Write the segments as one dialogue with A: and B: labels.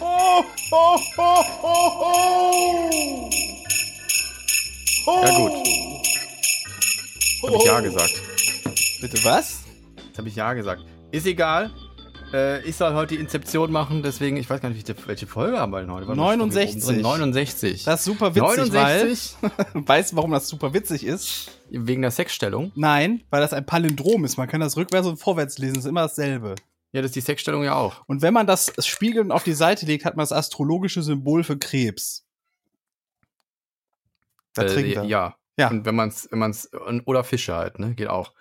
A: Oh!
B: Ja gut. Habe ich ja gesagt.
A: Bitte was?
B: Jetzt habe ich ja gesagt. Ist egal. Äh, ich soll heute die Inzeption machen, deswegen, ich weiß gar nicht, welche- welche Folge haben wir denn heute? Warte mal, ich guck hier
A: 69.
B: oben drin. 69.
A: Das ist super witzig,
B: 69?
A: weil. weißt du, warum das super witzig ist?
B: Wegen der Sexstellung.
A: Nein, weil das ein Palindrom ist. Man kann das rückwärts und vorwärts lesen, ist immer dasselbe.
B: Ja, das ist die Sexstellung ja auch.
A: Und wenn man das spiegelnd auf die Seite legt, hat man das astrologische Symbol für Krebs. Da trinkt er.
B: Äh, ja.
A: Ja.
B: Und wenn man es, wenn man's, oder Fische halt, ne, geht auch.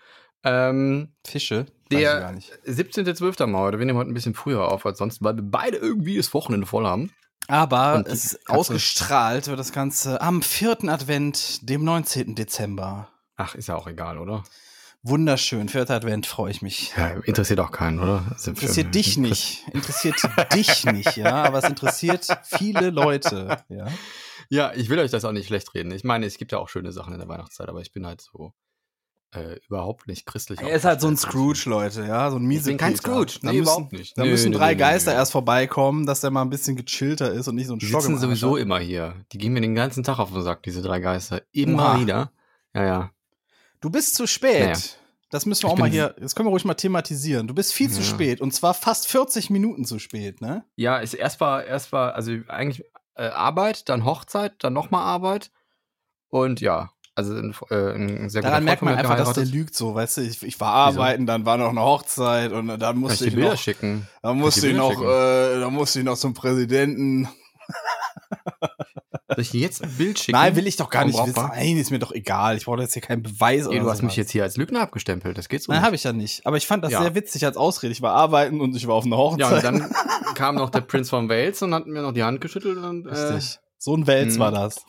B: Ähm,
A: Fische? Weiß ich
B: Der-
A: gar nicht.
B: 17.12. haben wir heute. Wir nehmen heute ein bisschen früher auf als sonst, weil wir beide irgendwie das Wochenende voll haben.
A: Aber
B: Und die
A: es ist
B: Katze.
A: ausgestrahlt wird das Ganze am vierten Advent, dem 19. Dezember.
B: Ach, ist ja auch egal, oder?
A: Wunderschön, vierter Advent, freue ich mich.
B: Ja, interessiert auch keinen, oder? Also,
A: Interessiert dich
B: interess-
A: nicht. Interessiert dich nicht, ja, aber es interessiert viele Leute, ja.
B: Ja, ich will euch das auch nicht schlecht reden. Ich meine, es gibt ja auch schöne Sachen in der Weihnachtszeit, aber ich bin halt so äh, überhaupt nicht christlich.
A: Er ist halt so ein Scrooge, Leute, ja, so ein miese
B: bin kein
A: Peter.
B: Scrooge.
A: Da
B: Nee,
A: müssen,
B: überhaupt nicht.
A: Da
B: Nee,
A: müssen
B: nee,
A: drei
B: nee,
A: Geister
B: nee, nee.
A: erst vorbeikommen, dass der mal ein bisschen gechillter ist und nicht so ein
B: Die
A: Stock
B: sitzen
A: im Arsch
B: sowieso
A: hat.
B: immer hier. Die gehen mir den ganzen Tag auf den Sack, diese drei Geister. Immer
A: Oha.
B: wieder. Ja, ja.
A: Du bist zu spät.
B: Naja.
A: Das müssen wir
B: Ich
A: auch mal
B: bin-
A: hier, das können wir ruhig mal thematisieren. Du bist viel zu
B: Ja.
A: spät und zwar fast 40 Minuten zu spät, ne?
B: Ja, ist erst war, erst war, also eigentlich äh, Arbeit, dann Hochzeit, dann nochmal Arbeit. Und ja, also ein, äh, ein sehr
A: Daran
B: guter Freund
A: merkt
B: von
A: man
B: mir hat
A: einfach, dass der
B: geheiratet.
A: lügt so, weißt du, ich, ich war arbeiten, dann war noch eine Hochzeit und dann
B: Kann ich
A: musste
B: die
A: ich
B: Bilder
A: noch,
B: schicken.
A: dann
B: ich
A: musste
B: die
A: ich
B: Bilder
A: noch, äh, dann musste ich noch zum Präsidenten.
B: Soll ich dir jetzt ein Bild schicken?
A: Nein, will ich doch gar nicht wissen.
B: Unbrauchbar?
A: Nein, ist mir doch egal. Ich brauche jetzt hier keinen Beweis
B: Ey,
A: oder
B: du hast mich
A: sowas.
B: jetzt hier als Lügner abgestempelt. Das geht's um.
A: Nein, habe ich ja nicht. Aber ich fand das
B: Ja.
A: sehr witzig als Ausrede. Ich war arbeiten und ich war auf einer
B: Ja, und
A: Hochzeit.
B: dann kam noch der Prinz von Wales und hat mir noch die Hand geschüttelt und äh,
A: Richtig. so ein Wels
B: Mhm.
A: war das.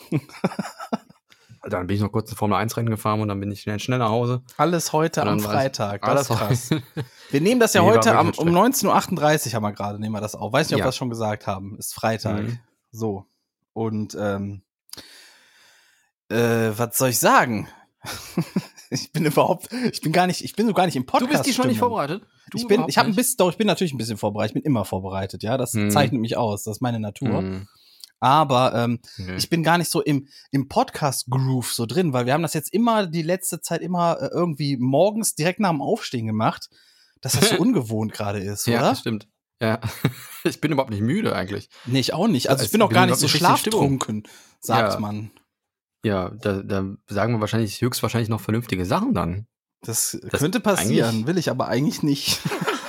B: dann bin ich noch kurz in Formel 1 Rennen gefahren und dann bin ich schnell, schnell nach Hause.
A: Alles heute
B: Und
A: am
B: dann war's-
A: Freitag.
B: Ah,
A: Das ist
B: das war-
A: krass. Wir nehmen das ja
B: Nee, war
A: heute am,
B: wirklich
A: um 19.38 Uhr haben wir gerade, nehmen wir das auf. Weiß nicht, ob
B: Ja.
A: wir das schon gesagt haben. Ist Freitag.
B: Mhm.
A: So. Und ähm, äh, was soll ich sagen? ich bin überhaupt, ich bin gar nicht, ich bin so gar nicht im
B: du
A: Podcast.
B: bist die schon nicht
A: Stimmung.
B: vorbereitet? Du
A: ich bin,
B: überhaupt
A: ich habe ein
B: nicht?
A: bisschen, doch, ich bin natürlich ein bisschen vorbereitet. Ich bin immer vorbereitet, ja. Das
B: Mhm.
A: zeichnet mich aus. Das ist meine Natur.
B: Mhm.
A: Aber ähm,
B: Nee.
A: ich bin gar nicht so im, im Podcast-Groove so drin, weil wir haben das jetzt immer die letzte Zeit immer äh, irgendwie morgens direkt nach dem Aufstehen gemacht, dass das so ungewohnt gerade ist,
B: ja,
A: oder?
B: das stimmt. Ja. ich bin überhaupt nicht müde eigentlich.
A: Nee, ich auch nicht. Also
B: Ja,
A: ich bin
B: es-
A: auch
B: wir
A: gar
B: sind
A: nicht so
B: überhaupt nicht in Stimmung.
A: schlaftrunken, sagt
B: Ja.
A: man.
B: Ja, da, da sagen wir wahrscheinlich höchstwahrscheinlich noch vernünftige Sachen dann.
A: Das, könnte passieren,
B: eigentlich-
A: will ich aber eigentlich nicht.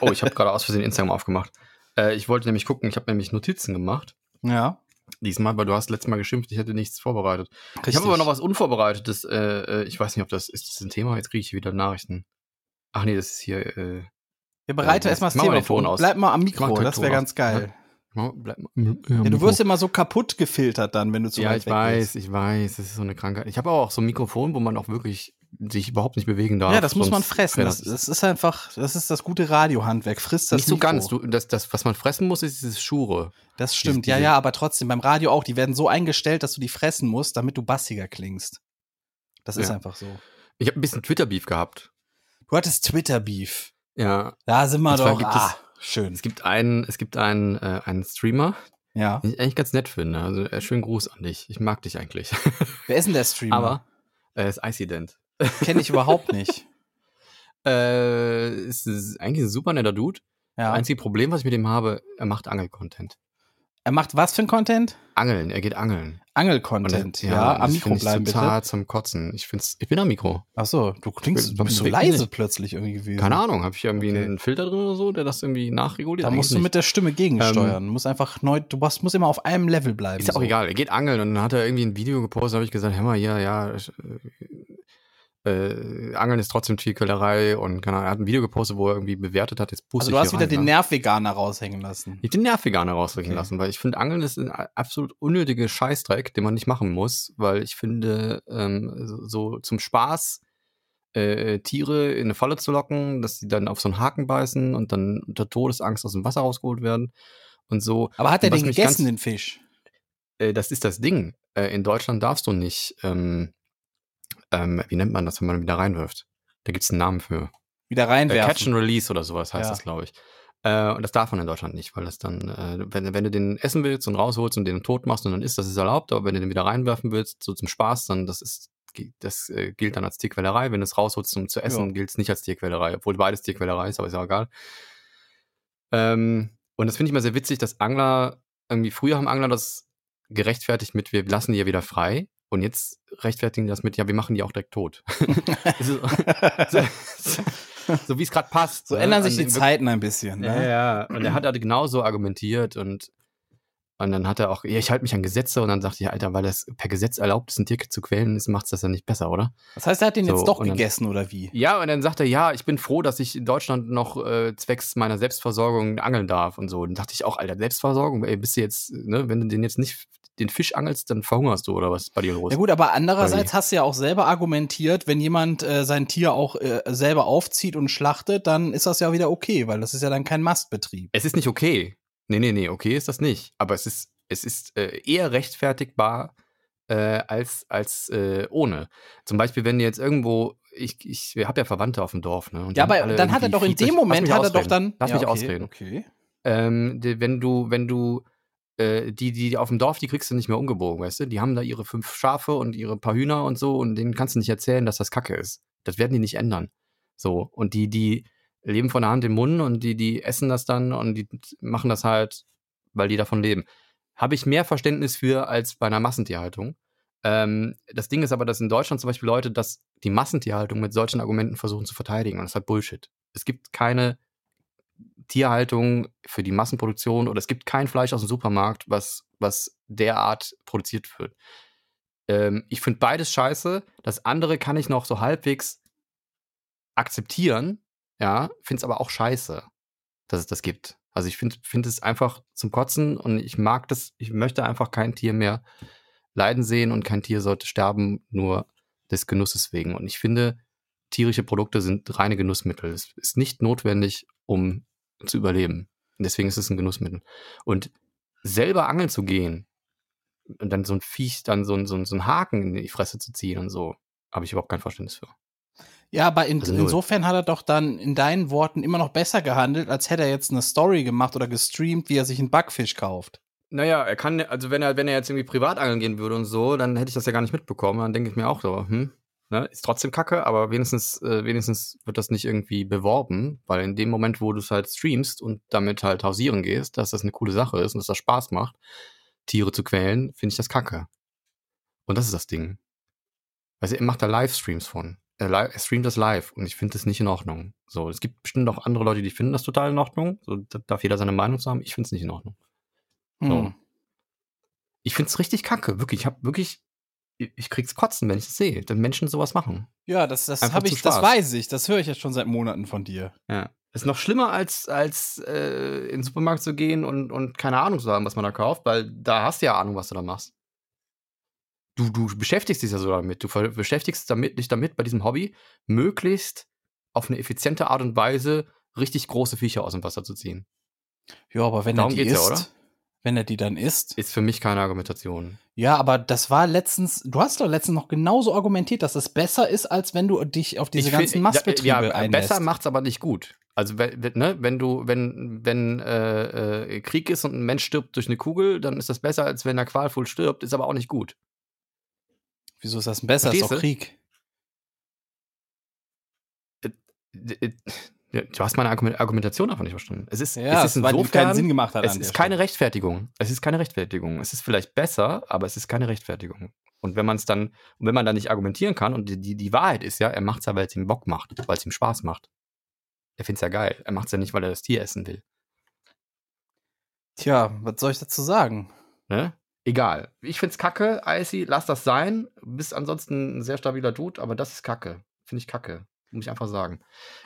B: Oh, ich habe gerade aus Versehen Instagram aufgemacht. Äh, ich wollte nämlich gucken, ich habe nämlich Notizen gemacht.
A: ja,
B: Diesmal, weil du hast letztes Mal geschimpft, ich hätte nichts vorbereitet.
A: richtig.
B: Ich habe aber noch was Unvorbereitetes. Äh, äh, ich weiß nicht, ob das ist das ein Thema. Jetzt kriege ich hier wieder Nachrichten. Ach nee, das ist hier. Äh,
A: Ja, bereite
B: Ja,
A: erstmal das
B: mach mal
A: Thema
B: den Ton
A: vor.
B: aus.
A: Bleib mal am
B: Mach
A: Mikro,
B: den
A: das
B: Ton
A: wäre
B: aus.
A: ganz geil.
B: oh, bleib mal.
A: Ja, du wirst immer so kaputt gefiltert dann, wenn du zu
B: Ja,
A: weit
B: ich
A: weg
B: weiß,
A: bist.
B: ich weiß. Das ist so eine Krankheit. Ich habe aber auch so ein Mikrofon, wo man auch wirklich sich überhaupt nicht bewegen darf.
A: Ja, das muss man
B: sonst
A: fressen.
B: wär
A: Das, das ist einfach, das ist das gute Radiohandwerk. Frisst das
B: nicht so
A: Mikro.
B: ganz. Du, das, das, was man fressen muss, ist dieses Schure.
A: Das stimmt,
B: diese-
A: ja, ja, aber trotzdem, beim Radio auch, die werden so eingestellt, dass du die fressen musst, damit du bassiger klingst. Das ist
B: Ja.
A: einfach so.
B: Ich habe ein bisschen Twitter-Beef gehabt.
A: Du hattest Twitter-Beef.
B: Ja,
A: Da sind wir
B: Und zwar
A: doch.
B: gibt
A: Ah, schön.
B: es gibt einen, es gibt einen, äh, einen Streamer,
A: Ja.
B: den ich eigentlich ganz nett finde. Also äh, schönen Gruß an dich. Ich mag dich eigentlich.
A: Wer ist denn der Streamer?
B: aber äh, ist Icident.
A: Kenne ich überhaupt nicht.
B: Äh, ist, ist eigentlich ein super netter Dude.
A: Ja.
B: Das einzige Problem, was ich mit dem habe, er macht Angel-Content.
A: Er macht was für ein Content?
B: Angeln, er geht angeln. Und
A: Angel-Content.
B: das-
A: Ja,
B: und
A: am
B: das
A: Mikro
B: find ich
A: bleiben bitte.
B: total zum Kotzen. Ich, find's, ich bin am Mikro.
A: Ach so, du klingst, du bist so
B: Wirklich
A: leise
B: nicht.
A: plötzlich irgendwie gewesen.
B: Keine Ahnung, habe ich hier irgendwie
A: Okay.
B: einen Filter drin oder so, der das irgendwie nachreguliert?
A: Da musst
B: Eigentlich
A: du
B: nicht. Ähm,
A: mit der Stimme gegensteuern. du musst einfach neu, du musst, musst immer auf einem Level bleiben.
B: Ist ja auch
A: so.
B: egal. Er geht angeln und dann hat er irgendwie ein Video gepostet, habe ich gesagt, hör mal, hier, ja, äh, äh, Angeln ist trotzdem Tierquälerei und keine Ahnung, er hat ein Video gepostet, wo er irgendwie bewertet hat, jetzt
A: Also
B: puste
A: du
B: ich
A: hast
B: hier
A: wieder
B: rein,
A: den
B: ne?
A: Nerv-Veganer raushängen lassen.
B: Ich hab den Nerv veganer rausrücken
A: Okay.
B: lassen, weil ich finde, Angeln ist ein absolut unnötiger Scheißdreck, den man nicht machen muss, weil ich finde, ähm, so- so zum Spaß äh, Tiere in eine Falle zu locken, dass sie dann auf so einen Haken beißen und dann unter Todesangst aus dem Wasser rausgeholt werden und so,
A: Aber hat er
B: Was
A: den
B: mich ganz-
A: gegessen, den Fisch?
B: äh, das ist das Ding. Äh, in Deutschland darfst du nicht, ähm, ähm, wie nennt man das, wenn man wieder reinwirft? Da gibt es einen Namen für.
A: Wieder
B: Äh,
A: reinwerfen.
B: Catch and Release oder sowas heißt
A: Ja.
B: das, glaube ich. Äh, und das darf man in Deutschland nicht, weil das dann, äh, wenn, wenn du den essen willst und rausholst und den tot machst und dann ist, das ist erlaubt, aber wenn du den wieder reinwerfen willst, so zum Spaß, dann das ist, das äh, gilt dann als Tierquälerei. Wenn du es rausholst, um zu essen,
A: Ja.
B: gilt es nicht als Tierquälerei, obwohl beides Tierquälerei ist, aber ist ja egal. Ähm, und das finde ich mal sehr witzig, dass Angler, irgendwie früher haben Angler das gerechtfertigt mit, wir lassen die ja wieder frei. Und jetzt rechtfertigen die das mit, ja, wir machen die auch direkt tot. Das ist- so, so, so wie es gerade passt.
A: so
B: ne?
A: ändern
B: An
A: sich die
B: den-
A: Zeiten ein bisschen.
B: Ja,
A: Ne?
B: ja. Und er hat halt genauso argumentiert und, und dann hat er auch, ja, ich halte mich an Gesetze und dann sagte ich, Alter, weil das per Gesetz erlaubt ist, ein Tier zu quälen, ist, macht es das dann nicht besser, oder?
A: Das heißt, er hat den
B: So,
A: jetzt doch
B: und dann-
A: gegessen, oder wie?
B: Ja, und dann sagt er, ja, ich bin froh, dass ich in Deutschland noch äh, zwecks meiner Selbstversorgung angeln darf und so. Und dann dachte ich auch, Alter, Selbstversorgung, ey, bist du jetzt, ne, wenn du den jetzt nicht den Fisch angelst, dann verhungerst du oder was ist bei dir los?
A: Ja gut, aber andererseits hast du ja auch selber argumentiert, wenn jemand äh, sein Tier auch äh, selber aufzieht und schlachtet, dann ist das ja wieder okay, weil das ist ja dann kein Mastbetrieb.
B: Es ist nicht okay. Nee, nee, nee, okay ist das nicht. Aber es ist, es ist äh, eher rechtfertigbar äh, als, als äh, ohne. Zum Beispiel, wenn ihr jetzt irgendwo, ich, ich habe ja Verwandte auf dem Dorf, ne? Und die
A: Ja,
B: haben
A: aber
B: alle
A: dann hat er
B: irgendwie
A: doch in
B: Viehzeug-
A: dem
B: Lass
A: Moment
B: mich
A: hat er doch
B: ausreden.
A: dann.
B: Lass
A: ja,
B: mich
A: okay,
B: ausreden.
A: Okay.
B: Ähm, die, wenn du, wenn du, äh, die, die auf dem Dorf, die kriegst du nicht mehr umgebogen, weißt du? Die haben da ihre fünf Schafe und ihre paar Hühner und so und denen kannst du nicht erzählen, dass das Kacke ist. Das werden die nicht ändern. So. Und die, die leben von der Hand im Mund und die, die essen das dann und die machen das halt, weil die davon leben. Habe ich mehr Verständnis für als bei einer Massentierhaltung. Ähm, das Ding ist aber, dass in Deutschland zum Beispiel Leute das, die Massentierhaltung mit solchen Argumenten versuchen zu verteidigen. Und das ist halt Bullshit. Es gibt keine Tierhaltung für die Massenproduktion oder es gibt kein Fleisch aus dem Supermarkt, was, was derart produziert wird. Ähm, ich finde beides scheiße. Das andere kann ich noch so halbwegs akzeptieren, ja, finde es aber auch scheiße, dass es das gibt. Also ich finde find es einfach zum Kotzen und ich mag das, ich möchte einfach kein Tier mehr leiden sehen und kein Tier sollte sterben, nur des Genusses wegen. Und ich finde, tierische Produkte sind reine Genussmittel. Es ist nicht notwendig, um zu überleben. Und deswegen ist es ein Genussmittel. Und selber angeln zu gehen und dann so ein Viech, dann so, ein- so, ein- so einen Haken in die Fresse zu ziehen und so, habe ich überhaupt kein Verständnis für.
A: Ja, aber in,
B: Also null.
A: insofern hat er doch dann in deinen Worten immer noch besser gehandelt, als hätte er jetzt eine Story gemacht oder gestreamt, wie er sich einen Backfisch kauft.
B: Naja, er kann, also wenn er, wenn er jetzt irgendwie privat angeln gehen würde und so, dann hätte ich das ja gar nicht mitbekommen. Dann denke ich mir auch so, hm, ne, ist trotzdem kacke, aber wenigstens, äh, wenigstens wird das nicht irgendwie beworben, weil in dem Moment, wo du es halt streamst und damit halt hausieren gehst, dass das eine coole Sache ist und dass das Spaß macht, Tiere zu quälen, finde ich das kacke. Und das ist das Ding. Also er macht da Livestreams von. Er, li er streamt das live und ich finde das nicht in Ordnung. So, es gibt bestimmt auch andere Leute, die finden das total in Ordnung. So, da darf jeder seine Meinung zu haben. Ich finde es nicht in Ordnung.
A: Hm.
B: So. Ich find's richtig kacke, wirklich. Ich hab wirklich, ich, ich krieg's kotzen, wenn ich das sehe, dass Menschen sowas machen.
A: Ja, das, das
B: Einfach
A: habe
B: zu
A: ich, das
B: Spaß.
A: weiß ich, das höre ich jetzt schon seit Monaten von dir.
B: Ja. Ist noch schlimmer als, als äh, in den Supermarkt zu gehen und, und keine Ahnung zu haben, was man da kauft, weil da hast du ja Ahnung, was du da machst. Du, du beschäftigst dich ja so damit. Du ver- beschäftigst damit, dich damit bei diesem Hobby, möglichst auf eine effiziente Art und Weise richtig große Viecher aus dem Wasser zu ziehen.
A: Ja, aber wenn
B: Darum
A: er die
B: geht's
A: isst,
B: ja, oder?
A: wenn er die dann isst.
B: Ist für mich keine Argumentation.
A: Ja, aber das war letztens, du hast doch letztens noch genauso argumentiert, dass das besser ist, als wenn du dich auf diese
B: Ich
A: ganzen
B: find-
A: Mastbetriebe
B: ja, ja,
A: einlässt.
B: Besser macht's aber nicht gut. Also wenn, wenn- ne, wenn du, wenn, wenn äh, äh, Krieg ist und ein Mensch stirbt durch eine Kugel, dann ist das besser, als wenn er qualvoll stirbt, ist aber auch nicht gut.
A: Wieso ist das denn besser? Ist doch
B: Verstehst du?
A: Krieg.
B: D- d- Ja, Du hast meine Argument- Argumentation einfach nicht verstanden. Es ist,
A: Ja,
B: es ist
A: weil die
B: insofern,
A: keinen Sinn gemacht hat
B: Es
A: an der
B: ist keine Rechtfertigung. Es ist keine Rechtfertigung. Es ist vielleicht besser, aber es ist keine Rechtfertigung. Und wenn man es dann, und wenn man da nicht argumentieren kann, und die, die, die Wahrheit ist ja, er macht es ja, weil es ihm Bock macht, weil es ihm Spaß macht. Er findet es ja geil. Er macht es ja nicht, weil er das Tier essen will.
A: Tja, was soll ich dazu sagen?
B: Ne? Egal. Ich find's kacke, Icy, lass das sein. Bist ansonsten ein sehr stabiler Dude, aber das ist kacke. Finde ich kacke. Muss ich einfach sagen.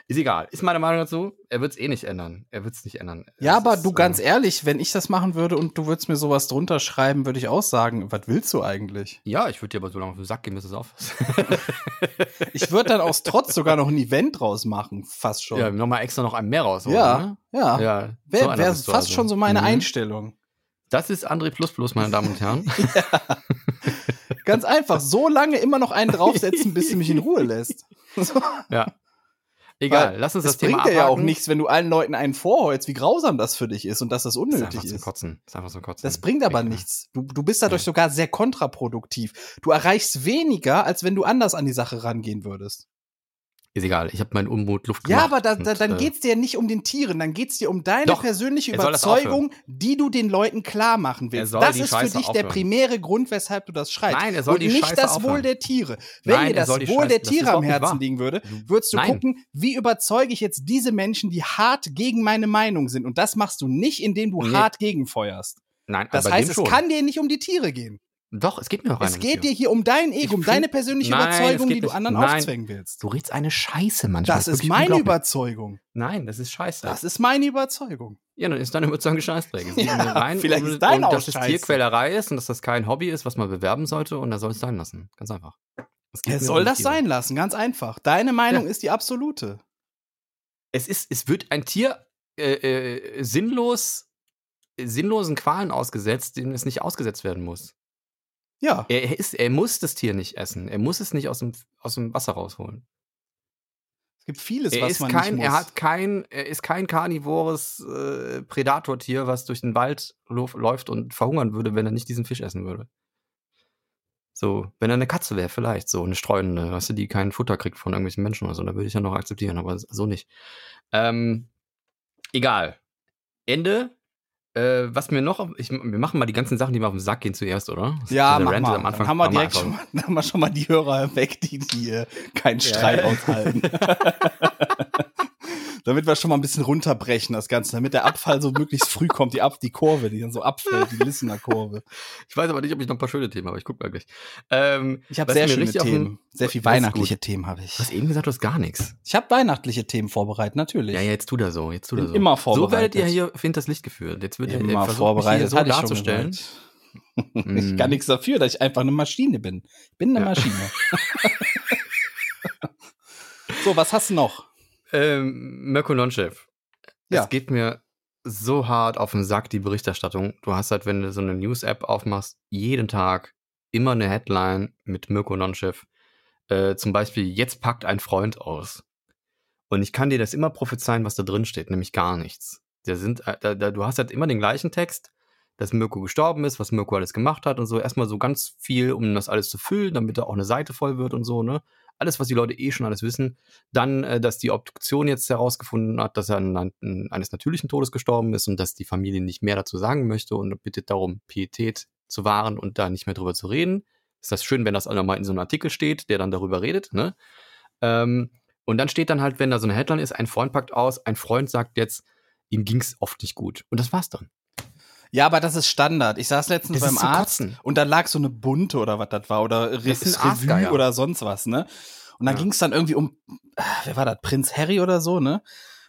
B: Ist egal. Ist meine Meinung dazu. Er wird's eh nicht ändern. Er wird's nicht ändern.
A: Ja,
B: Es
A: aber
B: ist,
A: du ganz
B: äh,
A: ehrlich, wenn ich das machen würde und du würdest mir sowas drunter schreiben, würde ich auch sagen, was willst du eigentlich?
B: Ja, ich würde dir aber so lange auf den Sack gehen, bis es auf ist.
A: Ich würde dann aus Trotz sogar noch ein Event draus machen, fast schon.
B: ja, nochmal extra noch einen mehr rausholen.
A: Ja, ja.
B: Ne? ja so
A: Wäre
B: einer
A: wär
B: bist
A: fast
B: du also.
A: schon so meine
B: Mhm.
A: Einstellung.
B: Das ist André Plus Plus, meine Damen und Herren.
A: Ganz einfach, so lange immer noch einen draufsetzen, bis du mich in Ruhe lässt.
B: Egal, lass uns das,
A: Das
B: Thema
A: bringt dir ja auch
B: abhaken.
A: nichts, wenn du allen Leuten einen vorholst, wie grausam das für dich ist und dass das
B: Ist einfach
A: unnötig
B: zum
A: ist.
B: Kotzen. Ist einfach zum Kotzen.
A: Das bringt aber
B: Ja.
A: nichts. Du, du bist dadurch sogar sehr kontraproduktiv. Du erreichst weniger, als wenn du anders an die Sache rangehen würdest.
B: Ist egal. Ich habe meinen Unmut Luft
A: Ja,
B: gemacht.
A: aber da, da,
B: und,
A: dann
B: äh,
A: geht's dir nicht um den Tieren, dann geht's dir um deine
B: Doch,
A: persönliche
B: er soll das
A: Überzeugung, die du den Leuten klar machen willst.
B: soll
A: Das
B: die
A: ist für
B: Scheiße
A: dich der
B: aufhören.
A: primäre Grund, weshalb du das schreibst.
B: Nein, er soll
A: Und
B: die
A: nicht
B: Scheiße
A: das
B: aufhören.
A: Wohl der Tiere. Wenn
B: Nein,
A: dir
B: er
A: das
B: soll die
A: Wohl
B: Scheiße-
A: der
B: das ist
A: Tiere am
B: überhaupt nicht
A: Herzen
B: wahr.
A: liegen würde,
B: Du-
A: würdest du
B: Nein.
A: gucken, wie überzeuge ich jetzt diese Menschen, die hart gegen meine Meinung sind. Und das machst du nicht, indem du
B: Nee.
A: hart gegenfeuerst.
B: Nein,
A: Das
B: aber
A: heißt,
B: dem
A: es
B: schon.
A: kann dir nicht um die Tiere gehen.
B: Doch, es geht mir auch rein.
A: es
B: um
A: geht
B: die-
A: dir hier um dein Ego, um
B: find-
A: deine persönliche
B: Nein, es
A: Überzeugung,
B: geht
A: die du
B: nicht.
A: anderen
B: Nein.
A: aufzwängen willst.
B: Du redest eine Scheiße manchmal.
A: Das ist
B: wirklich
A: meine
B: unglaublich.
A: Überzeugung.
B: Nein, das ist Scheiße.
A: Das ist meine Überzeugung.
B: ja, dann ist deine Überzeugung Scheißdreck. Es geht
A: Ja,
B: um den Wein
A: vielleicht
B: und,
A: ist deine
B: und
A: auch
B: dass es
A: scheiße.
B: Tierquälerei ist und dass das kein Hobby ist, was man bewerben sollte und da soll es sein lassen. Ganz einfach. Es geht
A: Es
B: mir
A: soll
B: um die
A: das
B: Tiere.
A: sein lassen, ganz einfach. Deine Meinung ist die absolute.
B: Es ist, es wird ein Tier äh, äh, sinnlos, äh, sinnlosen Qualen ausgesetzt, denen es nicht ausgesetzt werden muss.
A: Ja.
B: Er, er, ist, er muss das Tier nicht essen. Er muss es nicht aus dem, aus dem Wasser rausholen.
A: Es gibt vieles,
B: Er
A: was
B: ist
A: man
B: kein,
A: nicht muss.
B: er hat kein, er ist kein karnivores äh, Predatortier, was durch den Wald lo- läuft und verhungern würde, wenn er nicht diesen Fisch essen würde. So, wenn er eine Katze wäre, vielleicht so eine streunende, weißt du, die kein Futter kriegt von irgendwelchen Menschen oder so, dann würde ich ja noch akzeptieren, aber so nicht. Ähm, egal. Ende. Äh, was mir noch, auf- ich, wir machen mal die ganzen Sachen, die mir auf den Sack gehen zuerst, oder?
A: ja,
B: Diese
A: mach
B: Rant
A: mal.
B: Also am Anfang-
A: Dann haben wir
B: machen wir
A: direkt
B: einfach.
A: schon mal, dann haben wir schon mal die Hörer weg, die, die äh, keinen Streit aushalten. damit wir schon mal ein bisschen runterbrechen, das Ganze, damit der Abfall so möglichst früh kommt, die, Ab die Kurve, die dann so abfällt, die Listener-Kurve.
B: Ich weiß aber nicht, ob ich noch ein paar schöne Themen habe, ich guck mal gleich. Ähm,
A: Ich habe
B: was
A: sehr
B: mir
A: schöne
B: richtig auf den- Oh,
A: Themen, sehr viel
B: Das ist gut.
A: weihnachtliche Themen habe ich.
B: Du hast eben gesagt, du hast gar nichts.
A: Ich habe weihnachtliche Themen vorbereitet, natürlich.
B: Ja, ja, jetzt tu da so, jetzt tu da
A: Bin
B: so.
A: immer
B: so
A: vorbereitet.
B: werdet ihr hier hinter das Licht geführt. Jetzt wird ihr
A: Immer
B: versucht,
A: vorbereitet,
B: mich hier so
A: hatte ich schon
B: darzustellen.
A: gesagt. Ich
B: Mm.
A: kann nichts dafür, dass ich einfach eine Maschine bin. Ich bin eine
B: Ja.
A: Maschine. so, was hast du noch?
B: Ähm, Mirko Nonchef.
A: Ja.
B: Es geht mir so hart auf den Sack, die Berichterstattung. Du hast halt, wenn du so eine News-App aufmachst, jeden Tag immer eine Headline mit Mirko Nonchef. Äh, zum Beispiel, jetzt packt ein Freund aus. Und ich kann dir das immer prophezeien, was da drin steht, nämlich gar nichts. Da sind, äh, da, da, du hast halt immer den gleichen Text, dass Mirko gestorben ist, was Mirko alles gemacht hat und so. Erstmal so ganz viel, um das alles zu füllen, damit da auch eine Seite voll wird und so, ne? Alles, was die Leute eh schon alles wissen. Dann, äh, dass die Obduktion jetzt herausgefunden hat, dass er an, an, eines natürlichen Todes gestorben ist und dass die Familie nicht mehr dazu sagen möchte und bittet darum, Pietät zu wahren und da nicht mehr drüber zu reden. Ist das schön, wenn das auch nochmal in so einem Artikel steht, der dann darüber redet, ne? Ähm, und dann steht dann halt, wenn da so eine Headline ist, ein Freund packt aus, ein Freund sagt jetzt, ihm ging's oft nicht gut. Und das war's dann.
A: Ja, aber das ist Standard. Ich saß letztens
B: Das
A: beim
B: ist zum
A: Arzt
B: Kotzen.
A: und da lag so eine bunte oder was das war oder Re
B: Das ist
A: Revue
B: Aasgeier.
A: oder sonst was, ne? Und dann
B: Ja.
A: ging es dann irgendwie um, ah, wer war das, Prinz Harry oder so, ne?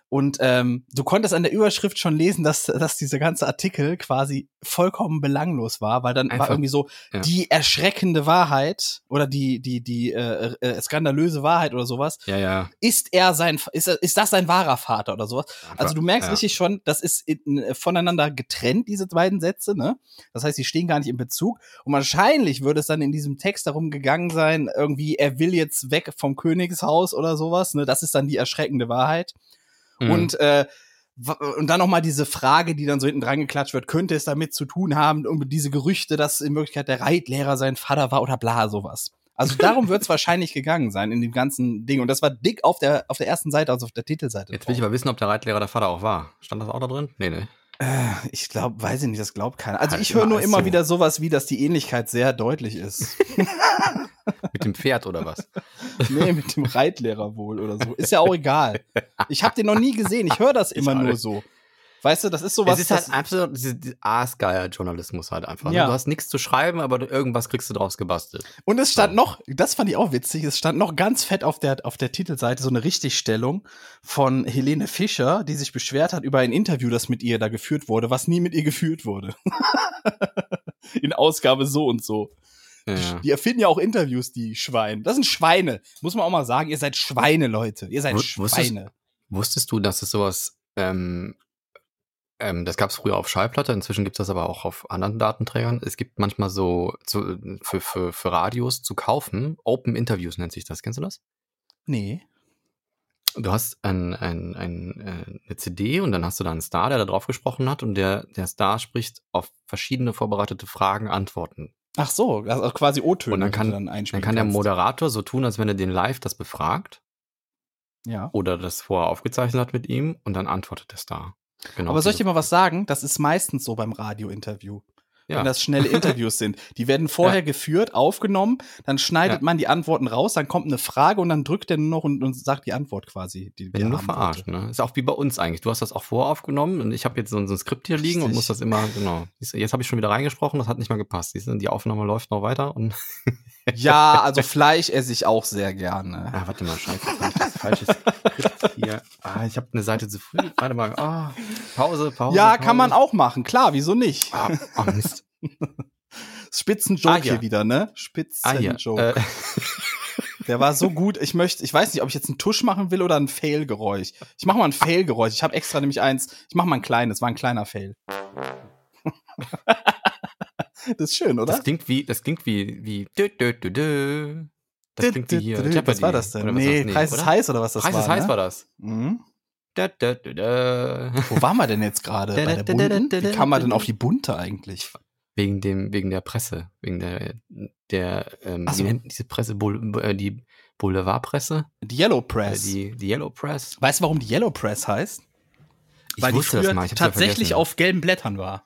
A: Und ähm, du konntest an der Überschrift schon lesen, dass, dass dieser ganze Artikel quasi vollkommen belanglos war, weil dann war
B: Einfach-
A: irgendwie so
B: ja.
A: die erschreckende Wahrheit oder die die die äh, äh, skandalöse Wahrheit oder sowas
B: Ja, ja.
A: ist er sein, ist, er, ist das sein wahrer Vater oder sowas? Also du merkst
B: ja.
A: richtig schon, das ist in, äh, voneinander getrennt, diese beiden Sätze, ne? Das heißt, sie stehen gar nicht in Bezug. Und wahrscheinlich würde es dann in diesem Text darum gegangen sein, irgendwie, er will jetzt weg vom Königshaus oder sowas, ne? Das ist dann die erschreckende Wahrheit.
B: Mhm.
A: Und, äh, wa- und dann noch mal diese Frage, die dann so hinten dran geklatscht wird, könnte es damit zu tun haben, um diese Gerüchte, dass in Wirklichkeit der Reitlehrer sein Vater war oder bla, sowas. Also darum wird es wahrscheinlich gegangen sein in dem ganzen Ding. Und das war dick auf der, auf der ersten Seite, also auf der Titelseite.
B: Jetzt will ich aber wissen, ob der Reitlehrer der Vater auch war. Stand das auch da drin? Nee, ne? nee.
A: Äh, ich glaube, weiß ich nicht, das glaubt keiner. Also
B: Halt
A: ich höre nur
B: immer
A: immer
B: so.
A: wieder sowas wie, dass die Ähnlichkeit sehr deutlich ist.
B: Mit dem Pferd oder was?
A: nee, mit dem Reitlehrer wohl oder so. Ist ja auch egal. Ich habe den noch nie gesehen. Ich höre das immer
B: auch
A: nur
B: nicht.
A: so. Weißt du, das ist sowas.
B: es ist halt
A: das-
B: absolut diese- diese aasgeier Journalismus halt einfach.
A: Ja.
B: Ne? Du hast nichts zu schreiben, aber du- irgendwas kriegst du draus gebastelt.
A: Und es stand noch, das fand ich auch witzig, es stand noch ganz fett auf der, auf der Titelseite so eine Richtigstellung von Helene Fischer, die sich beschwert hat über ein Interview, das mit ihr da geführt wurde, was nie mit ihr geführt wurde. In Ausgabe so und so.
B: Ja.
A: Die erfinden ja auch Interviews, die Schweine. Das sind Schweine. Muss man auch mal sagen, ihr seid Schweine, Leute. Ihr seid
B: Wus- wusstest-
A: Schweine.
B: Wusstest du, dass es sowas, ähm, ähm, das gab es früher auf Schallplatte, inzwischen gibt es das aber auch auf anderen Datenträgern. Es gibt manchmal so zu, für, für, für Radios zu kaufen, Open Interviews nennt sich das. Kennst du das?
A: Nee.
B: Du hast ein, ein, ein, äh, eine CD und dann hast du da einen Star, der da drauf gesprochen hat und der, der Star spricht auf verschiedene vorbereitete Fragen Antworten
A: Ach so, also quasi O-Töne.
B: Und dann
A: die
B: kann-
A: du einspielen
B: Dann kann der
A: kannst.
B: Moderator so tun, als wenn er den live das befragt
A: Ja.
B: oder das vorher aufgezeichnet hat mit ihm und dann antwortet der Star. Genau.
A: Aber soll ich dir
B: diese-
A: mal was sagen? Das ist meistens so beim Radiointerview.
B: Ja.
A: Wenn das schnelle Interviews sind. Die werden vorher geführt, aufgenommen, dann schneidet
B: Ja.
A: man die Antworten raus, dann kommt eine Frage und dann drückt der nur noch und, und sagt die Antwort quasi. Die,
B: Wenn
A: die
B: du nur
A: haben wollte.
B: verarscht, ne? Ist auch wie bei uns eigentlich. Du hast das auch vorher aufgenommen und ich habe jetzt so ein, so ein Skript hier liegen und
A: Richtig.
B: muss das immer, genau. Siehst du, Jetzt habe ich schon wieder reingesprochen, das hat nicht mal gepasst. Siehst du, Die Aufnahme läuft noch weiter und.
A: Ja, also Fleisch esse ich auch sehr gerne.
B: Ah, warte mal, scheiße, jetzt hab ich das falsche Skript hier. Ah, ich habe eine Seite zu früh. Warte mal. Ah, Pause, Pause.
A: Ja,
B: Pause.
A: kann man auch machen, klar, wieso nicht?
B: Ah, oh Mist.
A: Spitzenjoke
B: Ah, ja.
A: hier wieder, ne?
B: Ah, hier.
A: Spitzenjoke.
B: Äh,
A: Der war so gut, ich möchte, ich weiß nicht, ob ich jetzt einen Tusch machen will oder ein Fail-Geräusch. Ich mache mal ein Fail-Geräusch. Ich habe extra nämlich eins. Ich mache mal ein kleines, war ein kleiner Fail. das ist schön, oder?
B: Das klingt wie, das klingt wie, wie. Dö, dö, dö, dö. Das klingt wie hier. Jeopardy.
A: Was war das denn?
B: Oder was
A: nee,
B: war's?
A: Preis ist
B: oder?
A: heiß oder was das
B: Preis
A: war?
B: ist heiß
A: ne?
B: war das.
A: Mhm.
B: Dö, dö, dö, dö.
A: Wo waren wir denn jetzt gerade? Bei der bunten? Wie kam man denn auf die bunte eigentlich?
B: Wegen dem, wegen der Presse, wegen der, der, ähm,
A: Ach so.
B: wie nennt diese Presse, Boule- äh, die Boulevardpresse,
A: Die Yellow
B: äh,
A: Press.
B: die, die Yellow Press.
A: weißt du, warum die Yellow Press heißt?
B: Ich
A: Weil die
B: wusste das
A: früher
B: mal, ich hab's ja
A: tatsächlich
B: vergessen.
A: auf gelben Blättern war.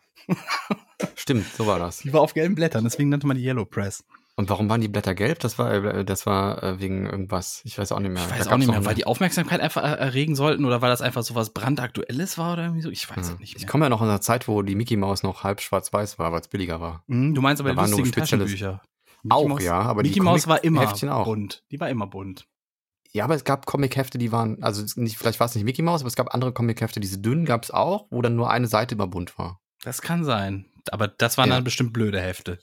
B: Stimmt, so war das.
A: Die war auf gelben Blättern, deswegen nannte man die Yellow Press.
B: Und warum waren die Blätter gelb? Das war, äh, das war äh, wegen irgendwas. Ich weiß auch nicht mehr.
A: Ich
B: Da
A: weiß auch
B: gab's
A: nicht
B: noch
A: mehr, weil
B: eine-
A: die Aufmerksamkeit einfach er- erregen sollten oder weil das einfach so was brandaktuelles war oder irgendwie so. Ich weiß
B: Ja.
A: es also nicht
B: Hm. Ich
A: mehr.
B: komme ja noch in einer Zeit, wo die Mickey Maus noch halb schwarz-weiß war, weil es billiger war.
A: Hm, du meinst aber
B: Da
A: die
B: waren nur
A: lustigen
B: spezielle-
A: Taschenbücher.
B: auch,
A: Maus-
B: ja, aber die
A: Mickey Maus war immer
B: Heftchen auch.
A: bunt. Die war immer bunt.
B: Ja, aber es gab Comichefte, die waren, also es- nicht, vielleicht war es nicht Mickey Mouse, aber es gab andere Comichefte, diese dünnen gab es auch, wo dann nur eine Seite immer bunt war.
A: Das kann sein. Aber das waren
B: Ja.
A: dann bestimmt blöde Hefte.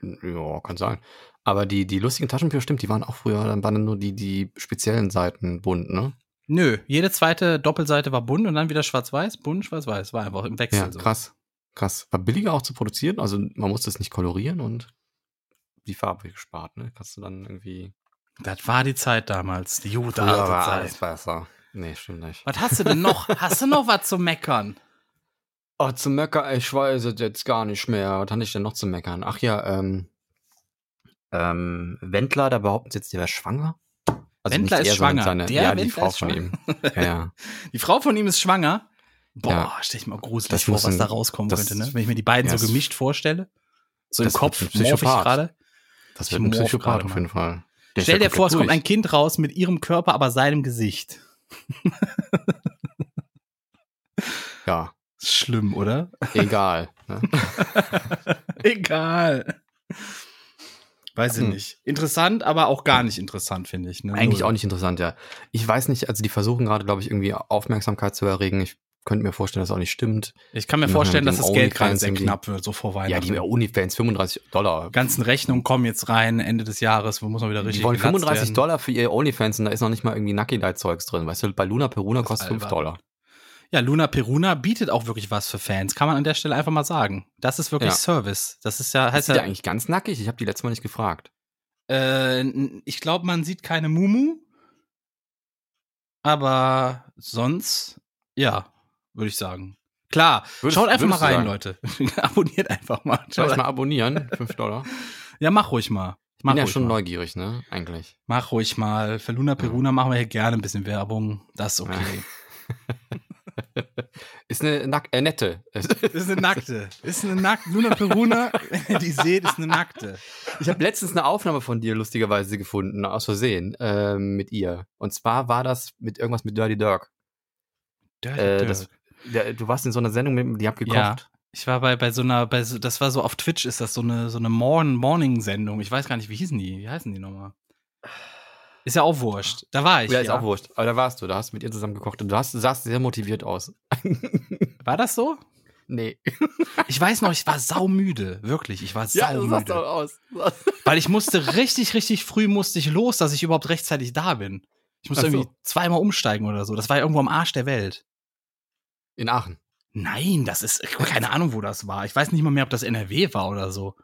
B: Ja, kann sein. Aber die, die lustigen Taschenbücher, stimmt, die waren auch früher, dann waren dann nur die, die speziellen Seiten bunt, ne?
A: Nö, jede zweite Doppelseite war bunt und dann wieder schwarz-weiß, bunt, schwarz-weiß. War einfach im Wechsel
B: Ja,
A: so.
B: krass. Krass. War billiger auch zu produzieren, also man musste es nicht kolorieren und die Farbe gespart, ne? Kannst du dann irgendwie.
A: Das war die Zeit damals. Die gute
B: Früher
A: alte
B: war
A: Zeit.
B: alles besser. Nee, stimmt nicht.
A: Was hast du denn noch? hast du noch was zu meckern?
B: Oh, zu meckern, ich weiß es jetzt gar nicht mehr. Was hatte ich denn noch zu meckern? Ach ja, ähm, ähm, Wendler, da behaupten sie jetzt, der wäre schwanger. Also
A: Wendler
B: nicht
A: ist
B: er, sondern
A: schwanger.
B: Seine,
A: Der
B: ja, die
A: Wendler
B: Frau
A: ist
B: von ihm.
A: schwanger.
B: Ja, ja.
A: Die Frau von ihm ist schwanger. Boah,
B: Ja.
A: stell ich mir gruselig
B: Das
A: vor,
B: muss
A: was
B: ein-
A: da rauskommen
B: das-
A: könnte, ne? Wenn ich mir die beiden
B: ja,
A: so
B: das-
A: gemischt vorstelle. So im
B: das wird
A: Kopf
B: ein
A: morph ich
B: Psychopath.
A: gerade.
B: Das
A: Ich
B: wird ein
A: morph
B: Psychopath
A: gerade
B: auf
A: mal.
B: jeden Fall. Der ist
A: Stell
B: ja
A: dir vor, es kommt ein
B: komplett
A: Kind raus mit ihrem Körper, aber seinem Gesicht.
B: durch. Ja,
A: Schlimm, oder?
B: egal. ne?
A: Egal. Weiß ich
B: Hm.
A: nicht. Interessant, aber auch gar nicht interessant, finde ich. Ne?
B: Eigentlich auch nicht interessant, ja. Ich weiß nicht, also die versuchen gerade, glaube ich, irgendwie Aufmerksamkeit zu erregen. Ich könnte mir vorstellen, dass das auch nicht stimmt.
A: Ich kann mir
B: Die
A: vorstellen,
B: machen
A: dass
B: mit
A: das
B: dem
A: Geld gerade
B: OnlyFans
A: sehr
B: irgendwie-
A: knapp wird, so vor
B: Ja,
A: Weihnachten.
B: die Onlyfans, 35 Dollar.
A: ganzen Rechnungen kommen jetzt rein, Ende des Jahres, wo muss man wieder richtig
B: Die wollen
A: genatzt
B: 35
A: werden.
B: Dollar für ihr Onlyfans und da ist noch nicht mal irgendwie Nucky Light Zeugs drin. Weißt du, bei Luna
A: Das
B: Peruna
A: ist
B: kostet 5
A: albern.
B: Dollar.
A: Ja, Luna Peruna bietet auch wirklich was für Fans, kann man an der Stelle einfach mal sagen. Das ist wirklich
B: Ja.
A: Service. Das ist ja,
B: Heißt
A: heißt
B: ist die
A: ja,
B: eigentlich ganz nackig? Ich habe die letztes Mal nicht gefragt.
A: äh, ich glaube, man sieht keine Mumu, aber sonst, ja, würde ich sagen. Klar,
B: Würdest-
A: schaut einfach mal
B: würdest du
A: rein,
B: sagen?
A: Leute. Abonniert einfach mal.
B: Soll
A: Schaut
B: ich mal abonnieren? 5 Dollar.
A: Ja, mach ruhig mal.
B: Ich
A: Mach
B: bin ja
A: ruhig
B: schon
A: mal.
B: neugierig, ne? Eigentlich.
A: Mach ruhig mal. Für Luna Peruna machen wir hier gerne ein bisschen Werbung. Das ist okay.
B: Ist eine nack äh, nette.
A: Ist eine nackte. Ist eine nackte. Luna Peruna, wenn ihr die seht, ist eine nackte.
B: Ich habe letztens eine Aufnahme von dir lustigerweise gefunden, aus Versehen, ähm, mit ihr. Und zwar war das mit irgendwas mit Dirty Dirk.
A: Dirty
B: Äh,
A: Dirk.
B: das, der, du warst in so einer Sendung, mit, die habt gekocht.
A: Ja. Ich war bei, bei so einer, bei so, das war so auf Twitch, ist das so eine, so eine Morn Morning-Sendung. Ich weiß gar nicht, wie hießen die? Wie heißen die nochmal? Ist ja auch wurscht. Da war ich.
B: ja, ist auch wurscht. Aber da warst du, da hast du mit ihr zusammen gekocht und du hast, sahst sehr motiviert aus.
A: War das so?
B: nee.
A: Ich weiß noch, ich war saumüde. Wirklich, ich war saumüde.
B: aus.
A: weil ich musste richtig, richtig früh musste ich los, dass ich überhaupt rechtzeitig da bin. Ich musste
B: Ach so.
A: irgendwie zweimal umsteigen oder so. Das war ja irgendwo am Arsch der Welt.
B: In Aachen.
A: Nein, das ist keine Ahnung, wo das war. Ich weiß nicht mal mehr, ob das NRW war oder so.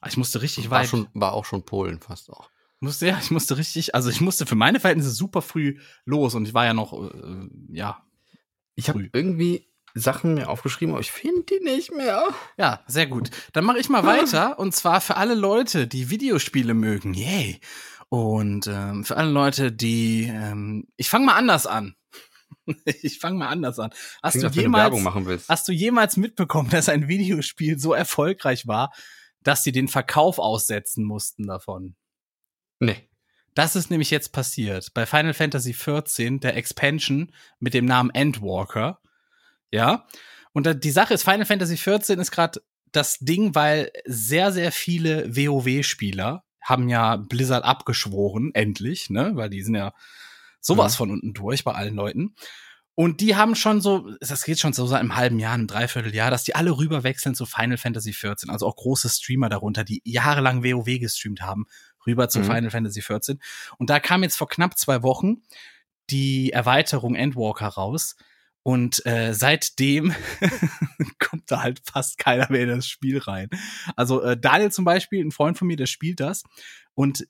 A: Aber Ich musste richtig
B: war,
A: weit.
B: schon, war auch schon Polen fast auch.
A: Musste, ja, ich musste richtig, also ich musste für meine Verhältnisse super früh los und ich war ja noch, äh, ja.
B: Ich habe
A: Früh.
B: irgendwie Sachen mir aufgeschrieben, aber ich finde die nicht mehr.
A: Ja, sehr gut. Dann mache ich mal weiter und zwar für alle Leute, die Videospiele mögen. Yay. Und ähm, für alle Leute, die, ähm, ich fange mal anders an. ich fange mal anders an. Hast
B: Klingt,
A: du
B: als wenn
A: jemals,
B: Werbung machen willst.
A: Hast du jemals mitbekommen, dass ein Videospiel so erfolgreich war, dass sie den Verkauf aussetzen mussten davon?
B: Nee.
A: Das ist nämlich jetzt passiert. Bei Final Fantasy XIV, der Expansion mit dem Namen Endwalker. Ja. Und da- die Sache ist, Final Fantasy XIV ist gerade das Ding, weil sehr, sehr viele WoW-Spieler haben ja Blizzard abgeschworen, endlich, ne? Weil die sind ja sowas
B: Mhm.
A: von unten durch bei allen Leuten. Und die haben schon so, das geht schon so seit einem halben Jahr, einem Dreivierteljahr, dass die alle rüberwechseln zu Final Fantasy XIV. Also auch große Streamer darunter, die jahrelang WoW gestreamt haben, rüber zu
B: Mhm.
A: Final Fantasy XIV. Und da kam jetzt vor knapp zwei Wochen die Erweiterung Endwalker raus. Und äh, seitdem kommt da halt fast keiner mehr in das Spiel rein. Also äh, Daniel zum Beispiel, ein Freund von mir, der spielt das. Und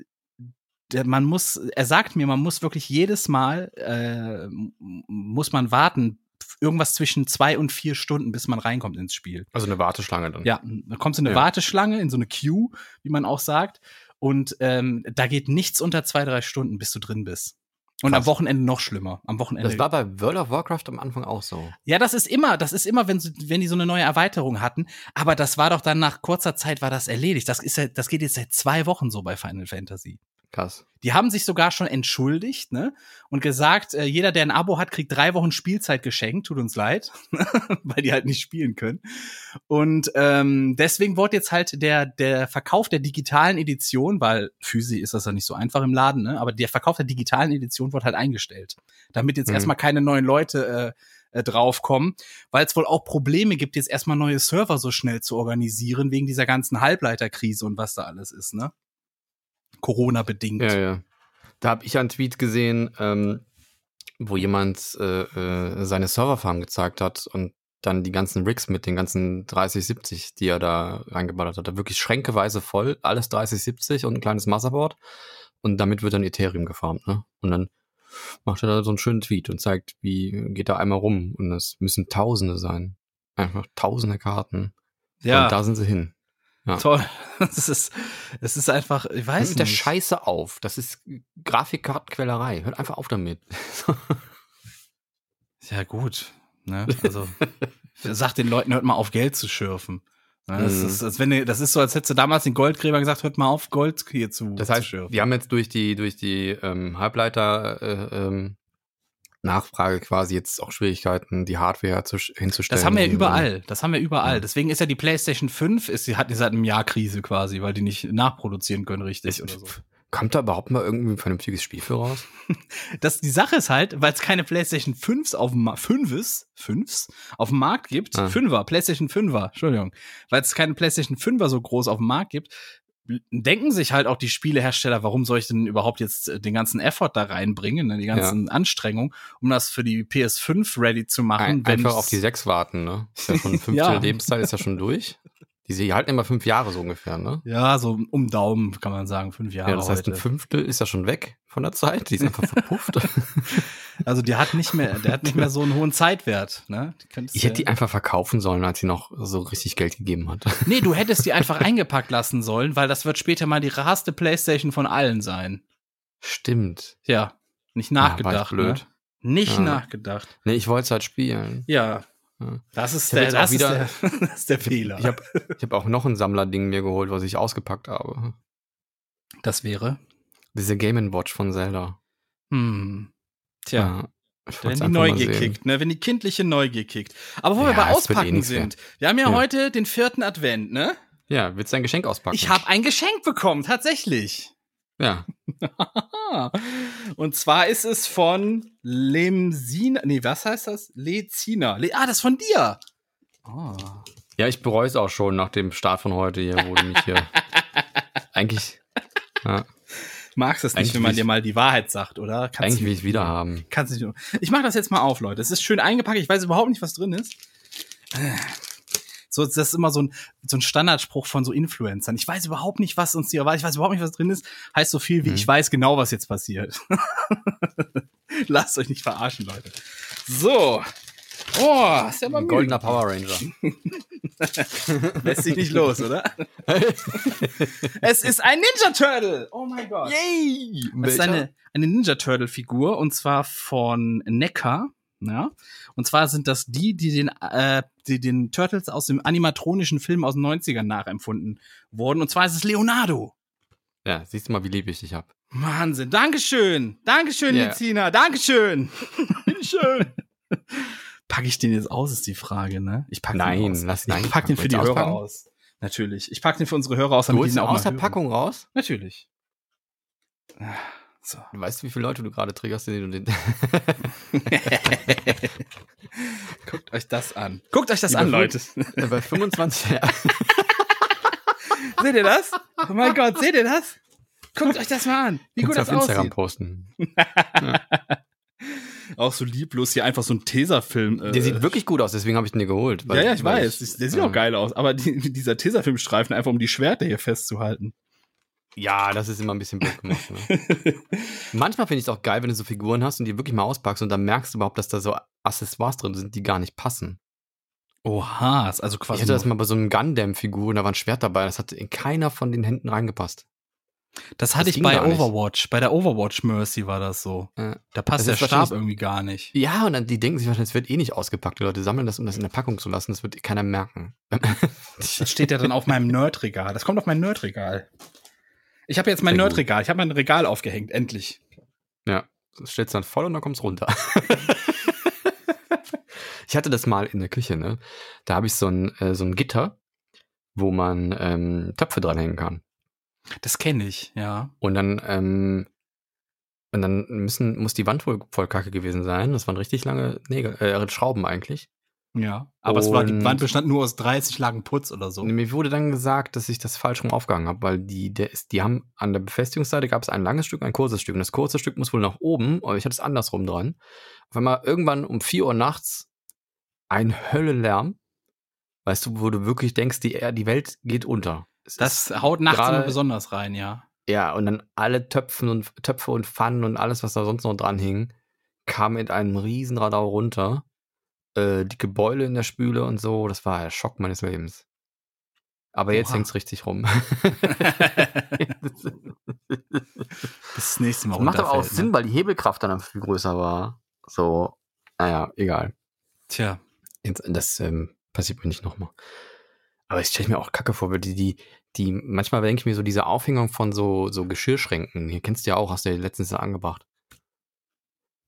A: der, man muss, er sagt mir, man muss wirklich jedes Mal, äh, m- muss man warten, irgendwas zwischen zwei und vier Stunden, bis man reinkommt ins Spiel.
B: Also eine Warteschlange dann.
A: Ja, da kommst du in eine
B: Ja.
A: Warteschlange, in so eine Queue, wie man auch sagt. Und ähm, da geht nichts unter zwei, drei Stunden, bis du drin bist. Und
B: Krass.
A: am Wochenende noch schlimmer. Am Wochenende.
B: Das war bei World of Warcraft am Anfang auch so.
A: ja, das ist immer, das ist immer, wenn, sie- wenn die so eine neue Erweiterung hatten. Aber das war doch dann nach kurzer Zeit war das erledigt. Das ist ja, das geht jetzt seit zwei Wochen so bei Final Fantasy.
B: Krass.
A: Die haben sich sogar schon entschuldigt, ne? Und gesagt, äh, jeder, der ein Abo hat, kriegt drei Wochen Spielzeit geschenkt. Tut uns leid, weil die halt nicht spielen können. Und ähm, deswegen wurde jetzt halt der, der Verkauf der digitalen Edition, weil physisch ist das ja nicht so einfach im Laden, ne? Aber der Verkauf der digitalen Edition wurde halt eingestellt. Damit jetzt
B: Mhm.
A: erstmal keine neuen Leute äh, äh, draufkommen, weil es wohl auch Probleme gibt, jetzt erstmal neue Server so schnell zu organisieren, wegen dieser ganzen Halbleiterkrise und was da alles ist, ne? Corona-bedingt.
B: Ja, ja. Da habe ich einen Tweet gesehen, ähm, wo jemand äh, äh, seine Serverfarm gezeigt hat und dann die ganzen Rigs mit den ganzen 3070, die er da reingeballert hat. Da wirklich schränkeweise voll, alles 3070 und ein kleines Motherboard. Und damit wird dann Ethereum gefarmt, ne? Und dann macht er da so einen schönen Tweet und zeigt, wie geht da einmal rum. Und das müssen Tausende sein. Einfach tausende Karten. Und da sind sie hin.
A: Toll. Es ist, es ist einfach, ich
B: Hört
A: weiß
B: mit der
A: nicht.
B: Scheiße auf. Das ist Grafikkartenquälerei. Hört einfach auf damit.
A: ja, gut. Ne? Also, sag den Leuten, hört mal auf, Geld zu schürfen. Ne? Das,
B: Mhm.
A: ist, als wenn, du- das ist so, als hättest du damals den Goldgräbern gesagt, hört mal auf, Gold hier zu,
B: Das
A: zu
B: heißt,
A: schürfen.
B: wir haben jetzt durch die, durch die ähm, Halbleiter äh, ähm, Nachfrage quasi jetzt auch Schwierigkeiten, die Hardware zu, hinzustellen.
A: Das haben wir ja
B: Und-
A: überall. Das haben wir überall.
B: Ja.
A: Deswegen ist ja die PlayStation 5, ist, die hatten seit einem Jahr Krise quasi, weil die nicht nachproduzieren können, richtig.
B: Ich-
A: oder so.
B: Kommt da überhaupt mal irgendwie ein vernünftiges Spiel für raus?
A: Das, die Sache ist halt, weil es keine PlayStation 5s auf dem Ma- 5s, 5s auf dem Markt gibt,
B: Ah.
A: 5er, PlayStation 5er, Entschuldigung, weil es keine PlayStation 5er so groß auf dem Markt gibt, denken sich halt auch die Spielehersteller, warum soll ich denn überhaupt jetzt äh, den ganzen Effort da reinbringen, ne, die ganzen Anstrengungen, um das für die PS5 ready zu machen,
B: Ein, einfach
A: ich's-
B: auf die 6 warten, ne? Ist ja schon 15
A: Ja.
B: Lebenszeit ist ja schon durch. Die, sie halten immer fünf Jahre so ungefähr, ne?
A: ja, so um Daumen kann man sagen, fünf Jahre.
B: Ja, das heißt, ein
A: heute.
B: Fünftel ist ja schon weg von der Zeit. Die ist einfach verpufft.
A: Also die hat nicht mehr, der hat nicht mehr so einen hohen Zeitwert. Ne? Die könntest
B: Ich hätte
A: du-
B: die einfach verkaufen sollen, als sie noch so richtig Geld gegeben hat.
A: nee, du hättest die einfach eingepackt lassen sollen, weil das wird später mal die rarste Playstation von allen sein.
B: Stimmt.
A: Ja, nicht
B: Ja, war ich
A: nachgedacht.
B: blöd.
A: Ne? Nicht
B: Ja.
A: nachgedacht.
B: Nee, ich wollte es halt spielen.
A: Ja.
B: Ja.
A: Das ist
B: Ich hab
A: der,
B: jetzt auch
A: das,
B: wieder-
A: ist der, das ist der Fehler.
B: Ich habe ich hab auch noch ein Sammlerding mir geholt, was ich ausgepackt habe.
A: das wäre.
B: Diese Game Watch von Zelda.
A: Hm. Tja.
B: Ja, ich
A: Wenn
B: wollt's
A: die
B: einfach mal
A: Neugier
B: sehen.
A: kickt, ne? wenn die kindliche Neugier kickt. Aber wo wir
B: Ja,
A: bei
B: es wird eh
A: Auspacken
B: nix
A: sind, wir haben ja,
B: Ja.
A: heute den vierten Advent, ne?
B: Ja, willst du ein Geschenk auspacken?
A: Ich habe ein Geschenk bekommen, tatsächlich.
B: Ja,
A: Ah. Und zwar ist es von Lemsina, nee, was heißt das? Lezina. Le ah, das ist von dir. Oh.
B: ja ich bereue es auch schon nach dem Start von heute hier, wo du mich hier. Eigentlich,
A: Magst es nicht,
B: Eigentlich
A: wenn man
B: will
A: dir
B: ich-
A: mal die Wahrheit sagt, oder? Kannst
B: eigentlich
A: du-
B: will ich wieder haben.
A: Kannst nicht. Ich mache das jetzt mal auf, Leute. Es ist schön eingepackt. Ich weiß überhaupt nicht, was drin ist. So, das ist immer so ein, so ein Standardspruch von so Influencern. Ich weiß überhaupt nicht, was uns hier erwartet. Ich weiß überhaupt nicht, was drin ist. Heißt so viel wie
B: Mhm.
A: ich weiß genau, was jetzt passiert. Lasst euch nicht verarschen, Leute. So. Oh, ist ja mal Gold
B: Ein goldener Power Ranger.
A: lässt sich nicht los, oder? es ist ein Ninja Turtle. Oh mein Gott.
B: Yay!
A: Das ist eine, eine Ninja Turtle Figur und zwar von Necker. Ja. Und zwar sind das die, die den, äh, die den Turtles aus dem animatronischen Film aus den 90ern nachempfunden wurden. Und zwar ist es Leonardo.
B: Ja, siehst du mal, wie lieb ich dich hab.
A: Wahnsinn. Dankeschön. Dankeschön,
B: Ja.
A: Lizina. Dankeschön. Bitteschön. Pack ich den jetzt aus, ist die Frage, ne? Ich pack den
B: Nein,
A: aus.
B: lass ihn
A: Ich pack den
B: einpacken.
A: für die
B: Willst du
A: Hörer
B: auspacken?
A: aus. Natürlich. Ich pack den für unsere Hörer aus,
B: Du
A: damit die
B: holst
A: ihn
B: ihn
A: auch
B: aus
A: mal
B: der
A: hören.
B: Packung raus?
A: Natürlich. Ah, So.
B: Du weißt, wie viele Leute du gerade triggerst, den du den.
A: Guckt euch das an. Guckt euch das
B: Lieber
A: an, Leute.
B: Freund. Äh, Bei 25 Jahren.
A: seht ihr das? Oh mein Gott, seht ihr das? Guckt euch das mal an. Wie
B: Kannst
A: gut das
B: du auf Instagram
A: aussieht.
B: posten.
A: Auch so lieblos hier einfach so ein Tesafilm. Äh,
B: Der sieht wirklich gut aus, deswegen habe ich den dir geholt. weil-
A: Ja, ja, ich
B: weil
A: weiß. Der sieht
B: äh,
A: auch geil aus. Aber die, dieser Tesafilmstreifen einfach, um die Schwerter hier festzuhalten.
B: Ja, das ist immer ein bisschen blöd gemacht. Ne? Manchmal finde ich es auch geil, wenn du so Figuren hast und die wirklich mal auspackst und dann merkst du überhaupt, dass da so Accessoires drin sind, die gar nicht passen.
A: Oha, ist also
B: ich hatte das mal bei so einem Gundam-Figur und da war ein Schwert dabei, das hat in keiner von den Händen reingepasst.
A: das
B: das ging gar nicht.
A: Bei der Overwatch Mercy war das so.
B: Ja. Also
A: Da passt
B: Das ist wahrscheinlich-
A: irgendwie gar nicht.
B: Ja, und dann die denken sich wahrscheinlich, es wird eh nicht ausgepackt. Die Leute sammeln das, um das in der Packung zu lassen. Das wird keiner merken.
A: Das steht ja dann auf meinem Nerdregal. Das kommt auf mein Nerdregal. Ich habe jetzt mein
B: Sehr gut.
A: Nerdregal. Ich habe mein Regal aufgehängt, endlich.
B: Das stellst du dann voll und dann kommt's runter. ich hatte das mal in der Küche, ne? Da habe ich so ein, äh, so ein Gitter, wo man ähm, Töpfe dranhängen kann.
A: Das kenne ich, ja.
B: Und dann, ähm, und dann müssen, muss die Wand wohl voll kacke gewesen sein. Das waren richtig lange Nägel, äh, Schrauben eigentlich.
A: Ja. Aber es war, die
B: Und-
A: Wand bestand nur aus 30 Lagen Putz oder so.
B: Und mir wurde dann gesagt, dass ich das falsch rum aufgehangen habe, weil die, der ist, die haben an der Befestigungsseite gab es ein langes Stück, ein kurzes Stück. Und das kurze Stück muss wohl nach oben, aber ich hatte es andersrum dran. Auf einmal irgendwann um 4 Uhr nachts ein Höllenlärm. Weißt du, wo du wirklich denkst, die, die Welt geht unter. Es
A: Das
B: ist
A: haut nachts
B: gerade-
A: immer besonders rein, ja.
B: Ja, und dann alle Töpfen und Töpfe und Pfannen und alles, was da sonst noch dran hing, kam mit einem Riesenradau runter. Äh, dicke Beule in der Spüle und so, das war der Schock meines Lebens. Aber jetzt
A: Oha.
B: hängt's richtig rum. das
A: Bis das nächste Mal
B: macht aber auch
A: runterfällt, ne?
B: Sinn, weil die Hebelkraft dann viel größer war. So, naja, egal.
A: Tja.
B: Jetzt, das ähm, passiert mir nicht nochmal. Aber ich stelle mir auch Kacke vor, weil die, die, die, manchmal denke ich mir so diese Aufhängung von so, so Geschirrschränken, hier kennst du ja auch, hast du ja letztens angebracht.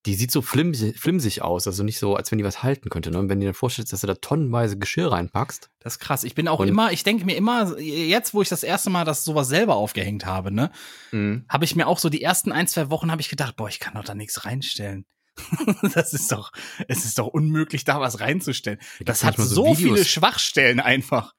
B: Die sieht so flimsig, flimsig aus, also nicht so, als wenn die was halten könnte. Ne? Und wenn du dir vorstellst, dass du da tonnenweise Geschirr reinpackst,
A: Das ist krass. Ich bin auch
B: Und-
A: immer, ich denke mir immer, jetzt, wo ich das erste Mal das sowas selber aufgehängt habe, ne,
B: Mhm.
A: habe ich mir auch so die ersten ein, zwei Wochen habe ich gedacht, boah, ich kann doch da nichts reinstellen. das ist doch, es ist doch unmöglich, da was reinzustellen.
B: da
A: Das
B: gibt's
A: hat
B: manchmal
A: so
B: Videos,
A: viele Schwachstellen einfach.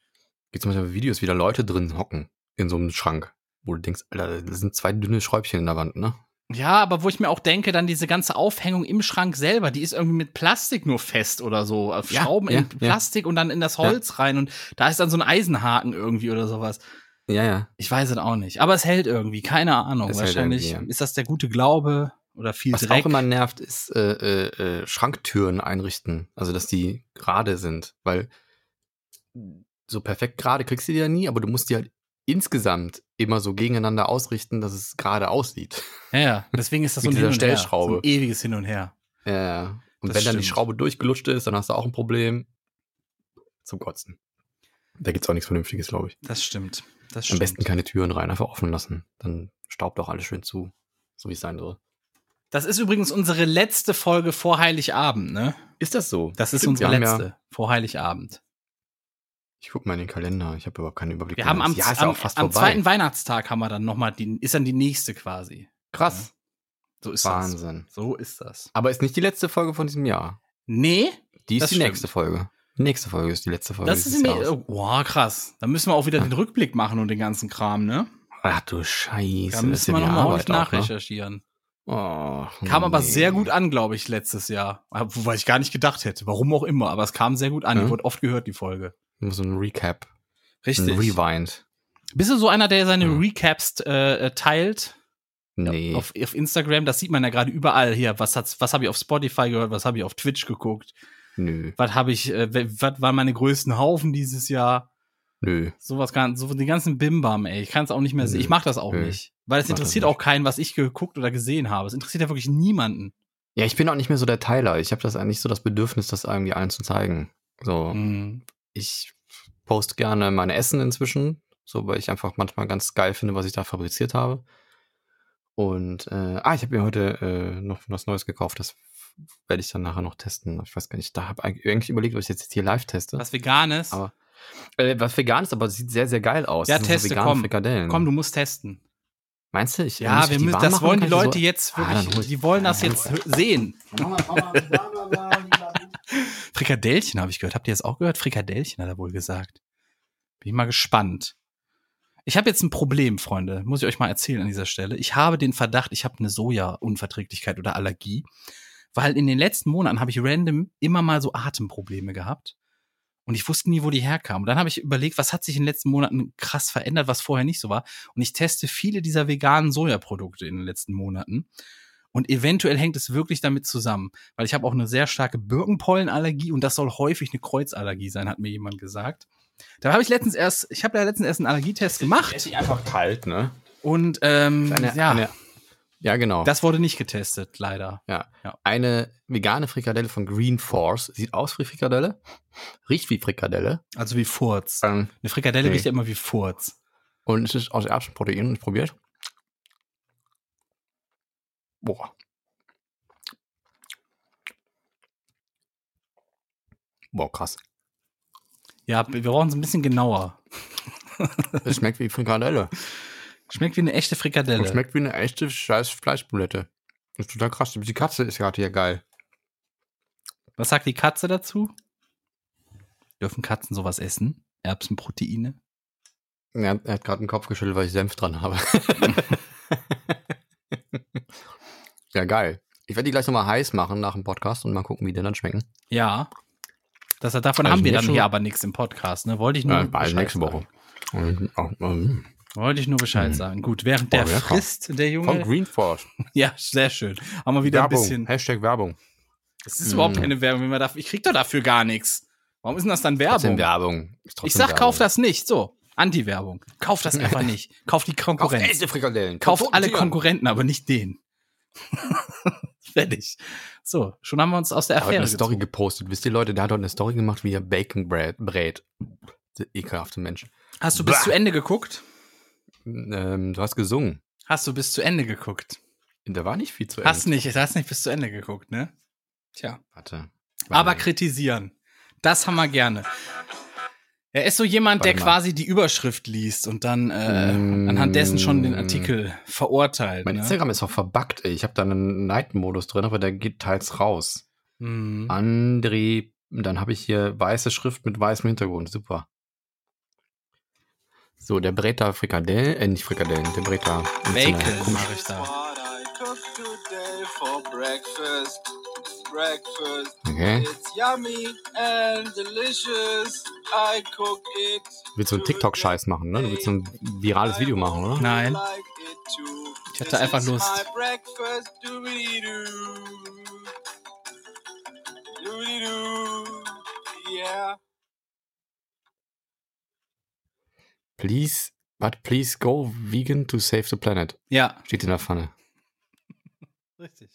B: gibt's manchmal Videos, wie da Leute drin hocken in so einem Schrank, wo du denkst, Alter, das sind zwei dünne Schräubchen in der Wand, ne?
A: Ja, aber wo ich mir auch denke, dann diese ganze Aufhängung im Schrank selber, die ist irgendwie mit Plastik nur fest oder so. äh,
B: Ja,
A: Schrauben
B: ja,
A: in
B: ja.
A: Plastik und dann in das Holz rein und da ist dann so ein Eisenhaken irgendwie oder sowas.
B: Ja, ja.
A: Ich weiß es auch nicht. Aber es hält irgendwie, keine Ahnung.
B: Es hält
A: Wahrscheinlich
B: irgendwie, ja.
A: ist das der gute Glaube Oder viel
B: Was
A: Dreck.
B: auch immer nervt, ist äh, äh, äh, Schranktüren einrichten. Also, dass die gerade sind. Weil so perfekt gerade kriegst du die ja nie, aber du musst die halt insgesamt immer so gegeneinander ausrichten, dass es gerade aussieht.
A: Ja, ja, deswegen ist das so ein
B: Mit
A: Hin und
B: dieser
A: Her. So
B: Stellschraube.
A: ein ewiges Hin und Her.
B: Ja, ja. Und
A: Das
B: wenn dann die
A: stimmt.
B: Schraube durchgelutscht ist, dann hast du auch ein Problem. Zum Kotzen. Da gibt's auch nichts Vernünftiges, glaube ich.
A: Das stimmt. Das
B: Am
A: stimmt.
B: besten keine Türen rein, einfach offen lassen. Dann staubt auch alles schön zu, so wie es sein soll.
A: Das ist übrigens unsere letzte Folge vor Heiligabend, ne?
B: Ist das so?
A: Das ist
B: Stimmt, wir
A: unsere
B: haben
A: letzte
B: Ja,
A: vor Heiligabend.
B: ich guck mal in den Kalender, ich habe überhaupt keinen Überblick.
A: Wir
B: mehr.
A: haben am,
B: das Jahr ist ja
A: am,
B: auch fast
A: am
B: vorbei.
A: zweiten Weihnachtstag haben wir dann nochmal die, ist dann die nächste quasi.
B: Krass.
A: So ist
B: Wahnsinn.
A: das. So ist das.
B: Aber ist nicht die letzte Folge von diesem Jahr.
A: Nee,
B: Die ist
A: Das
B: die
A: stimmt.
B: nächste Folge. Die nächste Folge ist die letzte Folge
A: das ist
B: dieses
A: mir,
B: Jahres.
A: oh, boah, krass. Da müssen wir auch wieder den Rückblick machen und den ganzen Kram, ne?
B: Ach Ah, du Scheiße.
A: Da
B: das ist
A: müssen
B: ja
A: wir
B: wieder
A: nochmal
B: Arbeit
A: ordentlich
B: auch, ne?
A: nachrecherchieren.
B: Oh,
A: Kam aber
B: nee.
A: sehr gut an, glaube ich, letztes Jahr. Wobei ich gar nicht gedacht hätte. Warum auch immer, aber es kam sehr gut an.
B: Ja.
A: Die wurde oft gehört, die Folge.
B: So ein Recap. Ein Rewind.
A: Bist du so einer, der seine
B: Ja.
A: Recaps äh, äh, teilt?
B: Nee.
A: Auf, auf Instagram, das sieht man ja gerade überall hier. Was, hat's- was habe ich auf Spotify gehört? Was habe ich auf Twitch geguckt?
B: nö.
A: Was habe ich, äh, we- was waren meine größten Haufen dieses Jahr?
B: Nö.
A: Sowas kann, so den ganzen Bimbam, ey. Ich kann es auch nicht mehr sehen.
B: Nö.
A: Ich mache das auch
B: Nö.
A: nicht. Weil es
B: Mach das
A: interessiert
B: nicht.
A: auch keinen, was ich geguckt oder gesehen habe. Es interessiert ja wirklich niemanden.
B: Ja, ich bin auch nicht mehr so der Teiler. Ich habe das eigentlich so das Bedürfnis, das irgendwie allen zu zeigen. So,
A: Mhm.
B: ich poste gerne mein Essen inzwischen, so weil ich einfach manchmal ganz geil finde, was ich da fabriziert habe. Und äh, ah, ich habe mir heute äh, noch was Neues gekauft. Das werde ich dann nachher noch testen. Ich weiß gar nicht. Da habe ich eigentlich überlegt, ob ich jetzt hier live teste.
A: Was Veganes.
B: Aber- Äh, was vegan ist, aber sieht sehr sehr geil aus.
A: Ja,
B: Das sind
A: teste,
B: vegane
A: komm.
B: Frikadellen.
A: Komm, du musst testen.
B: Meinst du? Ich, muss
A: Ja,
B: ich
A: wir
B: die
A: müssen,
B: warm
A: das
B: machen?
A: wollen die
B: Kann ich
A: Leute
B: so-
A: jetzt
B: Ah,
A: wirklich,
B: dann hol ich-
A: die wollen das jetzt hö- sehen. Frikadellchen habe ich gehört. Habt ihr das auch gehört? Frikadellchen hat er wohl gesagt. Bin ich mal gespannt. Ich habe jetzt ein Problem, Freunde. Muss ich euch mal erzählen an dieser Stelle. Ich habe den Verdacht, ich habe eine Sojaunverträglichkeit oder Allergie. Weil in den letzten Monaten habe ich random immer mal so Atemprobleme gehabt. Und ich wusste nie, wo die herkamen. Und dann habe ich überlegt, was hat sich in den letzten Monaten krass verändert, was vorher nicht so war. Und ich teste viele dieser veganen Sojaprodukte in den letzten Monaten. Und eventuell hängt es wirklich damit zusammen, weil ich habe auch eine sehr starke Birkenpollenallergie und das soll häufig eine Kreuzallergie sein, hat mir jemand gesagt. Da habe ich letztens erst, ich habe ja letztens erst einen Allergietest gemacht
B: Ist einfach kalt, ne?
A: und ähm,
B: Eine,
A: ja,
B: eine, ja, genau.
A: das wurde nicht getestet, leider.
B: eine vegane Frikadelle von Green Force. Sieht aus wie Frikadelle, riecht wie Frikadelle.
A: Also wie Furz.
B: Ähm,
A: Eine Frikadelle
B: Nee.
A: riecht ja immer wie Furz.
B: und es ist aus Erbsenprotein und ich probiert. Boah. Boah, krass.
A: Ja, wir brauchen es ein bisschen genauer.
B: Es schmeckt wie Frikadelle.
A: Schmeckt wie eine echte Frikadelle.
B: Und schmeckt wie eine echte scheiß Fleischbulette. Ist total krass. Die Katze ist gerade hier geil.
A: Was sagt die Katze dazu? Dürfen Katzen sowas essen? Erbsenproteine?
B: Er, hat- er hat gerade den Kopf geschüttelt, weil ich Senf dran habe. ja, geil. Ich werde die gleich nochmal heiß machen nach dem Podcast und mal gucken, wie die dann schmecken.
A: Ja. Das, davon
B: Also
A: haben wir
B: mir
A: dann
B: schon-
A: hier aber nichts im Podcast, ne? Wollte ich nur.
B: Ja, bald
A: Bescheid
B: nächste Woche.
A: Sagen.
B: Und, auch, ähm,
A: Wollte ich nur Bescheid sagen. Gut, während der
B: Oh, lecker.
A: frisst, der
B: von
A: Junge.
B: Greenforce.
A: Ja, sehr schön. Haben wir wieder
B: Werbung.
A: ein bisschen.
B: Hashtag Werbung.
A: Es ist überhaupt
B: Mm.
A: keine Werbung, wenn wir da, ich krieg doch dafür gar nichts. Warum ist denn das dann Werbung?
B: Trotzdem Werbung. Ist
A: Ich
B: trotzdem
A: sag, kauf
B: Werbung.
A: das nicht. So, Anti-Werbung. Kauf das einfach nicht. Kauf die
B: Kauft
A: Konkurrenz.
B: echte Frikadellen.
A: Kauft
B: Von
A: alle
B: Tieren.
A: Konkurrenten, aber nicht den. Fertig. So, schon haben wir uns aus der
B: Er hat
A: Affäre
B: eine Story
A: gezogen.
B: gepostet. Wisst ihr, Leute, der hat heute eine Story gemacht, wie er Bacon Bread brät. Der ekelhafte Mensch.
A: Hast du bis
B: Bah.
A: zu Ende geguckt?
B: Ähm, du hast gesungen.
A: Hast du bis zu Ende geguckt?
B: Da war nicht viel zu
A: Hast
B: essen.
A: nicht, hast nicht bis zu Ende geguckt, ne? Tja.
B: Warte.
A: Aber
B: Warte.
A: kritisieren. Das haben wir gerne. Er ist so jemand, der
B: Warte mal.
A: quasi die Überschrift liest und dann äh,
B: Mm.
A: anhand dessen schon den Artikel verurteilt.
B: Mein
A: Ne?
B: Instagram ist auch verbuggt, ey. Ich habe da einen Night-Modus drin, aber der geht teils raus.
A: Mhm.
B: André, dann habe ich hier weiße Schrift mit weißem Hintergrund. Super. So, der Breta Frikadell, äh, nicht Frikadellen, der Breta.
A: Bacon mache ich da.
C: What I cooked today for breakfast. Breakfast.
B: Okay.
C: It's yummy and delicious. I cook it.
B: Willst du einen TikTok-Scheiß machen, ne? Du willst so ein virales Video machen, oder?
A: Nein.
C: Like it too.
A: Ich hätte einfach Lust.
C: My breakfast, doobity-doo. Doobity-doo. Yeah.
B: Please, but please go vegan to save the planet.
A: Ja,
B: Steht in der Pfanne.
A: richtig.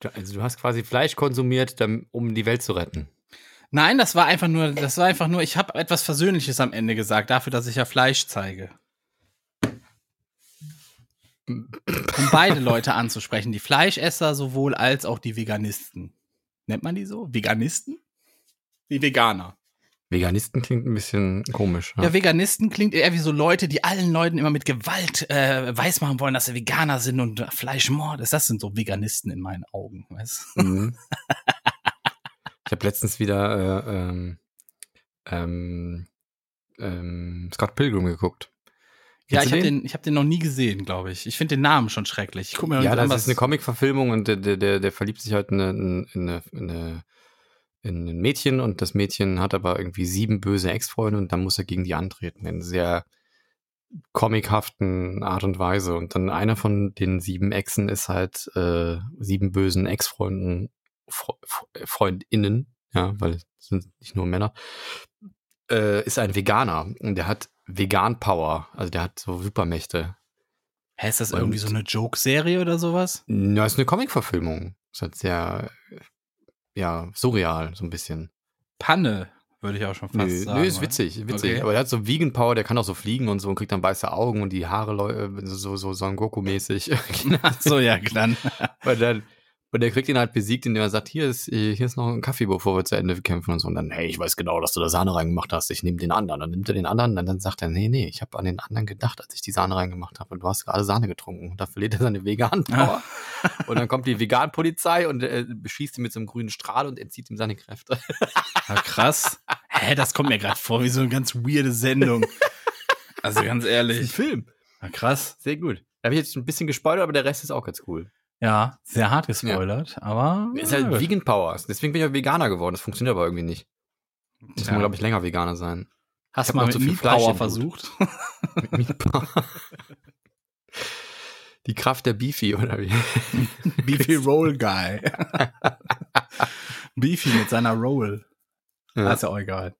B: Du- Also du hast quasi Fleisch konsumiert, dam- um die Welt zu retten.
A: Nein, das war einfach nur, das war einfach nur, ich habe etwas Versöhnliches am Ende gesagt, dafür, dass ich ja Fleisch zeige. Um beide Leute anzusprechen, die Fleischesser sowohl als auch die Veganisten. Nennt man die so? Veganisten? Die Veganer.
B: Veganisten klingt ein bisschen komisch.
A: Ja, Veganisten klingt eher wie so Leute, die allen Leuten immer mit Gewalt äh, weismachen wollen, dass sie Veganer sind und Fleischmord ist. Das sind so Veganisten in meinen Augen. Weißt?
B: Mhm. Ich habe letztens wieder äh, ähm, ähm, ähm, Scott Pilgrim geguckt.
A: Ja,
B: Kennst
A: ich
B: du
A: habe den, ich hab den noch nie gesehen, glaube ich. Ich finde den Namen schon schrecklich. Ich guck mir
B: Ja,
A: nicht an,
B: das
A: was-
B: ist eine Comic-Verfilmung und der, der, der, der verliebt sich halt in, eine, in, eine, in, eine, in ein Mädchen und das Mädchen hat aber irgendwie sieben böse Ex-Freunde und dann muss er gegen die antreten in sehr comichaften Art und Weise. Und dann einer von den sieben Exen ist halt äh, sieben bösen Ex-Freunden, Fre Fre- Freundinnen, ja, weil es sind nicht nur Männer, äh, ist ein Veganer und der hat Vegan-Power, also der hat so Supermächte.
A: Hä, ist das
B: Und-
A: irgendwie so eine Joke-Serie oder sowas?
B: Ja, ist eine Comic-Verfilmung. Ist halt sehr, äh, ja, surreal, so ein bisschen.
A: Panne, würde ich auch schon fast
B: Nö,
A: sagen.
B: nö, ist
A: oder?
B: witzig, witzig.
A: Okay.
B: Aber der hat so Vegan Power, der kann auch so fliegen und so und kriegt dann weiße Augen und die Haare läu- äh, so, so Son Goku-mäßig.
A: Ach so, ja, dann.
B: und, dann, und der kriegt ihn halt besiegt, indem er sagt, hier ist, äh, hier ist noch ein Kaffee, bevor wir zu Ende kämpfen und so. Und dann, hey, ich weiß genau, dass du da Sahne reingemacht hast, ich nehme den anderen. Dann nimmt er den anderen und dann sagt er, nee, nee, ich habe an den anderen gedacht, als ich die Sahne reingemacht habe. Und du hast gerade Sahne getrunken. Und da verliert er seine vegan Power.
A: Ah.
B: und dann kommt die Vegan-Polizei und äh, beschießt ihn mit so einem grünen Strahl und entzieht ihm seine Kräfte.
A: Ja, Ah, krass. Hä, das kommt mir gerade vor wie so eine ganz weirde Sendung. Also ganz ehrlich.
B: Film.
A: Ja, krass.
B: Sehr gut. Da habe ich jetzt ein bisschen gespoilert, aber der Rest ist auch ganz cool.
A: Ja, sehr hart gespoilert, aber.
B: Ist halt
A: Ja,
B: Vegan Power. Deswegen bin ich auch Veganer geworden. Das funktioniert aber irgendwie nicht. Muss
A: Ja.
B: man, glaube ich, länger Veganer sein.
A: Hast
B: ich
A: du mal
B: hab
A: mit
B: noch zu
A: so
B: viel
A: viel
B: Fleisch
A: Power
B: im Blut.
A: versucht?
B: Die Kraft der Beefy, oder wie?
A: Beefy Roll Guy. Beefy mit seiner Roll. Ah,
B: Ja,
A: Ist ja auch egal.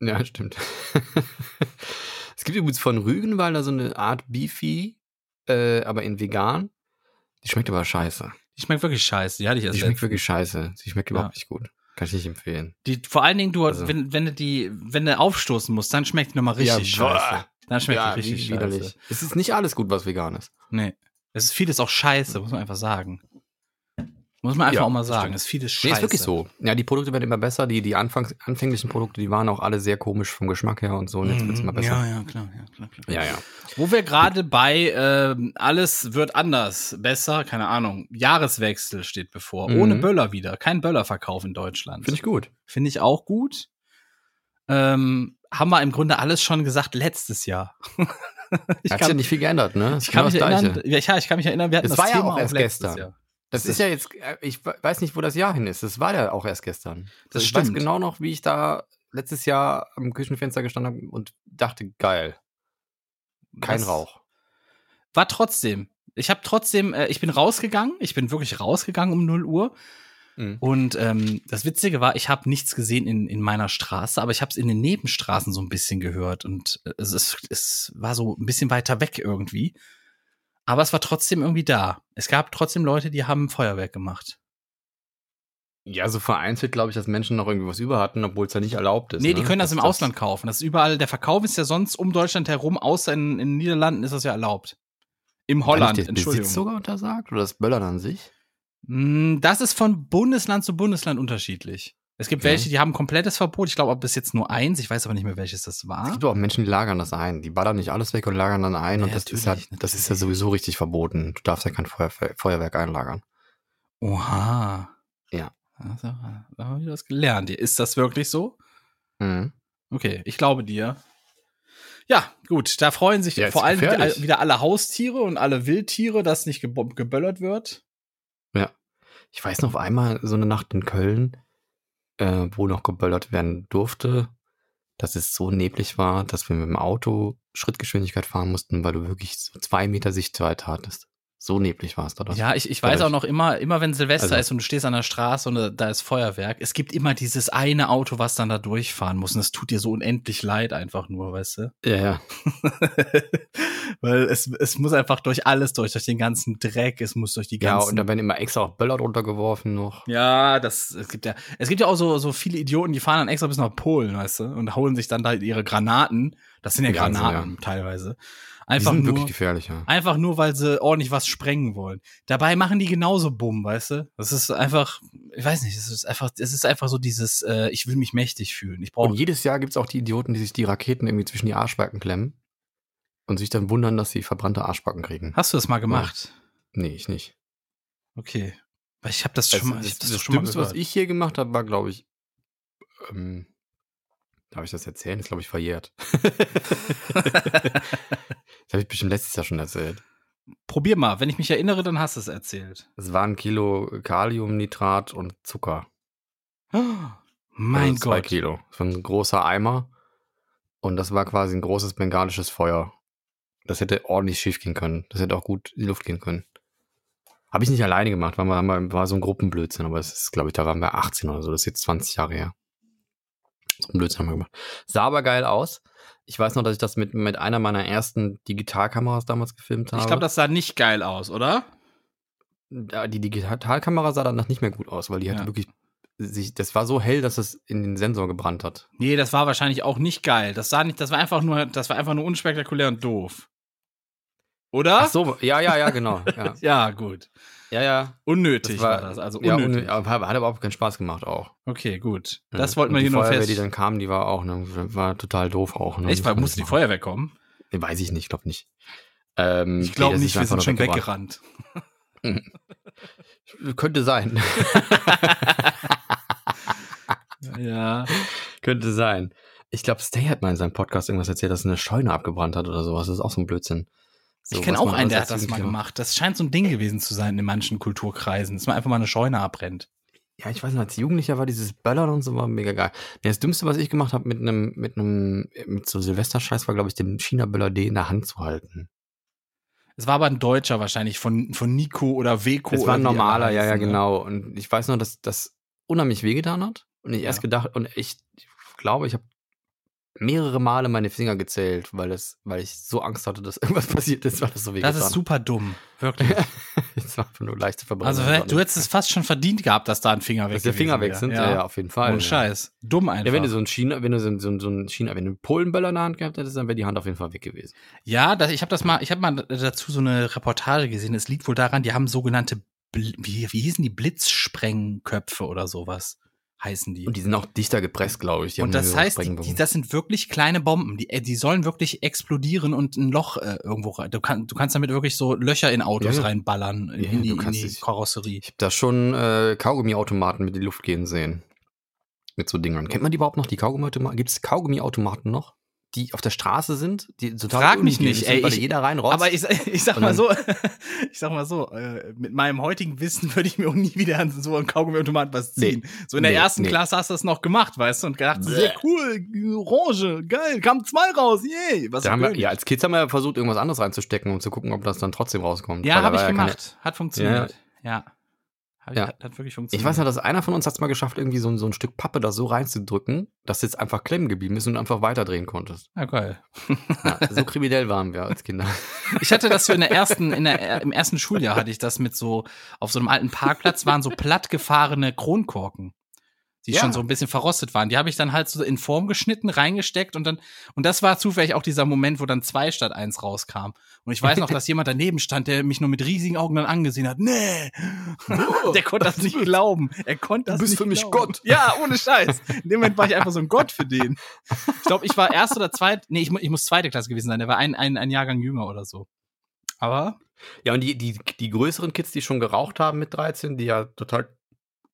B: ja stimmt. es gibt übrigens von Rügenwalder so eine Art Beefy, äh, aber in vegan. Die schmeckt aber scheiße.
A: Die schmeckt wirklich scheiße. Die hatte ich
B: Die
A: erst
B: schmeckt wirklich scheiße. Die schmeckt
A: Ja.
B: überhaupt nicht gut. Kann ich nicht empfehlen.
A: Die, vor allen Dingen, du,
B: Also-
A: wenn, wenn du die, wenn du aufstoßen musst, dann schmeckt die nochmal richtig
B: Ja, boah.
A: scheiße. Dann schmeckt die richtig
B: wie-
A: scheiße.
B: Es ist nicht alles gut, was vegan ist.
A: Nee. Es ist vieles auch scheiße, muss man einfach sagen. Muss man einfach
B: Ja,
A: auch mal
B: das
A: sagen.
B: stimmt.
A: Es ist vieles scheiße.
B: Nee, ist wirklich so. Ja, die Produkte werden immer besser. Die, die Anfangs anfänglichen Produkte, die waren auch alle sehr komisch vom Geschmack her und so. Und jetzt wird es immer
A: Mhm.
B: besser.
A: Ja, ja, klar, ja, klar, klar.
B: Ja, ja.
A: Wo wir gerade bei ähm, alles wird anders, besser, keine Ahnung. Jahreswechsel steht bevor.
B: Mhm.
A: Ohne Böller wieder. Kein Böllerverkauf in Deutschland.
B: Finde ich gut.
A: Finde ich auch gut. Ähm, haben wir im Grunde alles schon gesagt letztes Jahr. ich,
B: Hat sich ja nicht viel geändert, ne? Es
A: ich
B: ist
A: kann
B: genau
A: mich
B: das Gleiche.
A: erinnern. Ja, ich- ja, ich kann mich erinnern, wir hatten
B: Es
A: das,
B: war ja
A: Thema
B: auch erst
A: letztes
B: gestern.
A: Jahr.
B: Das ist ja jetzt, äh, ich we- weiß nicht, wo das Jahr hin ist. Das war ja auch erst gestern.
A: Das
B: ich weiß
A: stimmt.
B: genau noch, wie ich da letztes Jahr am Küchenfenster gestanden habe und dachte, geil, kein
A: Das-
B: Rauch.
A: war trotzdem. Ich habe trotzdem, äh, ich bin rausgegangen, ich bin wirklich rausgegangen um 0 Uhr.
B: Mhm.
A: Und ähm, das Witzige war, ich habe nichts gesehen in, in meiner Straße, aber ich habe es in den Nebenstraßen so ein bisschen gehört. Und äh, es, ist, es war so ein bisschen weiter weg irgendwie. Aber es war trotzdem irgendwie da. Es gab trotzdem Leute, die haben Feuerwerk gemacht.
B: Ja, so vereinzelt glaube ich, dass Menschen noch irgendwie was über hatten, obwohl es ja nicht erlaubt ist.
A: nee,
B: ne?
A: die können das, im
B: ist
A: Ausland kaufen. Das ist überall, der Verkauf ist ja sonst um Deutschland herum, außer in, in den Niederlanden ist das ja erlaubt. Im
B: War nicht
A: Holland,
B: der
A: Entschuldigung.
B: Besitz sogar untersagt oder das Böllern an sich?
A: Mm, Das ist von Bundesland zu Bundesland unterschiedlich. Es gibt
B: Ja.
A: welche, die haben komplettes Verbot. Ich glaube, bis jetzt nur eins. Ich weiß aber nicht mehr, welches das
B: Es
A: war.
B: gibt auch Menschen, die lagern das ein. Die ballern nicht alles weg und lagern dann ein.
A: Ja,
B: und das ist, ja,
A: natürlich,
B: das ist ja
A: natürlich.
B: sowieso richtig verboten. Du darfst ja kein Feuerfe- Feuerwerk einlagern.
A: Oha.
B: Ja.
A: Also, da haben wir das gelernt. Ist das wirklich so?
B: Mhm.
A: Okay, ich glaube dir. Ja, gut. Da freuen sich
B: Ja, ist
A: vor allem
B: gefährlich.
A: wieder, wieder alle Haustiere und alle Wildtiere, dass nicht gebo- geböllert wird.
B: Ich weiß noch einmal so eine Nacht in Köln, äh, wo noch geböllert werden durfte, dass es so neblig war, dass wir mit dem Auto Schrittgeschwindigkeit fahren mussten, weil du wirklich so zwei Meter Sichtweite hattest. So neblig war es da.
A: Ja, ich, ich weiß
B: Vielleicht.
A: auch noch immer, immer wenn Silvester
B: Also-
A: ist und du stehst an der Straße und äh, da ist Feuerwerk, es gibt immer dieses eine Auto, was dann da durchfahren muss und es tut dir so unendlich leid einfach nur, weißt du?
B: Ja, ja.
A: Weil es, es muss einfach durch alles durch, durch den ganzen Dreck, es muss durch die
B: Ja,
A: ganzen
B: und da werden immer extra auch Böller runtergeworfen noch.
A: Ja, das, es gibt ja, es gibt ja auch so, so viele Idioten, die fahren dann extra bis nach Polen, weißt du, und holen sich dann da ihre Granaten. Das sind ja
B: Wahnsinn,
A: Granaten teilweise.
B: Die
A: Einfach
B: sind
A: nur,
B: wirklich gefährlich, ja.
A: einfach nur, weil sie ordentlich was sprengen wollen. Dabei machen die genauso Bumm, weißt du? Das ist einfach, ich weiß nicht, es ist einfach, es ist einfach so dieses, äh, ich will mich mächtig fühlen. Ich
B: Und
A: brauche,
B: jedes Jahr gibt's auch die Idioten, die sich die Raketen irgendwie zwischen die Arschbacken klemmen und sich dann wundern, dass sie verbrannte Arschbacken kriegen.
A: hast du das mal gemacht?
B: Nee, ich nicht.
A: Okay. Weil ich habe das schon
B: Also,
A: mal, ich
B: das,
A: hab das,
B: das
A: schon mal
B: Dümmste, was
A: gehört.
B: ich hier gemacht habe, war, glaube ich, ähm, darf ich das erzählen? Ist, glaube ich, verjährt. das habe ich bestimmt letztes Jahr schon erzählt.
A: Probier mal, wenn ich mich erinnere, dann hast du es erzählt.
B: Es war ein Kilo Kaliumnitrat und Zucker.
A: Mein
B: also Zwei
A: Gott.
B: Kilo. So ein großer Eimer. Und das war quasi ein großes bengalisches Feuer. Das hätte ordentlich schief gehen können. Das hätte auch gut in die Luft gehen können. Habe ich nicht alleine gemacht, weil man, man war so ein Gruppenblödsinn, aber es ist, glaube ich, da waren wir 18 oder so, das ist jetzt 20 Jahre her. So ein Blödsinn haben wir gemacht. Sah aber geil aus. Ich weiß noch, dass ich das mit, mit einer meiner ersten Digitalkameras damals gefilmt habe.
A: Ich glaube, das sah nicht geil aus, oder?
B: Da- die Digitalkamera sah danach nicht mehr gut aus, weil die hatte
A: Ja.
B: wirklich sich, das war so hell, dass es in den Sensor gebrannt hat.
A: Nee, das war wahrscheinlich auch nicht geil. Das sah nicht, das war einfach nur, das war einfach nur unspektakulär und doof. Oder?
B: Ach so, ja, ja, ja, genau. Ja,
A: Ja, gut.
B: ja. ja.
A: Unnötig war, das, also
B: ja,
A: unnötig.
B: unnötig. aber hat hat aber auch keinen Spaß gemacht auch.
A: okay, gut.
B: Ja.
A: Das wollten
B: Und
A: wir
B: die
A: hier nur
B: Feuerwehr,
A: fest.
B: die dann kam, die war auch, ne, war total doof auch. Ne,
A: Echt, weil musste die Feuerwehr kommen?
B: Nee, weiß ich nicht, glaube nicht. Ähm,
A: Ich glaube
B: nee,
A: nicht,
B: das
A: wir
B: ist einfach
A: sind
B: nur
A: schon
B: weggebrannt.
A: weggerannt.
B: Könnte sein,
A: Ja.
B: könnte sein. Ich glaube, Stay hat mal in seinem Podcast irgendwas erzählt, dass eine Scheune abgebrannt hat oder sowas. Das ist auch so ein Blödsinn.
A: Ich
B: So,
A: kenne
B: was
A: auch
B: man
A: einen,
B: alles
A: der hat
B: als
A: das mal
B: Jugendlicher-
A: gemacht. Das scheint so ein Ding gewesen zu sein in manchen Kulturkreisen, dass man einfach mal eine Scheune abbrennt.
B: Ja, ich weiß noch, als Jugendlicher war dieses Böllern und so war mega geil. Nee, das Dümmste, was ich gemacht habe mit einem, mit einem, mit so Silvesterscheiß, war, glaube ich, den China-Böller D in der Hand zu halten.
A: Es war aber ein Deutscher wahrscheinlich von, von Nico oder Weko.
B: Es war ein
A: oder wie die alle
B: normaler, ja, ja,
A: heißen, ne?
B: genau. Und ich weiß nur, dass das unheimlich wehgetan hat. Und ich erst gedacht, und ich glaube, ich habe mehrere Male meine Finger gezählt, weil, es, weil ich so Angst hatte, dass irgendwas passiert ist, weil das so wehgetan
A: Das ist super dumm. Wirklich.
B: Es war einfach nur leichte Verbrennung.
A: Also du hättest es fast schon verdient gehabt, dass da ein Finger weg
B: Dass der Finger weg
A: gewesen
B: sind,
A: wäre.
B: ja, ja auf jeden Fall.
A: Ohne Scheiß. Dumm einfach.
B: Ja,
A: Ja,
B: wenn du so einen China, wenn du so einen, so einen- so einen China, wenn du einen Polenböller in der Hand gehabt hättest, dann wäre die Hand auf jeden Fall weg gewesen.
A: das, ich habe das mal, ich habe mal dazu so eine Reportage gesehen. Es liegt wohl daran, die haben sogenannte, Bl wie, wie hießen die Blitzsprengköpfe oder sowas heißen die.
B: Und die sind auch dichter gepresst, glaube ich. Die
A: Und
B: haben
A: das
B: eine
A: heißt, die, die,
B: Sprengung.
A: das sind wirklich kleine Bomben. Die, äh, die sollen wirklich explodieren und ein Loch äh, irgendwo rein. Du, kann, du kannst damit wirklich so Löcher in Autos
B: Ja, ja.
A: reinballern, in,
B: Ja,
A: in die,
B: du
A: in
B: kannst
A: die
B: dich-
A: Karosserie.
B: Ich habe da schon äh, Kaugummiautomaten mit in die Luft gehen sehen. Mit so Dingern. Kennt man die überhaupt noch, die Kaugummiautomaten? Gibt es Kaugummiautomaten noch, die auf der Straße sind? Die total
A: Frag mich
B: unhygienisch
A: nicht,
B: sind,
A: ey,
B: Weil
A: ich-
B: jeder reinrotzt.
A: Aber ich, ich sag
B: Und
A: mal
B: dann-
A: so, ich sag mal so, äh, mit meinem heutigen Wissen würde ich mir auch nie wieder an so einen Kaugummiautomat was ziehen. so in der
B: Nee,
A: ersten
B: nee.
A: Klasse hast du das noch gemacht, weißt du, und gedacht,
B: Bäh.
A: sehr cool, orange, geil, kamen zwei raus, yay. Was
B: da
A: für
B: haben wir,
A: König.
B: ja, als Kids haben wir versucht, irgendwas anderes reinzustecken, um zu gucken, ob das dann trotzdem rauskommt.
A: ja
B: Weil da
A: habe
B: war
A: ich
B: keine-
A: gemacht, hat funktioniert. Ja. Hab ich,
B: Ja.
A: Hat, hat wirklich
B: Ich
A: funktioniert.
B: weiß noch, dass einer von uns hat es mal geschafft, irgendwie so, ein- so ein Stück Pappe da so reinzudrücken, dass jetzt einfach klemmen geblieben ist und du einfach weiterdrehen konntest.
A: Ja, geil.
B: Ja, so kriminell waren wir als Kinder.
A: Ich hatte das so in der ersten, in der, äh, im ersten Schuljahr hatte ich das mit so, auf so einem alten Parkplatz waren so plattgefahrene Kronkorken, die
B: Ja.
A: schon so ein bisschen verrostet waren. Die habe ich dann halt so in Form geschnitten, reingesteckt und dann, und das war zufällig auch dieser Moment, wo dann zwei statt eins rauskam. Und ich weiß noch, dass jemand daneben stand, der mich nur mit riesigen Augen dann angesehen hat. Nee! Der konnte das nicht glauben. Er konnte das
B: bist
A: nicht
B: für mich
A: glauben.
B: Gott.
A: Ja, ohne Scheiß. In dem Moment war ich einfach so ein Gott für den. Ich glaube, ich war erste oder zweite, nee, ich, mu- ich muss zweite Klasse gewesen sein. Der war ein, ein, ein Jahrgang jünger oder so. Aber
B: Ja, und die, die, die größeren Kids, die schon geraucht haben mit 13, die ja total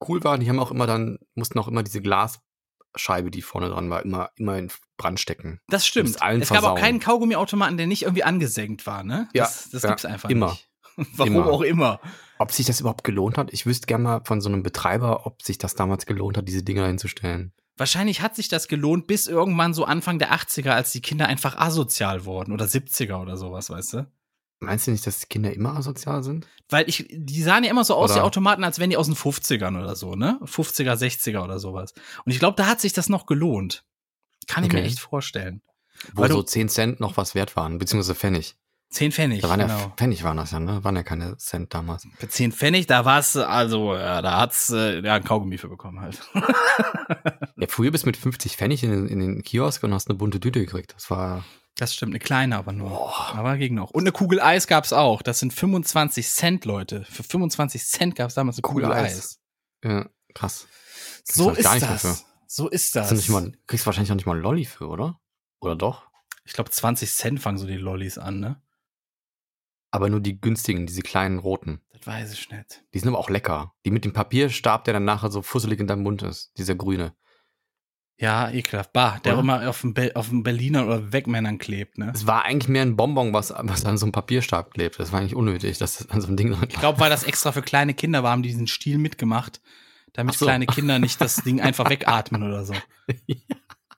B: cool waren, die haben auch immer dann, mussten auch immer diese Glasscheibe, die vorne dran war, immer, immer in Brand stecken.
A: das
B: Muss allen
A: es gab auch
B: versauen.
A: keinen Kaugummiautomaten, der nicht irgendwie angesenkt war, ne?
B: Ja,
A: Das, das
B: ja,
A: gibt's einfach
B: immer.
A: nicht. Warum
B: Immer.
A: auch immer.
B: Ob sich das überhaupt gelohnt hat? Ich wüsste gerne mal von so einem Betreiber, ob sich das damals gelohnt hat, diese Dinger hinzustellen.
A: Wahrscheinlich hat sich das gelohnt bis irgendwann so Anfang der 80er, als die Kinder einfach asozial wurden oder 70er oder sowas, weißt du?
B: Meinst du nicht, dass die Kinder immer asozial sind?
A: Weil ich, die sahen ja immer so aus,
B: Oder-
A: die Automaten, als wären die aus den 50ern oder so, ne? 50er, 60er oder sowas. Und ich glaube, da hat sich das noch gelohnt. Kann ich mir
B: Okay.
A: echt vorstellen.
B: Wo
A: Weil du-
B: so 10 Cent noch was wert waren, beziehungsweise Pfennig.
A: Zehn Pfennig,
B: Da waren ja
A: genau.
B: Pfennig waren das ja, ne? Waren ja keine Cent damals.
A: Für zehn Pfennig, da war es, also, ja, da hat's, äh, ja, ein Kaugummi für bekommen halt.
B: Ja, früher bist du mit 50 Pfennig in, den- in den Kiosk und hast eine bunte Tüte gekriegt. Das war.
A: Das stimmt, eine kleine aber nur. Aber ging noch. Und eine Kugel Eis gab's auch. Das sind 25 Cent, Leute. Für 25 Cent gab's damals eine Kugel,
B: Kugel
A: Eis.
B: Eis. Ja, krass. Kriegst
A: So
B: du
A: ist
B: gar nicht mehr für.
A: das. So ist
B: Hast
A: das.
B: du nicht mal, kriegst wahrscheinlich auch nicht mal einen Lolli für, oder? Oder doch?
A: ich glaube, 20 Cent fangen so die Lollis an, ne?
B: Aber nur die günstigen, diese kleinen roten.
A: Das weiß ich nicht.
B: Die sind aber auch lecker. Die mit dem Papierstab, der dann nachher so fusselig in deinem Mund ist. Dieser grüne.
A: Ja, ekelhaft. Bah, der
B: Oder?
A: immer auf dem, Be auf dem Berliner oder Wegmännern klebt, ne?
B: Es war eigentlich mehr ein Bonbon, was, was an so einem Papierstab klebt. Das war eigentlich unnötig, dass das an so einem Ding dran
A: Ich glaube, weil das extra für kleine Kinder war, haben die diesen Stil mitgemacht, damit
B: Ach so.
A: kleine Kinder nicht das Ding einfach wegatmen oder so.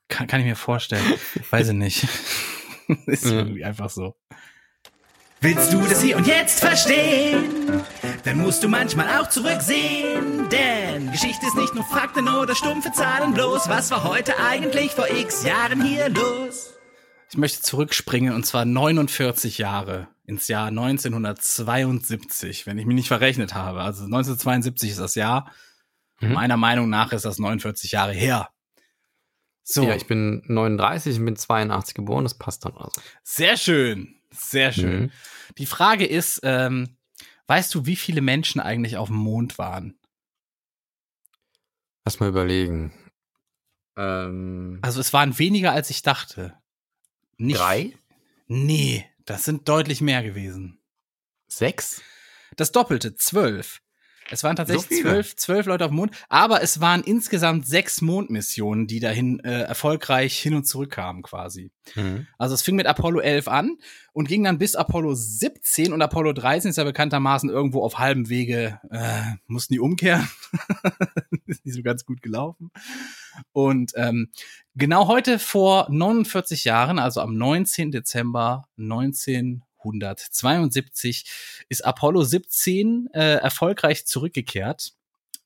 A: Kann, kann ich mir vorstellen. Weiß ich nicht. Ist
B: Ja.
A: irgendwie einfach so.
D: Willst du das hier und jetzt verstehen? Dann musst du manchmal auch zurücksehen, denn Geschichte ist nicht nur Fakten oder stumpfe Zahlen bloß. Was war heute eigentlich vor x Jahren hier los?
A: Ich möchte zurückspringen und zwar 49 Jahre ins Jahr 1972, wenn ich mich nicht verrechnet habe. Also 1972 ist das Jahr.
B: Mhm.
A: Meiner Meinung nach ist das 49 Jahre her. So,
B: Ja, ich bin 39 und bin 82 geboren, das passt dann also.
A: sehr schön, sehr schön.
B: Mhm.
A: Die Frage ist, ähm, weißt du, wie viele Menschen eigentlich auf dem Mond waren?
B: Lass mal überlegen. Ähm,
A: Also es waren weniger, als ich dachte. Nicht,
B: drei?
A: Nee, das sind deutlich mehr gewesen.
B: Sechs?
A: Das Doppelte, zwölf. Es waren tatsächlich
B: viele?
A: zwölf, zwölf Leute auf dem Mond, aber es waren insgesamt sechs Mondmissionen, die dahin äh, erfolgreich hin und zurück kamen quasi.
B: Mhm.
A: Also es fing mit Apollo 11 an und ging dann bis Apollo 17 und Apollo 13 ist ja bekanntermaßen irgendwo auf halbem Wege, äh, mussten die umkehren. ist nicht so ganz gut gelaufen. Und ähm, genau heute vor 49 Jahren, also am 19. Dezember 1972, ist Apollo 17 äh, erfolgreich zurückgekehrt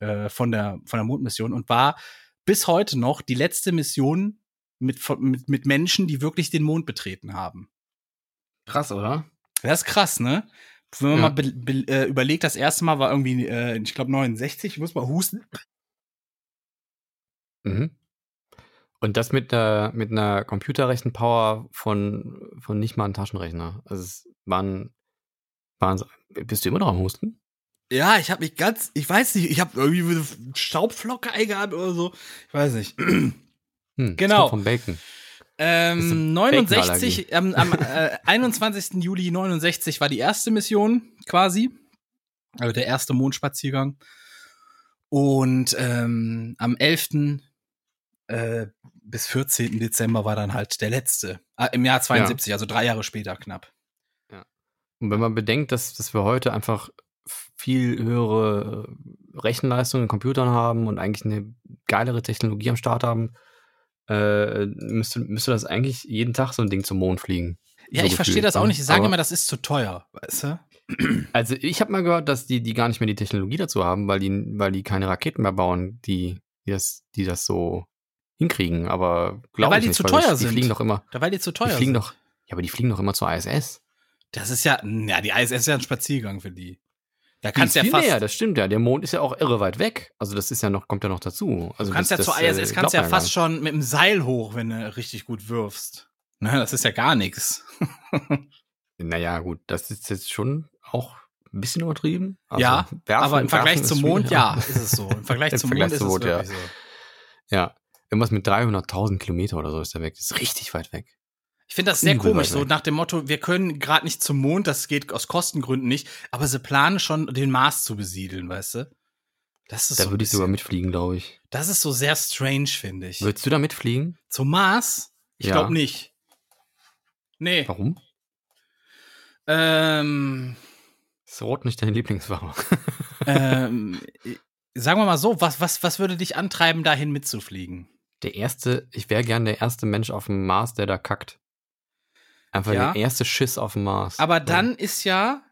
A: äh, von, der, von der Mondmission und war bis heute noch die letzte Mission mit, von- mit, mit Menschen, die wirklich den Mond betreten haben.
B: Krass, oder?
A: Das ist krass, ne? Wenn man
B: Ja.
A: mal be, be, äh, überlegt, das erste Mal war irgendwie, äh, ich glaube, 69, ich muss mal husten.
B: Mhm. Und das mit einer, mit einer Computerrechenpower von, von nicht mal einem Taschenrechner. Also es waren, waren so- bist du immer noch am Husten?
A: Ja, ich habe mich ganz, ich weiß nicht, ich habe irgendwie eine Staubflocke eingehabt oder so. Ich weiß nicht.
B: Hm, das
A: Genau.
B: kommt Vom Bacon. Das ist eine
A: Ähm, 69, ähm, am äh, 21. Juli 69 war die erste Mission quasi. Also der erste Mondspaziergang. Und ähm, am 11. Äh, bis 14. Dezember war dann halt der letzte. Ah, Im Jahr 72, also drei Jahre später knapp.
B: Und wenn man bedenkt, dass, dass wir heute einfach viel höhere Rechenleistung in Computern haben und eigentlich eine geilere Technologie am Start haben, äh, müsste, müsste das eigentlich jeden Tag so ein Ding zum Mond fliegen.
A: Ja,
B: So
A: ich verstehe
B: gefühlt,
A: das auch
B: ne?
A: nicht. Sie sagen
B: Aber-
A: immer, das ist zu teuer, weißt du?
B: Also ich habe mal gehört, dass die, die gar nicht mehr die Technologie dazu haben, weil die, weil die keine Raketen mehr bauen, die, die, das, die das so hinkriegen. Aber
A: Ja,
B: glaube
A: weil
B: ich
A: die
B: nicht,
A: zu
B: das-
A: teuer
B: die
A: sind.
B: fliegen doch immer.
A: Da weil die zu
B: Die
A: teuer
B: fliegen
A: sind.
B: doch, ja, aber die fliegen doch immer zur ISS.
A: Das ist ja, ja, die ISS ist ja ein Spaziergang für die. Da
B: Die
A: kannst
B: ist
A: du ja
B: viel
A: fast.
B: näher, das stimmt ja. Der Mond ist ja auch irre weit weg. Also das ist ja noch, kommt ja noch dazu. Also
A: Du kannst
B: das,
A: ja zur
B: das, äh,
A: ISS
B: glaubt
A: kannst ja
B: man
A: fast schon mit dem Seil hoch, wenn du richtig gut wirfst. Ne, das ist ja gar nichts.
B: gar nicht. Naja, gut, das ist jetzt schon auch ein bisschen übertrieben. Also
A: Ja,
B: werfen-
A: Aber im Vergleich
B: werfen
A: zum
B: ist
A: Mond,
B: schwierig,
A: ja, ist es so. Im Vergleich
B: Im
A: zum
B: Vergleich
A: Mond ist
B: zum
A: es
B: Mond, ja.
A: wirklich so.
B: Ja, irgendwas mit 300.000 Kilometer oder so ist der weg. Das ist richtig weit weg.
A: Ich finde das sehr
B: Übel
A: komisch,
B: weit
A: so
B: weg.
A: nach dem Motto, wir können gerade nicht zum Mond, das geht aus Kostengründen nicht, aber sie planen schon, den Mars zu besiedeln, weißt du? Das ist,
B: Da
A: so, ein
B: würde ich sogar
A: bisschen-
B: mitfliegen, glaube ich.
A: das ist so sehr strange, finde ich.
B: Würdest du da mitfliegen?
A: Zum Mars? Ich
B: Ja.
A: glaube nicht. Nee.
B: Warum?
A: Ähm,
B: Ist Rot nicht deine Lieblingsfarbe?
A: ähm, äh, sagen wir mal so, was, was, was würde dich antreiben, dahin mitzufliegen?
B: Der erste, ich wäre gern der erste Mensch auf dem Mars, der da kackt. Einfach
A: Ja.
B: der erste Schiss auf dem Mars.
A: Aber dann ist ja,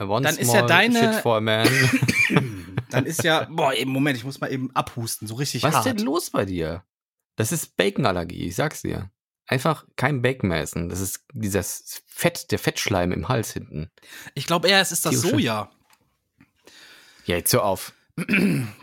B: Ja. One
A: dann ist
B: small
A: ja deine-
B: Shit for a man.
A: dann ist ja, boah, eben, Moment, ich muss mal eben abhusten, so richtig
B: Was ist
A: hart.
B: denn los bei dir? Das ist Baconallergie, ich sag's dir. Einfach kein Bacon mehr essen. Das ist dieses Fett, der Fettschleim im Hals hinten.
A: Ich glaube eher, es ist das
B: Tio, schön.
A: Soja.
B: Ja, jetzt hör auf.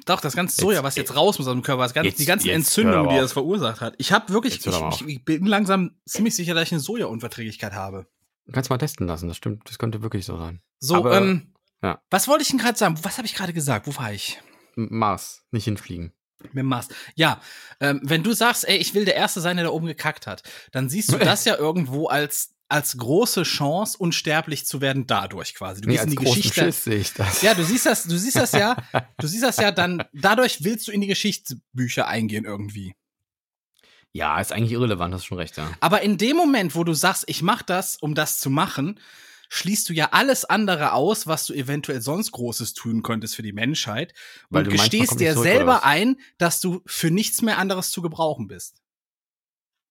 A: Doch, das ganze Soja,
B: Jetzt- äh,
A: was jetzt raus muss aus dem Körper, das ganze,
B: jetzt-
A: die ganzen
B: jetzt hör
A: Entzündungen,
B: aber
A: die
B: auf.
A: das verursacht hat. Ich habe wirklich,
B: Jetzt hör
A: ich,
B: aber
A: ich, ich bin langsam ziemlich sicher, dass ich eine Sojaunverträglichkeit habe.
B: Du kannst mal testen lassen, das stimmt. Das könnte wirklich so sein.
A: So,
B: Aber-
A: ähm,
B: ja.
A: was wollte ich denn gerade sagen? Was habe ich gerade gesagt? Wo war ich?
B: M- Mars, nicht hinfliegen.
A: Mit dem Mars. Ja, ähm, wenn du sagst, ey, ich will der Erste sein, der da oben gekackt hat, dann siehst du das ja irgendwo als, als große Chance, unsterblich zu werden dadurch quasi. Du
B: Nee,
A: gehst in
B: als
A: die
B: großen
A: Geschichte.
B: Schiss sehe ich das.
A: Ja, du siehst das, du siehst das ja, du siehst das ja dann, dadurch willst du in die Geschichtsbücher eingehen irgendwie.
B: ja, ist eigentlich irrelevant, hast schon recht, ja.
A: Aber in dem Moment, wo du sagst, ich mach das, um das zu machen, schließt du ja alles andere aus, was du eventuell sonst Großes tun könntest für die Menschheit.
B: Weil
A: und
B: du meinst, man
A: gestehst
B: kommt nicht
A: dir
B: zurück, oder was?
A: selber ein, dass du für nichts mehr anderes zu gebrauchen bist.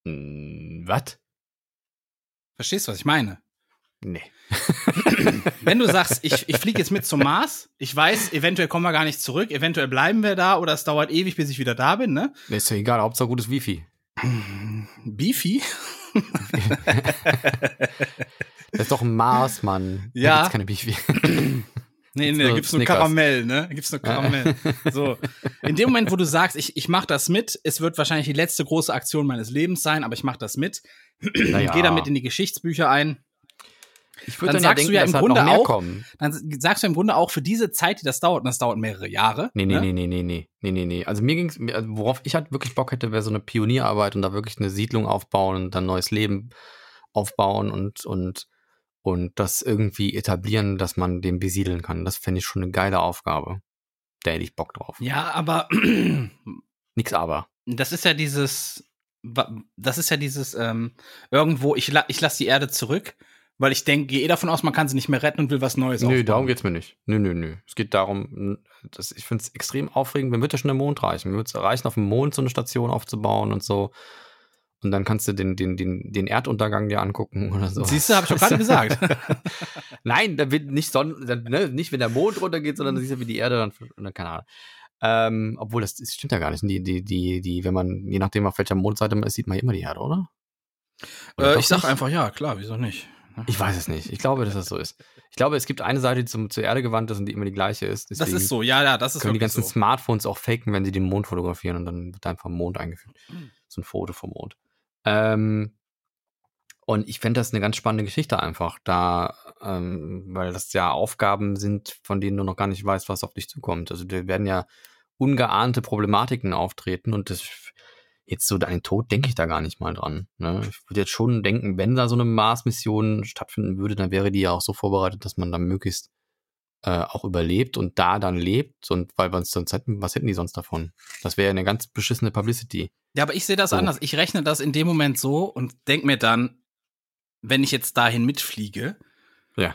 B: Hm, Was?
A: Verstehst du, was ich meine?
B: Nee.
A: Wenn du sagst, ich, ich fliege jetzt mit zum Mars, ich weiß, eventuell kommen wir gar nicht zurück, eventuell bleiben wir da oder es dauert ewig, bis ich wieder da bin, ne?
B: Ist ja egal, Hauptsache gutes Wifi.
A: Beefy?
B: Das ist doch ein Mars, Mann. Da
A: Ja.
B: gibt's keine Wifi.
A: Nee,
B: Gibt's
A: nee, da
B: nur
A: gibt's nur
B: Snickers.
A: Karamell, ne? Da gibt's nur Karamell. So. In dem Moment, wo du sagst, ich, ich mach das mit, es wird wahrscheinlich die letzte große Aktion meines Lebens sein, aber ich mach das mit,
B: Naja.
A: geh damit in die Geschichtsbücher ein,
B: Ich
A: Dann
B: würde dann, ja
A: sagst
B: denken,
A: du ja
B: dass
A: im
B: da
A: Grunde
B: noch mehr
A: auch-
B: kommen.
A: dann sagst du im Grunde auch für diese Zeit, die das dauert, und das dauert mehrere Jahre.
B: Nee, nee,
A: ne?
B: nee, nee, nee, nee, nee, nee, nee. Also mir ging's, mir- also worauf ich halt wirklich Bock hätte, wäre so eine Pionierarbeit und da wirklich eine Siedlung aufbauen und dann neues Leben aufbauen und, und, und das irgendwie etablieren, dass man den besiedeln kann. Das fände ich schon eine geile Aufgabe. Da hätte ich Bock drauf.
A: Ja, aber
B: Nix aber.
A: das ist ja dieses, wa- das ist ja dieses, ähm, irgendwo, ich, la ich lasse die Erde zurück, weil ich denke, gehe eh davon aus, man kann sie nicht mehr retten und will was Neues
B: Nö,
A: aufbauen.
B: darum geht's mir nicht. Nö, nö, nö. Es geht darum, dass ich finde es extrem aufregend, wenn wird ja schon der Mond reichen. Mir würde es reichen, auf dem Mond so eine Station aufzubauen und so. Und dann kannst du den, den, den, den Erduntergang dir angucken oder so.
A: Siehst du, habe ich doch gerade gesagt. Äh,
B: Nein, da wird nicht Sonnen, dann, ne, nicht wenn der Mond runtergeht, sondern siehst du, wie die Erde dann, und dann keine Ahnung. Ähm, obwohl, das, das stimmt ja gar nicht. Die, die, die, die, wenn man, je nachdem, auf welcher Mondseite man ist, sieht man immer die Erde, oder? Oder
A: äh,
B: doch
A: ich sag
B: nicht?
A: einfach, ja, klar, wieso nicht?
B: Ich weiß es nicht. Ich glaube, dass das so ist. Ich glaube, es gibt eine Seite, die zum, zur Erde gewandt ist und die immer die gleiche ist.
A: Das
B: Deswegen
A: ist so, ja, ja, das ist
B: können die
A: wirklich
B: ganzen
A: so.
B: Smartphones auch faken, wenn sie den Mond fotografieren und dann wird einfach Mond eingefügt.
A: Hm.
B: So ein Foto vom Mond. Ähm, und ich fände das eine ganz spannende Geschichte einfach, da, ähm, weil das ja Aufgaben sind, von denen du noch gar nicht weißt, was auf dich zukommt. Also da werden ja ungeahnte Problematiken auftreten und das jetzt so dein Tod denke ich da gar nicht mal dran. Ne? Ich würde jetzt schon denken, wenn da so eine Mars-Mission stattfinden würde, dann wäre die ja auch so vorbereitet, dass man dann möglichst äh, auch überlebt und da dann lebt und weil wir uns sonst hätten, was hätten die sonst davon? Das wäre ja eine ganz beschissene Publicity.
A: Ja, aber ich sehe das
B: So.
A: anders. Ich rechne das in dem Moment so und denke mir dann, wenn ich jetzt dahin mitfliege,
B: Ja.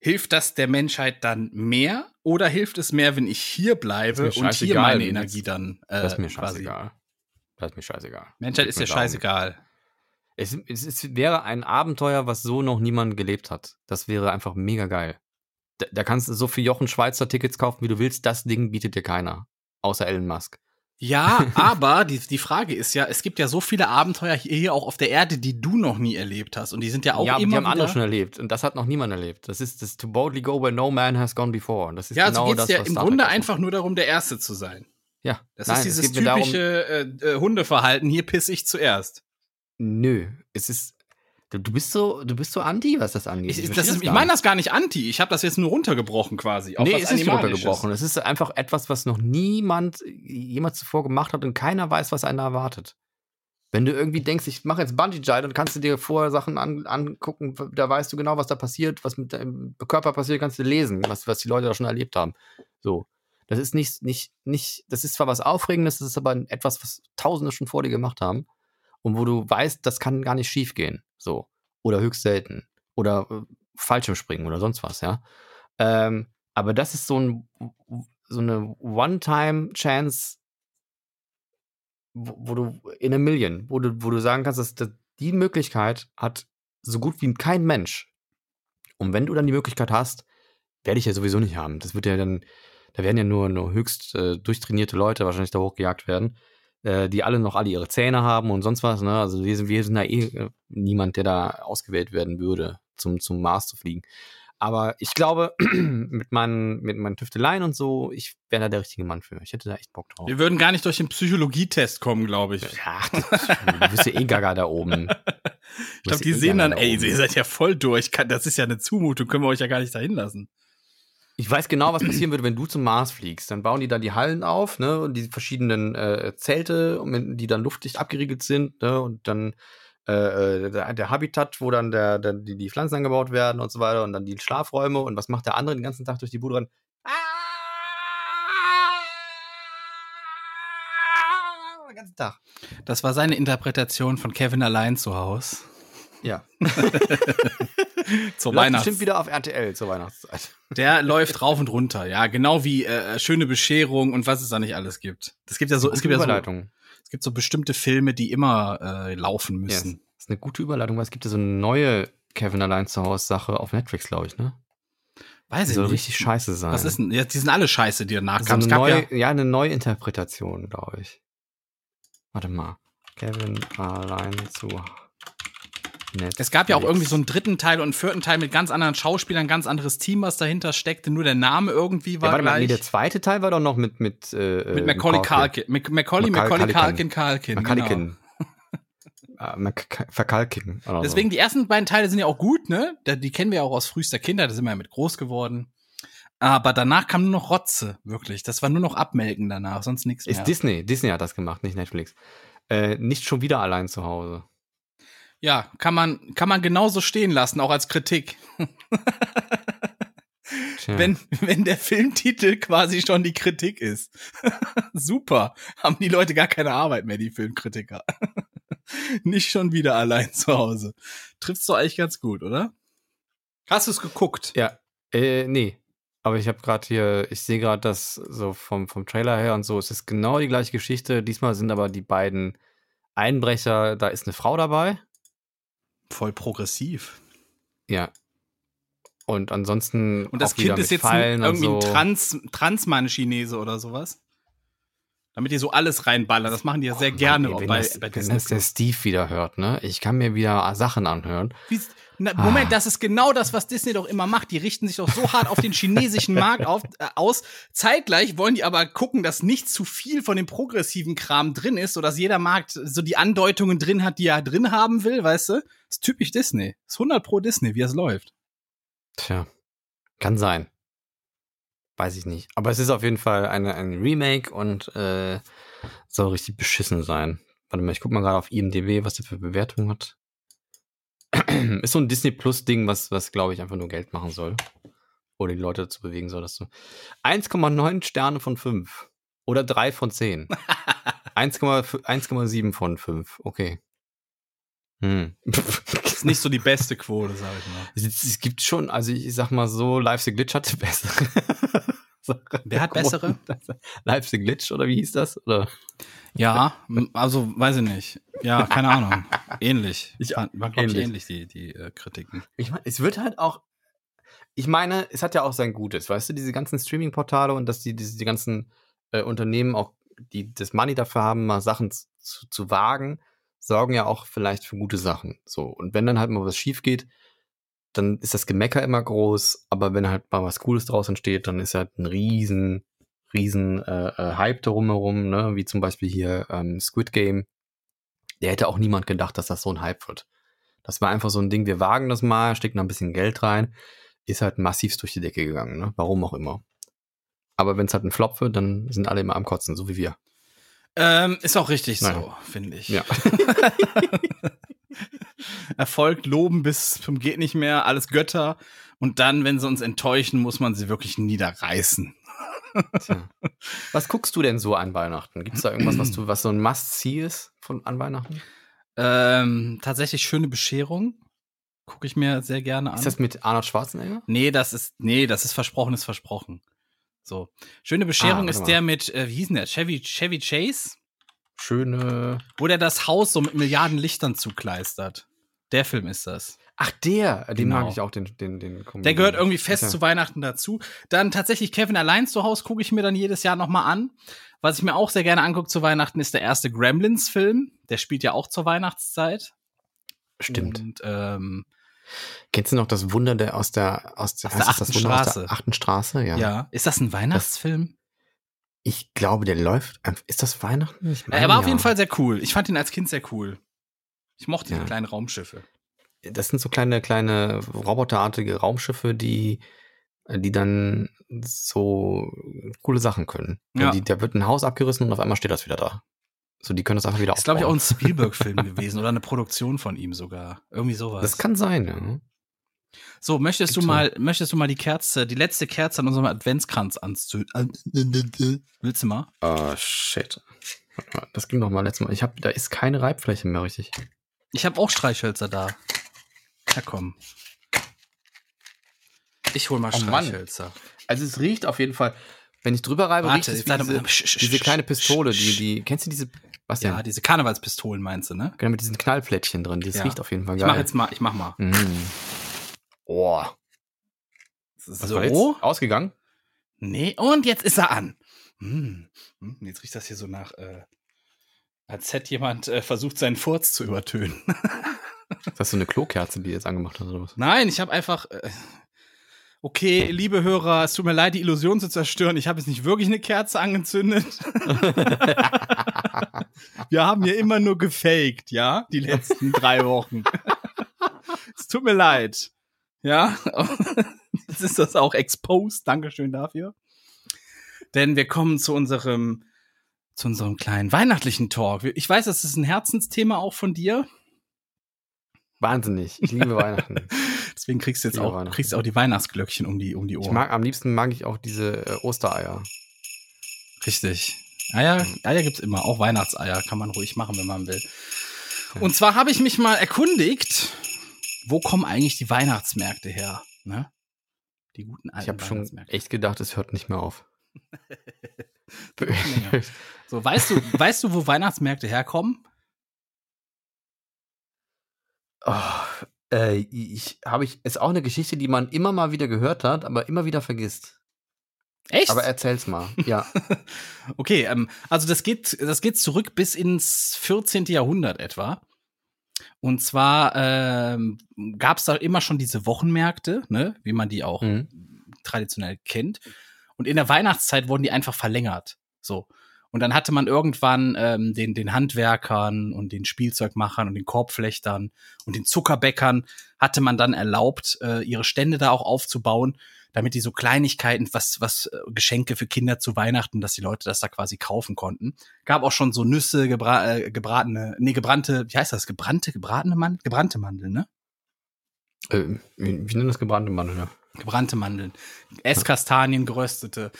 A: hilft das der Menschheit dann mehr oder hilft es mehr, wenn ich hier bleibe
B: Ist mir
A: und hier
B: scheißegal,
A: meine
B: wenn
A: Energie
B: jetzt-
A: dann äh,
B: Das ist mir
A: quasi-
B: scheißegal. Das ist mir scheißegal.
A: Menschheit
B: Tut
A: ist
B: mir
A: ja
B: Sorgen.
A: scheißegal.
B: Es, es, es wäre ein Abenteuer, was so noch niemand gelebt hat. Das wäre einfach mega geil. Da, da kannst du so viel Jochen Schweizer Tickets kaufen, wie du willst. Das Ding bietet dir keiner. Außer Elon Musk.
A: Ja, aber die, die Frage ist ja, es gibt ja so viele Abenteuer hier, hier auch auf der Erde, die du noch nie erlebt hast und die sind ja auch
B: ja, aber
A: immer
B: die haben
A: wieder
B: andere schon erlebt. Und das hat noch niemand erlebt. Das ist das To Boldly Go Where No Man Has Gone Before. Und das ist
A: Ja,
B: genau
A: also geht's
B: das,
A: ja
B: was
A: im
B: Star Trek
A: Grunde
B: ist.
A: einfach nur darum, der Erste zu sein.
B: Ja,
A: Das
B: nein,
A: ist
B: es
A: dieses
B: geht mir darum-
A: typische äh, äh, Hundeverhalten, hier pisse ich zuerst.
B: Nö, es ist. Du, du bist so, du bist so anti, was das angeht.
A: Ich, ich,
B: verstehe
A: das ist, ich
B: gar
A: meine
B: nicht.
A: das gar nicht anti, ich habe das jetzt nur runtergebrochen quasi. auf
B: Nee,
A: was
B: es ist nicht
A: Animalisches.
B: runtergebrochen. Es ist einfach etwas, was noch niemand jemals zuvor gemacht hat und keiner weiß, was einen erwartet. Wenn du irgendwie denkst, ich mache jetzt Bungee Jump, dann kannst du dir vorher Sachen an, angucken, da weißt du genau, was da passiert, was mit deinem Körper passiert, kannst du lesen, was, was die Leute da schon erlebt haben. So. Das ist nicht, nicht, nicht, das ist zwar was Aufregendes, das ist aber etwas, was Tausende schon vor dir gemacht haben und wo du weißt, das kann gar nicht schief gehen. So. Oder höchst selten. Oder äh, Fallschirmspringen oder sonst was, ja. Ähm, aber das ist so, ein, so eine One-Time-Chance, wo, wo du in a Million, wo du, wo du sagen kannst, dass, dass die Möglichkeit hat so gut wie kein Mensch. Und wenn du dann die Möglichkeit hast, werde ich ja sowieso nicht haben. Das wird ja dann, da werden ja nur, nur höchst äh, durchtrainierte Leute wahrscheinlich da hochgejagt werden, äh, die alle noch alle ihre Zähne haben und sonst was. Ne? Also wir sind, wir sind da eh äh, niemand, der da ausgewählt werden würde, zum, zum Mars zu fliegen. Aber ich glaube, mit meinen, mit meinen Tüfteleien und so, ich wäre da der richtige Mann für. Ich hätte da echt Bock drauf.
A: Wir würden gar nicht durch den Psychologietest kommen, glaube ich. Ich
B: Ja, du bist ja eh gaga da oben. eh Ich
A: glaube, die sehen dann, ey, ihr seid ja voll durch. Kann- Das ist ja eine Zumutung, können wir euch ja gar nicht dahin lassen.
B: Ich weiß genau, was passieren würde, wenn du zum Mars fliegst. Dann bauen die da die Hallen auf, ne, und die verschiedenen äh, Zelte, mit- die dann luftdicht abgeriegelt sind, ne, und dann äh, äh, der, der Habitat, wo dann der, der, die, die Pflanzen angebaut werden und so weiter, und dann die Schlafräume. Und was macht der andere den ganzen Tag durch die Bude ran? Den ganzen Tag.
A: Das war seine Interpretation von Kevin allein zu Hause.
B: Ja.
A: Zur
B: Läuft
A: Weihnachts.
B: bestimmt wieder auf RTL zur Weihnachtszeit.
A: Der läuft rauf und runter, ja, genau wie äh, schöne Bescherung und was es da nicht alles gibt. Es gibt ja so, es gibt ja so,
B: Überleitung.
A: es gibt so bestimmte Filme, die immer äh, laufen
B: Yes.
A: müssen.
B: Das ist eine gute Überleitung, weil es gibt ja so eine neue Kevin Allein zu Hause Sache auf Netflix, glaube ich, ne?
A: Weiß
B: Die
A: ich
B: soll
A: nicht.
B: richtig scheiße sein.
A: Was ne? ist denn? Ja, die sind alle scheiße, die danach
B: so
A: kamen.
B: eine
A: Es gab
B: neue,
A: ja,
B: ja. eine neue Interpretation, glaube ich. Warte mal. Kevin Allein zu Netflix.
A: es gab ja auch irgendwie so einen dritten Teil und einen vierten Teil mit ganz anderen Schauspielern, ganz anderes Team, was dahinter steckte. Nur der Name irgendwie
B: ja,
A: war
B: warte mal, nee,
A: gleich.
B: der zweite Teil war doch noch mit mit äh,
A: mit Macaulay Culkin. Mac- Macaulay,
B: Macaulay
A: Macaulay Culkin, Culkin. Genau.
B: Macaulkin. Äh, Mac Verkalkin. Oder
A: Deswegen, die ersten beiden Teile sind ja auch gut, ne? Da- Die kennen wir ja auch aus frühester Kindheit, da sind wir ja mit groß geworden. Aber danach kam nur noch Rotze, wirklich. Das war nur noch Abmelken danach, sonst nichts
B: so. Ist
A: mehr.
B: Disney. Disney hat das gemacht, nicht Netflix. Äh, nicht schon wieder allein zu Hause.
A: Ja, kann man, kann man genauso stehen lassen, auch als Kritik.
B: Tja.
A: Wenn, wenn der Filmtitel quasi schon die Kritik ist. Super. Haben die Leute gar keine Arbeit mehr, die Filmkritiker. Nicht schon wieder allein zu Hause. Trifft's doch eigentlich ganz gut, oder? Hast du es geguckt?
B: Ja, äh, nee. Aber ich habe gerade hier, ich sehe gerade das so vom, vom Trailer her und so, es ist genau die gleiche Geschichte. Diesmal sind aber die beiden Einbrecher, da ist eine Frau dabei.
A: Voll progressiv.
B: Ja. Und ansonsten.
A: Und das
B: auch wieder
A: Kind ist
B: mit
A: jetzt
B: Fallen
A: ein,
B: und
A: irgendwie ein
B: so.
A: Trans, Transmann Chinese oder sowas. Damit die so alles reinballern. Das machen die ja sehr
B: Oh Mann,
A: gerne
B: ey, wenn
A: bei,
B: das,
A: bei
B: wenn
A: Disney.
B: das der Steve wieder hört, ne? Ich kann mir wieder Sachen anhören.
A: Wie, na,
B: Ah.
A: Moment, das ist genau das, was Disney doch immer macht. Die richten sich doch so hart auf den chinesischen Markt auf, äh, aus. Zeitgleich wollen die aber gucken, dass nicht zu viel von dem progressiven Kram drin ist, sodass jeder Markt so die Andeutungen drin hat, die er drin haben will, weißt du? Ist typisch Disney. Ist 100 pro Disney, wie es läuft.
B: Tja, kann sein. Weiß ich nicht. Aber es ist auf jeden Fall eine, ein Remake und äh, soll richtig beschissen sein. Warte mal, ich guck mal gerade auf IMDb, was der für Bewertung hat. ist so ein Disney Plus Ding, was, was glaube ich einfach nur Geld machen soll. Oder die Leute dazu bewegen soll, dass so. 1,9 Sterne von 5. Oder 3 von 10. 1,5 1,7 von 5. Okay. Hm.
A: Ist nicht so die beste Quote, sag ich mal.
B: Es, es gibt schon, also ich sag mal so, Live the Glitch hatte bessere. Sachen.
A: Wer hat bessere?
B: Live the Glitch oder wie hieß das? Oder?
A: Ja,
B: Äh,
A: m- also weiß ich nicht. Ja, keine Ahnung. Ähnlich.
B: Ich-
A: war, war glaube ich,
B: ähnlich.
A: ähnlich die, die äh, Kritiken.
B: Ich meine, es wird halt auch. Ich meine, es hat ja auch sein Gutes, weißt du, diese ganzen Streaming-Portale und dass die, diese, die ganzen äh, Unternehmen auch, die das Money dafür haben, mal Sachen zu, zu wagen, sorgen ja auch vielleicht für gute Sachen. So. Und wenn dann halt mal was schief geht, dann ist das Gemecker immer groß, aber wenn halt mal was Cooles draus entsteht, dann ist halt ein riesen, riesen äh, äh, Hype drumherum, ne? Wie zum Beispiel hier ähm, Squid Game. Der hätte auch niemand gedacht, dass das so ein Hype wird. Das war einfach so ein Ding, wir wagen das mal, stecken da ein bisschen Geld rein, ist halt massivst durch die Decke gegangen, ne? Warum auch immer. Aber wenn es halt ein Flop wird, dann sind alle immer am Kotzen, so wie wir.
A: Ähm, ist auch richtig so,
B: Naja.
A: finde ich.
B: Ja.
A: Erfolg loben bis zum geht nicht mehr, alles Götter. Und dann, wenn sie uns enttäuschen, muss man sie wirklich niederreißen.
B: Tja. Was guckst du denn so an Weihnachten? Gibt es da irgendwas, was du, was so ein Must-See ist von an Weihnachten?
A: Ähm, tatsächlich schöne Bescherung gucke ich mir sehr gerne an.
B: Ist das mit Arnold Schwarzenegger?
A: nee, das ist nee, das ist versprochen, ist versprochen. So, schöne
B: Ah,
A: Bescherung
B: warte
A: ist
B: mal.
A: der mit äh, wie hieß denn der Chevy Chevy Chase,
B: Schöne.
A: wo der das Haus so mit Milliarden Lichtern zukleistert. Der Film ist das.
B: Ach, der, den
A: Genau.
B: mag ich auch, den, den, den Comedian.
A: Der gehört irgendwie fest
B: Ja.
A: zu Weihnachten dazu. Dann tatsächlich Kevin allein zu Hause gucke ich mir dann jedes Jahr nochmal an. Was ich mir auch sehr gerne angucke zu Weihnachten ist der erste Gremlins-Film. Der spielt ja auch zur Weihnachtszeit.
B: Stimmt.
A: Und ähm,
B: Kennst du noch das Wunder der aus der aus der,
A: Aus der
B: heißt das
A: achten
B: das Wunder aus
A: Straße.
B: der achten Straße? Ja.
A: ja. ist das ein Weihnachtsfilm?
B: Ich glaube, der läuft. einfach- Ist das Weihnachten? Ich
A: er
B: meine,
A: war auf
B: ja.
A: jeden Fall sehr cool. Ich fand ihn als Kind sehr cool. Ich mochte
B: Ja.
A: diese kleinen Raumschiffe.
B: Das sind so kleine kleine roboterartige Raumschiffe, die äh, die dann so coole Sachen können.
A: Ja.
B: Die, da wird ein Haus abgerissen und auf einmal steht das wieder da. So, die können das einfach wieder
A: Ist, glaube ich, auch
B: aufbauen.
A: ein Spielberg-Film gewesen oder eine Produktion von ihm sogar. Irgendwie sowas.
B: Das kann sein. Ja.
A: So, möchtest du
B: Gibt's
A: mal, möchtest du mal die Kerze, die letzte Kerze an unserem Adventskranz anzünden? Willst du mal?
B: Oh, shit. Warte mal, Das ging noch mal letztes Mal. Ich hab, da ist keine Reibfläche mehr richtig.
A: Ich habe auch Streichhölzer da. Na komm. Ich hol mal
B: Oh Mann.
A: Streichhölzer.
B: Also es riecht auf jeden Fall. Wenn ich drüber reibe, riecht es wie
A: warte,
B: diese,
A: warte, sch- sch-
B: diese
A: sch-
B: kleine
A: sch-
B: Pistole,
A: sch-
B: die, die, kennst du diese, was
A: Ja,
B: denn?
A: diese Karnevalspistolen meinst du, ne?
B: Genau, mit diesen Knallplättchen drin. Das
A: Ja.
B: riecht auf jeden Fall
A: Ich
B: geil.
A: mach jetzt mal, ich mach mal.
B: Mm. Oh, was war jetzt?
A: So?
B: Ausgegangen?
A: Nee, und jetzt ist er an. Hm. Hm, Jetzt riecht das hier so nach, äh, als hätte jemand äh, versucht, seinen Furz zu übertönen.
B: Ist das so eine Klokerze, die du jetzt angemacht hast oder was?
A: Nein, ich habe einfach. Äh, okay, liebe Hörer, es tut mir leid, die Illusion zu zerstören. Ich habe jetzt nicht wirklich eine Kerze angezündet. Wir haben hier immer nur gefaked, ja? Die letzten drei Wochen. es tut mir leid. Ja? jetzt ist das auch exposed. Dankeschön dafür. Denn wir kommen zu unserem zu unserem kleinen weihnachtlichen Talk. Ich weiß, das ist ein Herzensthema auch von dir.
B: Wahnsinnig. Ich liebe Weihnachten.
A: Deswegen kriegst du jetzt
B: Liebe
A: auch,
B: Weihnachten.
A: kriegst auch die Weihnachtsglöckchen um die, um die Ohren.
B: Ich mag, am liebsten mag ich auch diese äh, Ostereier.
A: Richtig. Eier,
B: Mhm.
A: Eier gibt's immer, auch Weihnachtseier kann man ruhig machen, wenn man will. Und zwar habe ich mich mal erkundigt, wo kommen eigentlich die Weihnachtsmärkte her? Ne? Die guten alten
B: Ich habe schon
A: Also Weihnachtsmärkte.
B: echt gedacht, es hört nicht mehr auf.
A: länger. So, weißt du, weißt du, wo Weihnachtsmärkte herkommen?
B: Oh, äh, ich habe ich ist auch eine Geschichte, die man immer mal wieder gehört hat, aber immer wieder vergisst.
A: Echt?
B: Aber erzähl's mal. Ja.
A: Okay, ähm, also das geht, das geht zurück bis ins 14. Jahrhundert etwa. Und zwar ähm, gab es da immer schon diese Wochenmärkte, ne, wie man die auch
B: Mhm.
A: traditionell kennt. Und in der Weihnachtszeit wurden die einfach verlängert. So. Und dann hatte man irgendwann ähm, den, den Handwerkern und den Spielzeugmachern und den Korbflechtern und den Zuckerbäckern hatte man dann erlaubt, äh, ihre Stände da auch aufzubauen, damit die so Kleinigkeiten, was, was äh, Geschenke für Kinder zu Weihnachten, dass die Leute das da quasi kaufen konnten. Gab auch schon so Nüsse, gebra äh, gebratene, nee, gebrannte, wie heißt das? Gebrannte, gebratene Mandeln? Gebrannte Mandeln, ne?
B: Äh, wie, wie nennen das gebrannte Mandeln? Ja.
A: Gebrannte Mandeln, Esskastanien, geröstete.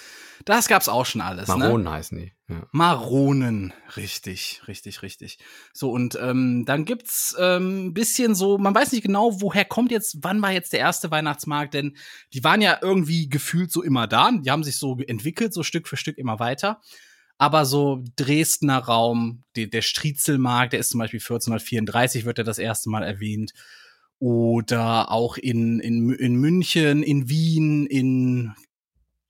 A: Das gab's auch schon alles. Ne?
B: Maronen heißen die. Ja.
A: Maronen, richtig, richtig, richtig. So, und ähm, dann gibt's ähm, ein bisschen so, man weiß nicht genau, woher kommt jetzt, wann war jetzt der erste Weihnachtsmarkt, denn die waren ja irgendwie gefühlt so immer da, die haben sich so entwickelt, so Stück für Stück immer weiter. Aber so Dresdner Raum, die, der Striezelmarkt, der ist zum Beispiel 1434, wird er das erste Mal erwähnt. Oder auch in, in, in München, in Wien, in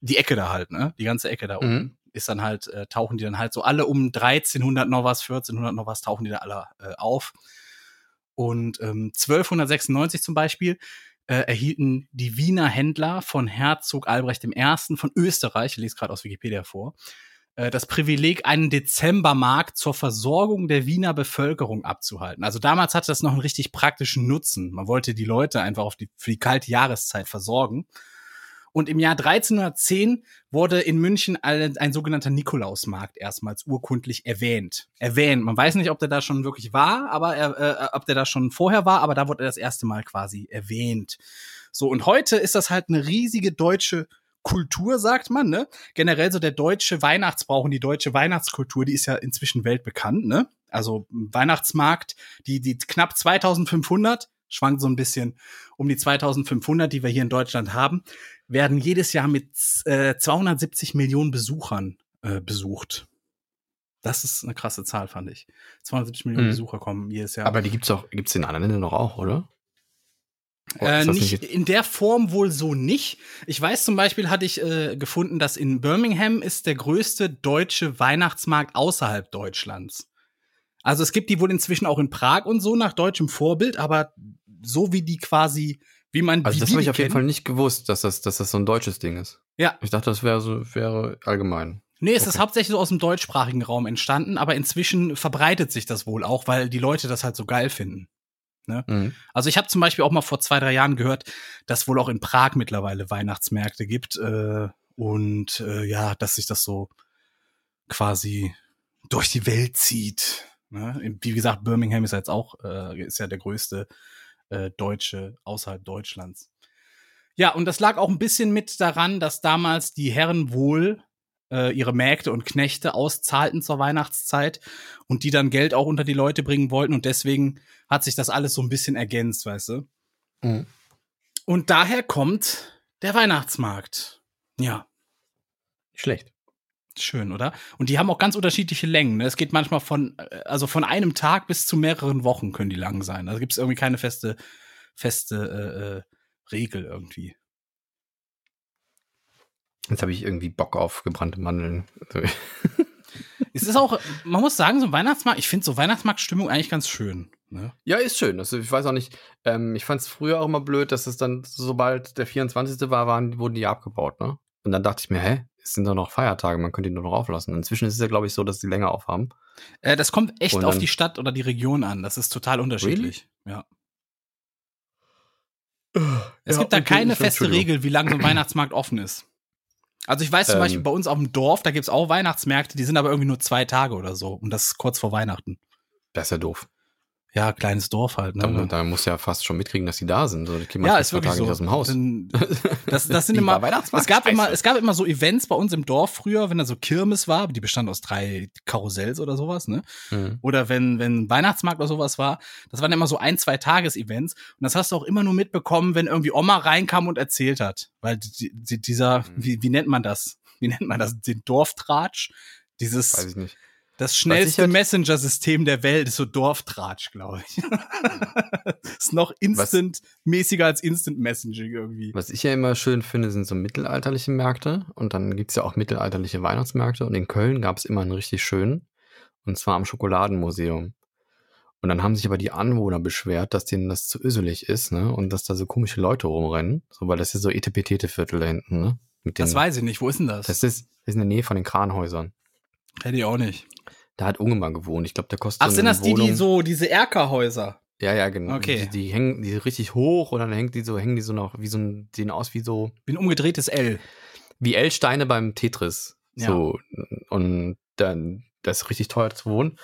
A: die Ecke da halt, ne? Die ganze Ecke da oben
B: Mhm.
A: ist dann halt, äh, tauchen die dann halt so alle um 1300 noch was, 1400 noch was, tauchen die da alle äh, auf. Und ähm, 1296 zum Beispiel äh, erhielten die Wiener Händler von Herzog Albrecht I. von Österreich, ich lese gerade aus Wikipedia vor, äh, das Privileg, einen Dezembermarkt zur Versorgung der Wiener Bevölkerung abzuhalten. Also damals hatte das noch einen richtig praktischen Nutzen. Man wollte die Leute einfach auf die, für die kalte Jahreszeit versorgen. Und im Jahr 1310 wurde in München ein, ein sogenannter Nikolausmarkt erstmals urkundlich erwähnt. Erwähnt. Man weiß nicht, ob der da schon wirklich war, aber er, äh, ob der da schon vorher war, aber da wurde er das erste Mal quasi erwähnt. So, und heute ist das halt eine riesige deutsche Kultur, sagt man, ne? Generell so der deutsche Weihnachtsbrauch und die deutsche Weihnachtskultur, die ist ja inzwischen weltbekannt, ne? Also Weihnachtsmarkt, die, die knapp 2500, schwankt so ein bisschen um die 2500, die wir hier in Deutschland haben, werden jedes Jahr mit äh, 270 Millionen Besuchern äh, besucht. Das ist eine krasse Zahl, fand ich. 270 Millionen
B: Mhm.
A: Besucher kommen jedes Jahr.
B: Aber die gibt's doch, gibt's in anderen Ländern doch auch, oder? Oder
A: Äh,
B: ist das
A: nicht in der Form wohl so nicht. Ich weiß zum Beispiel, hatte ich äh, gefunden, dass in Birmingham ist der größte deutsche Weihnachtsmarkt außerhalb Deutschlands. Also es gibt die wohl inzwischen auch in Prag und so nach deutschem Vorbild, aber so wie die quasi, wie man
B: also
A: wie
B: das
A: die
B: habe
A: die
B: ich auf jeden
A: kennen.
B: Fall nicht gewusst, dass das, dass das so ein deutsches Ding ist.
A: Ja.
B: Ich dachte, das wäre so, wäre allgemein.
A: Nee, es ist hauptsächlich so aus dem deutschsprachigen Raum entstanden, aber inzwischen verbreitet sich das wohl auch, weil die Leute das halt so geil finden.
B: Mhm.
A: Also ich habe zum Beispiel auch mal vor zwei, drei Jahren gehört, dass wohl auch in Prag mittlerweile Weihnachtsmärkte gibt. Äh, und äh, ja, dass sich das so quasi durch die Welt zieht. Ne? Wie gesagt, Birmingham ist ja jetzt auch, äh, ist ja der größte äh, Deutsche außerhalb Deutschlands. Ja, und das lag auch ein bisschen mit daran, dass damals die Herren wohl äh, ihre Mägde und Knechte auszahlten zur Weihnachtszeit und die dann Geld auch unter die Leute bringen wollten und deswegen hat sich das alles so ein bisschen ergänzt, weißt du?
B: Mhm.
A: Und daher kommt der Weihnachtsmarkt. Ja,
B: Schlecht.
A: schön, oder? Und die haben auch ganz unterschiedliche Längen. Ne? Es geht manchmal von, äh, also von einem Tag bis zu mehreren Wochen können die lang sein. Also gibt es irgendwie keine feste, feste äh, äh, Regel irgendwie.
B: Jetzt habe ich irgendwie Bock auf gebrannte Mandeln. Also,
A: Es ist auch, man muss sagen, so ein Weihnachtsmarkt, ich finde so Weihnachtsmarktstimmung eigentlich ganz schön. Ne?
B: Ja, ist schön. Also ich weiß auch nicht, ähm, ich fand es früher auch immer blöd, dass es dann, sobald der 24. war, waren, wurden die ja abgebaut, ne? Und dann dachte ich mir, hä, es sind doch noch Feiertage, man könnte die nur noch auflassen. Inzwischen ist es ja, glaube ich, so, dass die länger aufhaben.
A: Äh, das kommt echt
B: Und
A: auf
B: dann-
A: die Stadt oder die Region an. Das ist total unterschiedlich. Ja. Es
B: Äh, Ja,
A: gibt da
B: okay,
A: keine
B: ich-
A: feste
B: Entschuldigung.
A: Regel, wie lange so ein Weihnachtsmarkt offen ist. Also ich weiß zum
B: Ähm.
A: Beispiel bei uns auf dem Dorf, da gibt es auch Weihnachtsmärkte, die sind aber irgendwie nur zwei Tage oder so. Und das ist kurz vor Weihnachten.
B: Das ist ja doof.
A: Ja, kleines Dorf halt. Ne?
B: Da, da muss ja fast schon mitkriegen, dass die da sind. So, die kriegen
A: ja,
B: manchmal
A: ist
B: zwei
A: wirklich so.
B: Tage nicht aus dem Haus.
A: Dann- Das, das sind
B: Die
A: immer,
B: war Weihnachtsmarkt,
A: es gab immer,
B: scheiße.
A: es gab immer so Events bei uns im Dorf früher, wenn da so Kirmes war, die bestand aus drei Karussells oder sowas, ne?
B: Mhm.
A: oder wenn, wenn Weihnachtsmarkt oder sowas war, das waren immer so ein, zwei Tages-Events. Und das hast du auch immer nur mitbekommen, wenn irgendwie Oma reinkam und erzählt hat. Weil die, die,
B: Mhm.
A: dieser, wie, wie nennt man das? Wie nennt man das? Den Dorftratsch?
B: Weiß
A: Dieses,
B: ich nicht.
A: das
B: Was ich
A: schnellste
B: halt-
A: Messenger-System der Welt ist so Dorftratsch, glaube ich. ist noch instant-mäßiger als Instant-Messaging irgendwie.
B: Was ich ja immer schön finde, sind so mittelalterliche Märkte. Und dann gibt es ja auch mittelalterliche Weihnachtsmärkte. Und in Köln gab es immer einen richtig schönen. Und zwar am Schokoladenmuseum. Und dann haben sich aber die Anwohner beschwert, dass denen das zu öselig ist, ne? Und dass da so komische Leute rumrennen. So, weil das ist so Etepetete-Viertel da hinten, ne? Mit den,
A: Das weiß ich nicht. Wo ist denn das?
B: das ist, das ist in der Nähe von den Kranhäusern.
A: Hätte ich auch nicht.
B: Da hat Ungemar gewohnt. Ich glaube, der kostet.
A: Ach,
B: so
A: sind
B: eine
A: das die, die
B: Wohnung-
A: so, diese Erkerhäuser?
B: Ja, ja, genau.
A: Okay.
B: Die, die hängen die richtig hoch und dann hängt die so, hängen die so noch, wie so ein, sehen aus wie so,
A: Bin umgedrehtes L.
B: wie L-Steine beim Tetris.
A: Ja.
B: So. Und dann, das ist richtig teuer zu wohnen.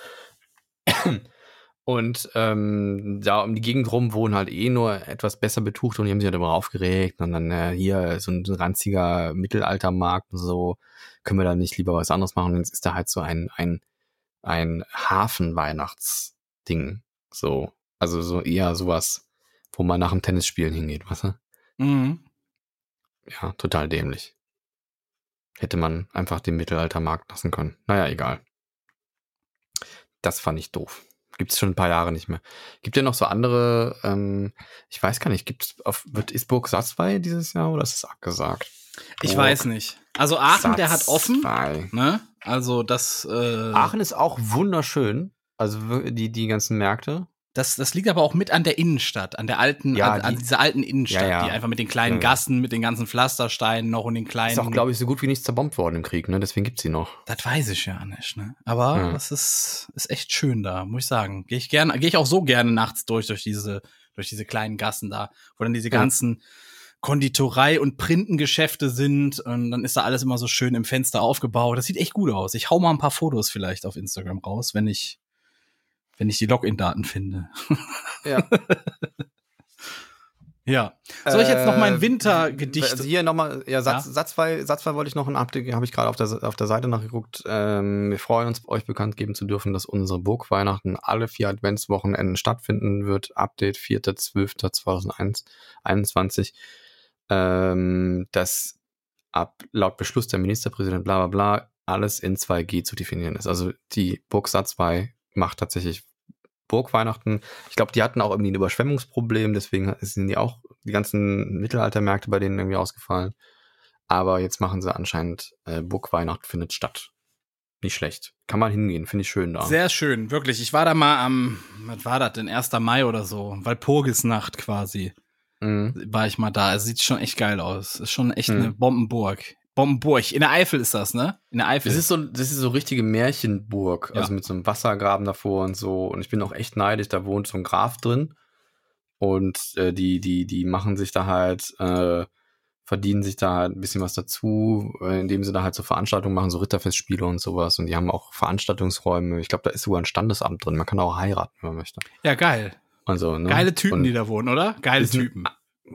B: Und ähm, da um die Gegend rum wohnen halt eh nur etwas besser betucht und die haben sich halt immer aufgeregt. Und dann äh, hier so ein ranziger Mittelaltermarkt und so, können wir da nicht lieber was anderes machen? Und jetzt ist da halt so ein, ein, ein Hafenweihnachtsding. So. Also so eher sowas, wo man nach dem Tennisspielen hingeht, weißt du?
A: Mhm.
B: Ja, total dämlich. Hätte man einfach den Mittelaltermarkt lassen können. Naja, egal. Das fand ich doof. Gibt es schon ein paar Jahre nicht mehr. Gibt ja noch so andere, ähm, ich weiß gar nicht, gibt's auf, wird, ist Burg Satzwey dieses Jahr oder ist es abgesagt?
A: Ich
B: Burg
A: weiß nicht. Also Aachen, der hat offen.
B: Satzwey.
A: Ne? Also das, äh,
B: Aachen ist auch wunderschön. Also wir- die, die ganzen Märkte.
A: das, das liegt aber auch mit an der Innenstadt, an der alten,
B: Ja,
A: an, an
B: die-
A: dieser alten Innenstadt,
B: Ja, ja.
A: die einfach mit den kleinen
B: Ja, ja.
A: Gassen, mit den ganzen Pflastersteinen noch und den kleinen.
B: Ist auch, glaube ich, so gut wie nicht zerbombt worden im Krieg, ne? Deswegen gibt's sie noch.
A: das weiß ich ja nicht, ne? Aber
B: Ja.
A: das ist, ist echt schön da, muss ich sagen. Gehe ich gerne, gehe ich auch so gerne nachts durch, durch diese, durch diese kleinen Gassen da, wo dann diese
B: Ja.
A: ganzen Konditorei- und Printengeschäfte sind und dann ist da alles immer so schön im Fenster aufgebaut. Das sieht echt gut aus. Ich hau mal ein paar Fotos vielleicht auf Instagram raus, wenn ich, wenn ich die Login-Daten finde.
B: Ja.
A: Ja. Soll ich jetzt noch
B: Äh,
A: mein Wintergedicht?
B: Also hier nochmal, ja, Satz,
A: Ja.
B: Satzfall, Satzfall wollte ich noch ein Update, habe ich gerade auf der, auf der Seite nachgeguckt. Ähm, wir freuen uns, euch bekannt geben zu dürfen, dass unsere Burgweihnachten alle vier Adventswochenenden stattfinden wird. Update 4.12.2021. Ähm, das ab, laut Beschluss der Ministerpräsident, bla bla bla, alles in 2G zu definieren ist. Also die Burg Satzfall macht tatsächlich Burgweihnachten. Ich glaube, die hatten auch irgendwie ein Überschwemmungsproblem, deswegen sind die auch die ganzen Mittelaltermärkte bei denen irgendwie ausgefallen. Aber jetzt machen sie anscheinend äh, Burgweihnacht findet statt. Nicht schlecht. Kann man hingehen, finde ich schön da.
A: Sehr schön, wirklich. Ich war da mal am, was war das denn, 1. Mai oder so, Walpurgisnacht quasi,
B: Mhm.
A: war ich mal da. Es sieht schon echt geil aus. Ist schon echt
B: Mhm.
A: eine Bombenburg. Bombenburg. In der Eifel ist das, ne? In der Eifel.
B: Das ist so, das ist so richtige Märchenburg, also mit so einem Wassergraben davor und so. Und ich bin auch echt neidisch, da wohnt so ein Graf drin. Und äh, die, die, die machen sich da halt, äh, verdienen sich da halt ein bisschen was dazu, äh, indem sie da halt so Veranstaltungen machen, so Ritterfestspiele und sowas. Und die haben auch Veranstaltungsräume. Ich glaube, da ist sogar ein Standesamt drin. Man kann auch heiraten, wenn man möchte.
A: ja, geil.
B: Also, ne?
A: Geile Typen,
B: und
A: die da wohnen, oder? Geile
B: Ist ein-
A: Typen.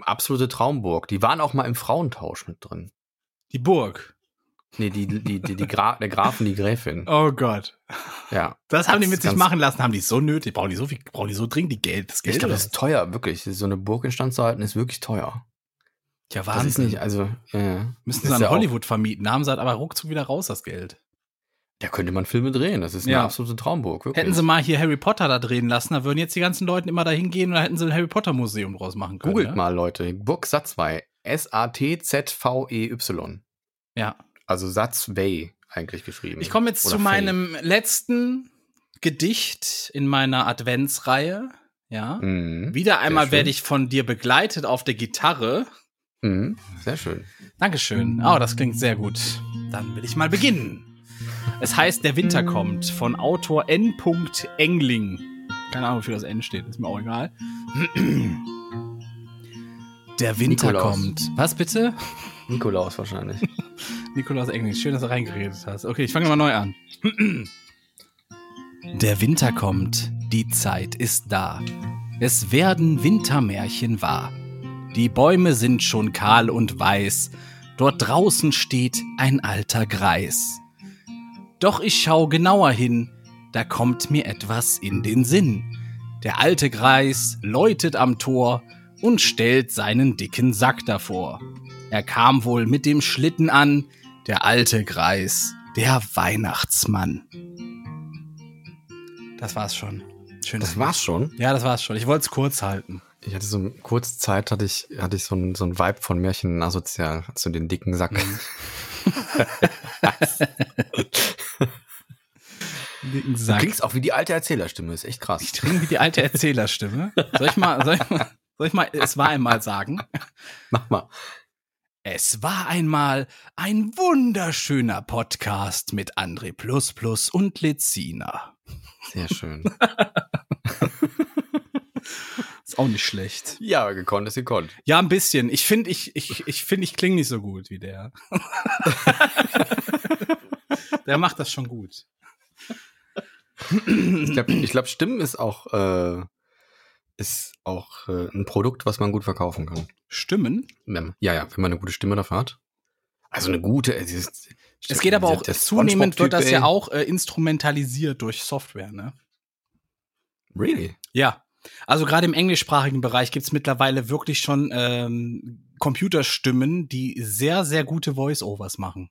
B: Absolute Traumburg. Die waren auch mal im Frauentausch mit drin.
A: Die Burg.
B: Nee, die, die, die, die Gra der Grafen, die Gräfin.
A: Oh Gott.
B: Ja.
A: Das haben die
B: Das
A: mit
B: ist
A: sich
B: ganz-
A: machen lassen. Haben die so nötig? Brauchen die so viel? Brauchen die so dringend die Geld? Das Geld?
B: Ich glaube,
A: oder
B: das ist teuer, wirklich. So eine Burg instand zu halten, ist wirklich teuer.
A: was? ja,
B: Das ist
A: Wahnsinn.
B: nicht, also, ja, ja.
A: Müssen
B: das
A: sie
B: ist
A: an
B: ja auch-
A: Hollywood vermieten. Haben sie halt aber ruckzuck wieder raus, das Geld.
B: Da könnte man Filme drehen. Das ist eine
A: Ja.
B: absolute Traumburg, wirklich.
A: Hätten sie mal hier Harry Potter da drehen lassen, da würden jetzt die ganzen Leute immer da hingehen und da hätten sie ein Harry Potter Museum draus machen können.
B: Googelt
A: ne?
B: mal, Leute. Burg Satzwey. S-A-T-Z-V-E-Y.
A: Ja.
B: Also Satzwey eigentlich geschrieben.
A: Ich komme jetzt
B: Oder
A: zu meinem letzten Gedicht in meiner Adventsreihe. Ja.
B: Fey. Mhm.
A: Wieder einmal
B: schön.
A: werde ich von dir begleitet auf der Gitarre.
B: Mhm. Sehr schön. Mhm.
A: Dankeschön. Oh, das klingt sehr gut. Dann will ich mal beginnen. Es heißt Der
B: Mhm.
A: Winter kommt von Autor N. Engling. Keine Ahnung, wofür das N steht, ist mir auch egal. Der Winter
B: Nikolaus.
A: kommt. Was bitte?
B: Nikolaus wahrscheinlich.
A: Nikolaus Engel, schön, dass du reingeredet hast. Okay, ich fange mal neu an. Der Winter kommt, die Zeit ist da. Es werden Wintermärchen wahr. Die Bäume sind schon kahl und weiß. Dort draußen steht ein alter Greis. Doch ich schau genauer hin, da kommt mir etwas in den Sinn. Der alte Greis läutet am Tor und stellt seinen dicken Sack davor. Er kam wohl mit dem Schlitten an, der alte Greis, der Weihnachtsmann. Das war's schon. Schön.
B: Das war's schon.
A: Ja, das war's schon. Ich wollte es kurz halten.
B: Ich hatte so eine kurze Zeit, hatte ich, hatte ich so ein, so ein Vibe von Märchen asozial, so den dicken Sack.
A: Mhm. Dicken
B: Du
A: Sack.
B: klingst auch wie die alte Erzählerstimme, ist echt krass.
A: Ich trinke wie die alte Erzählerstimme. Soll ich mal, soll ich mal, soll ich mal, es war einmal sagen?
B: Mach mal.
A: Es war einmal ein wunderschöner Podcast mit André Plus Plus und Lezina.
B: Sehr schön.
A: Ist auch nicht schlecht.
B: ja, gekonnt ist gekonnt.
A: Ja, ein bisschen. Ich finde, ich, ich, ich finde, ich klinge nicht so gut wie der. der macht das schon gut.
B: Ich glaube, ich glaub, Stimmen ist auch, äh, ist auch äh, ein Produkt, was man gut verkaufen kann.
A: Stimmen.
B: Wenn, ja, ja, wenn man eine gute Stimme dafür hat. Also eine gute. Es, ist,
A: Es geht aber auch,
B: der
A: zunehmend wird das
B: SpongeBob-Typ,
A: ja
B: ey.
A: auch äh, instrumentalisiert durch Software, ne?
B: Really?
A: Ja. Also gerade im englischsprachigen Bereich gibt's mittlerweile wirklich schon ähm, Computerstimmen, die sehr, sehr gute Voice-Overs machen.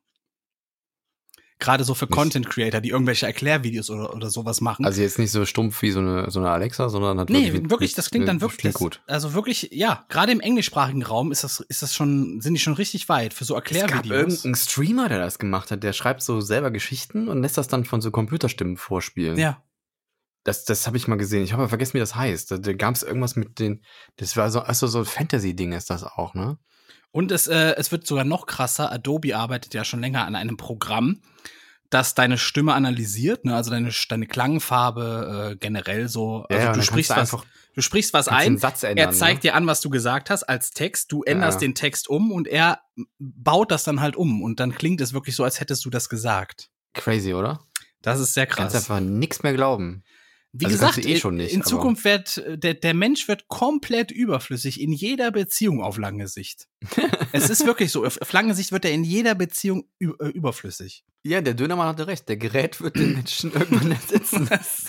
A: Gerade so für Content-Creator, die irgendwelche Erklärvideos oder, oder sowas machen.
B: Also jetzt nicht so stumpf wie so eine, so eine Alexa, sondern hat
A: nee, wirklich, das klingt dann wirklich.
B: Klingt
A: das-
B: gut.
A: Also wirklich, ja, gerade im englischsprachigen Raum ist das, ist das schon, sind die schon richtig weit für so
B: Es gab
A: Erklärvideos.
B: irgendeinen Streamer, der das gemacht hat, der schreibt so selber Geschichten und lässt das dann von so Computerstimmen vorspielen.
A: Ja.
B: Das, das habe ich mal gesehen. Ich habe aber vergessen, wie das heißt. Da, da gab es irgendwas mit den. Das war so, also so ein Fantasy-Ding ist das auch, ne?
A: Und es, äh, es wird sogar noch krasser. Adobe arbeitet ja schon länger an einem Programm, das deine Stimme analysiert, ne? also deine, deine Klangfarbe äh, generell so. Also
B: dann
A: du,
B: kannst
A: sprichst was,
B: einfach
A: du sprichst was
B: kannst den
A: ein,
B: Satz ändern. ne?
A: er zeigt dir an, was du gesagt hast als Text, du änderst
B: Ja.
A: den Text um und er baut das dann halt um und dann klingt es wirklich so, als hättest du das gesagt.
B: ne? Crazy, oder?
A: Das ist sehr
B: Kannst
A: krass.
B: einfach nichts mehr glauben.
A: Wie
B: also
A: gesagt,
B: kannst du eh schon nicht,
A: in
B: aber-
A: Zukunft wird äh, der, der Mensch wird komplett überflüssig in jeder Beziehung auf lange Sicht. es ist wirklich so, auf, auf lange Sicht wird er in jeder Beziehung ü- äh, überflüssig.
B: Ja, der Dönermann hatte recht. Der Gerät wird den Menschen irgendwann ersetzen. Das-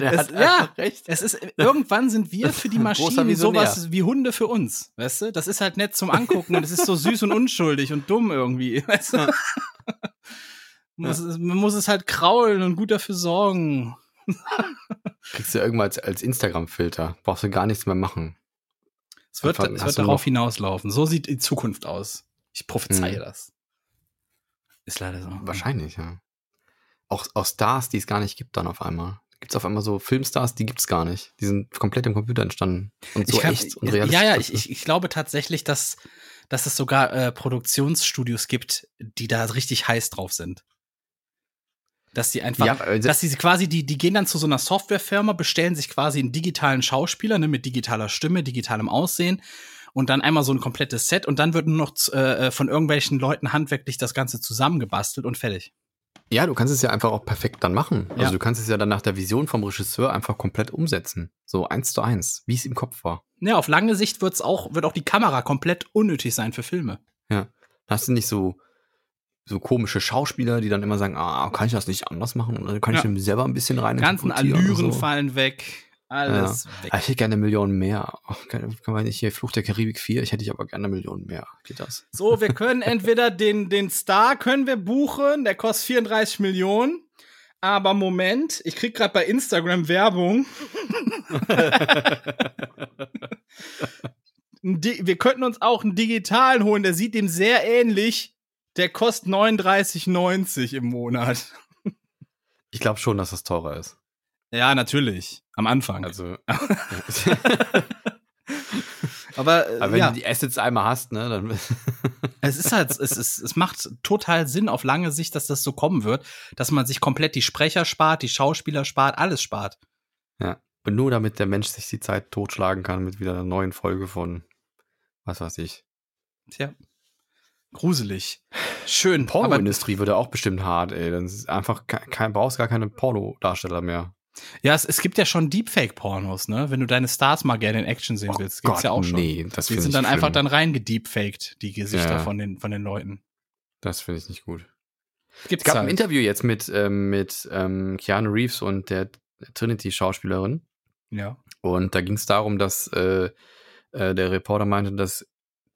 B: Der
A: Es-
B: hat
A: ja.
B: einfach recht.
A: Es ist äh, irgendwann sind wir für die
B: Ein großer
A: Maschinen
B: Visionär.
A: sowas wie Hunde für uns, weißt du? Das ist halt nett zum angucken und es ist so süß und unschuldig und dumm irgendwie, weißt du? Man muss, es- man muss es halt kraulen und gut dafür sorgen.
B: Kriegst du irgendwann als, als Instagram-Filter. Brauchst du gar nichts mehr machen.
A: Es wird,
B: Einfach-
A: es
B: hast
A: wird
B: du
A: darauf
B: noch-
A: hinauslaufen. So sieht die Zukunft aus. Ich prophezeie
B: Hm.
A: das. Ist leider so.
B: Wahrscheinlich, ja. Auch, auch Stars, die es gar nicht gibt, dann auf einmal. Gibt es auf einmal so Filmstars, die gibt es gar nicht. Die sind komplett im Computer entstanden. Und so
A: ich kann,
B: echt und realistisch.
A: ja, ja,
B: das
A: ich,
B: ist.
A: ich, ich glaube tatsächlich, dass, dass es sogar äh, Produktionsstudios gibt, die da richtig heiß drauf sind. Dass die einfach,
B: Ja, also-
A: dass sie quasi, die, die gehen dann zu so einer Softwarefirma, bestellen sich quasi einen digitalen Schauspieler, ne, mit digitaler Stimme, digitalem Aussehen und dann einmal so ein komplettes Set und dann wird nur noch z- äh, äh, von irgendwelchen Leuten handwerklich das Ganze zusammengebastelt und fertig.
B: ja, du kannst es ja einfach auch perfekt dann machen. Also
A: Ja.
B: du kannst es ja dann nach der Vision vom Regisseur einfach komplett umsetzen. So eins zu eins, wie es im Kopf war.
A: Ne, auf lange Sicht wird's auch, wird auch die Kamera komplett unnötig sein für Filme.
B: Dann hast du nicht so, so komische Schauspieler, die dann immer sagen, ah, kann ich das nicht anders machen? Oder kann ich
A: Ja.
B: dem selber ein bisschen rein?
A: Die ganzen
B: interpretieren oder
A: Allüren
B: so?
A: fallen weg. Alles weg.
B: Ah, Ich hätte gerne eine Million mehr. Ach, kann, kann man nicht hier Fluch der Karibik 4? Ich hätte ich aber gerne eine Million mehr. Geht das?
A: So, wir können entweder den, den Star können wir buchen, der kostet 34 Millionen. Aber Moment, ich krieg gerade bei Instagram Werbung. Ein Di- wir könnten uns auch einen digitalen holen, der sieht dem sehr ähnlich. Der kostet 39,90 im Monat.
B: Ich glaube schon, dass das teurer ist.
A: Ja, natürlich. Am Anfang.
B: Also,
A: aber äh,
B: aber wenn
A: ja,
B: du die Assets einmal hast, ne, dann.
A: es ist halt, es, ist, es macht total Sinn auf lange Sicht, dass das so kommen wird, dass man sich komplett die Sprecher spart, die Schauspieler spart, alles spart.
B: Und nur damit der Mensch sich die Zeit totschlagen kann mit wieder einer neuen Folge von, was weiß ich.
A: Tja. Gruselig. Schön. Aber,
B: Pornoindustrie würde auch bestimmt hart, ey. Dann ist einfach ke- kein, brauchst gar keine Pornodarsteller mehr.
A: ja, es, es gibt ja schon Deepfake-Pornos, ne? Wenn du deine Stars mal gerne in Action sehen willst, gibt's ja auch schon.
B: Oh Nee, das
A: die
B: finde ich
A: sind dann einfach
B: schlimm.
A: dann reingedeepfaked, die Gesichter
B: Ja.
A: von, den, von den Leuten.
B: Das finde ich nicht gut. Es
A: Gibt's
B: gab ein
A: halt.
B: Interview jetzt mit, ähm, mit ähm, Keanu Reeves und der Trinity-Schauspielerin.
A: Ja.
B: Und da ging es darum, dass äh, äh, der Reporter meinte, dass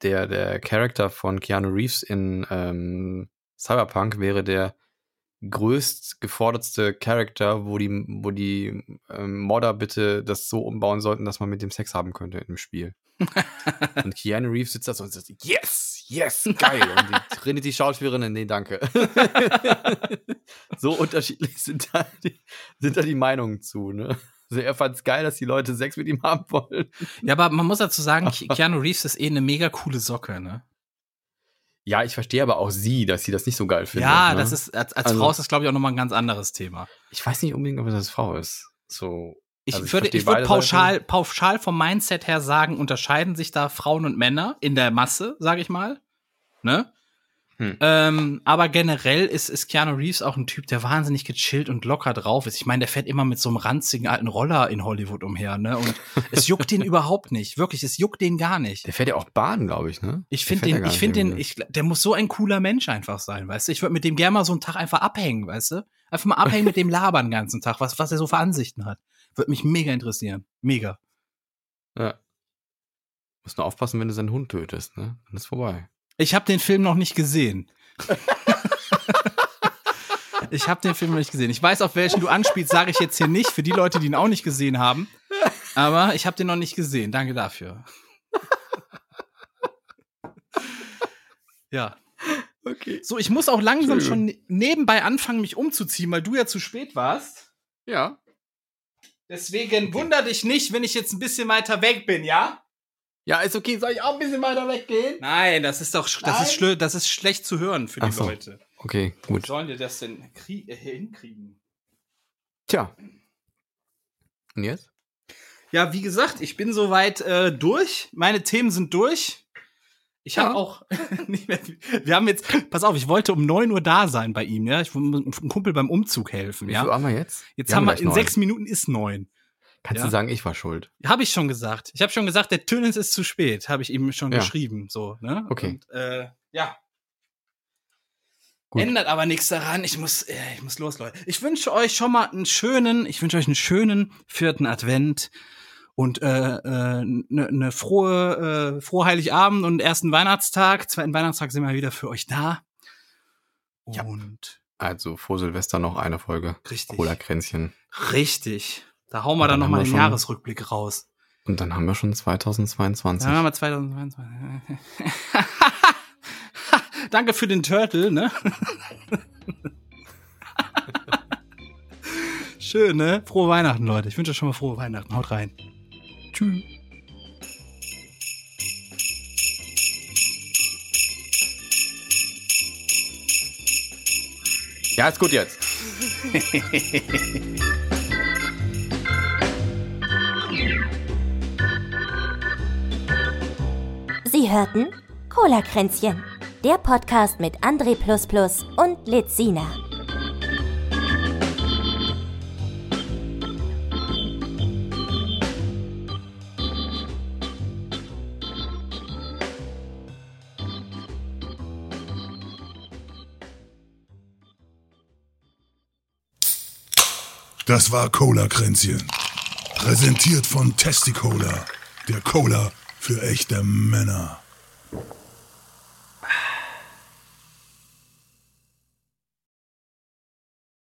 B: der, der Charakter von Keanu Reeves in ähm, Cyberpunk wäre der größt gefordertste Charakter, wo die, wo die ähm, Modder bitte das so umbauen sollten, dass man mit dem Sex haben könnte im Spiel. und Keanu Reeves sitzt da so und sagt, yes, yes, geil. Und die Trinity-Schauspielerin, nee, danke. so unterschiedlich sind da, die, sind da die Meinungen zu, ne? Also er fand's geil, dass die Leute Sex mit ihm haben wollen.
A: Ja, aber man muss dazu sagen, Ke- Keanu Reeves ist eh eine mega coole Socke, ne?
B: Ja, ich verstehe aber auch sie, dass sie das nicht so geil findet.
A: ja,
B: ne?
A: das ist, als, als
B: Also-
A: Frau ist das, glaube ich, auch nochmal ein ganz anderes Thema.
B: Ich weiß nicht unbedingt, ob das als Frau ist. So.
A: Ich
B: Also ich
A: würde,
B: verstehe
A: ich würde
B: beide
A: pauschal, pauschal vom Mindset her sagen, unterscheiden sich da Frauen und Männer in der Masse, sage ich mal. Ne?
B: Hm.
A: Ähm, aber generell ist, ist Keanu Reeves auch ein Typ, der wahnsinnig gechillt und locker drauf ist. Ich meine, der fährt immer mit so einem ranzigen alten Roller in Hollywood umher, ne? Und es juckt den überhaupt nicht. Wirklich, es juckt den gar nicht.
B: Der fährt ja auch Bahn, glaube ich, ne?
A: Ich
B: Der
A: finde
B: fährt ja
A: den,
B: gar
A: ich
B: nicht
A: finde den,
B: irgendwie.
A: ich, gl- der muss so ein cooler Mensch einfach sein, weißt du? Ich würde mit dem gerne mal so einen Tag einfach abhängen, weißt du? Einfach mal abhängen mit dem labern den ganzen Tag, was, was er so für Ansichten hat. Würde mich mega interessieren. Mega.
B: Ja. Musst nur aufpassen, wenn du seinen Hund tötest, ne? Dann ist vorbei.
A: Ich habe den Film noch nicht gesehen. ich habe den Film noch nicht gesehen. Ich weiß, auf welchen du anspielst, sage ich jetzt hier nicht, für die Leute, die ihn auch nicht gesehen haben. Aber ich habe den noch nicht gesehen. Danke dafür. Ja.
B: Okay.
A: So, ich muss auch langsam schon ne- nebenbei anfangen, mich umzuziehen, weil du ja zu spät warst.
B: Ja.
A: Deswegen wunder dich nicht, wenn ich jetzt ein bisschen weiter weg bin, ja?
B: Ja, ist okay. Soll ich auch ein bisschen weiter weggehen?
A: Nein, das ist doch sch- das ist, schlö- das ist schlecht zu hören für die
B: Ach so.
A: Leute.
B: Okay, gut.
A: sollen wir das denn krie- äh, hinkriegen?
B: Tja. Und jetzt?
A: Ja, wie gesagt, ich bin soweit äh, durch. Meine Themen sind durch. Ich habe
B: Ja.
A: auch nicht mehr. viel- Wir haben jetzt, pass auf, ich wollte um 9 Uhr da sein bei ihm, ja. Ich wollte einem Kumpel beim Umzug helfen,
B: Wie viel Uhr
A: ja.
B: haben wir jetzt?
A: Jetzt haben wir
B: gleich
A: in
B: neun.
A: sechs Minuten ist neun.
B: Kannst
A: ja.
B: du sagen, ich war schuld?
A: Habe ich schon gesagt. Ich habe schon gesagt, der Tönis ist zu spät, habe ich ihm schon
B: Ja.
A: geschrieben. So, ne?
B: Okay.
A: Und, äh, ja.
B: Gut.
A: Ändert aber nichts daran. Ich muss, äh, ich muss los, Leute. Ich wünsche euch schon mal einen schönen, ich wünsche euch einen schönen vierten Advent und eine äh, ne ne frohe, äh, frohe Heiligabend und ersten Weihnachtstag. Zweiten Weihnachtstag sind wir wieder für euch da.
B: Ja.
A: Und
B: Also vor Silvester noch eine Folge.
A: richtig.
B: Cola-Kränzchen.
A: Richtig. Da hauen wir dann
B: Haben wir
A: nochmal den
B: schon.
A: Jahresrückblick raus.
B: Und dann haben wir schon 2022.
A: Dann haben wir 2022. Danke für den Turtle, ne? Schön, ne? Frohe Weihnachten, Leute. Ich wünsche euch schon mal frohe Weihnachten. Haut rein. Tschüss.
B: Ja, ist gut jetzt.
E: Sie hörten Cola-Kränzchen, der Podcast mit André und Lizina.
F: Das war Cola-Kränzchen. Präsentiert von Testicola, der Cola für echte Männer.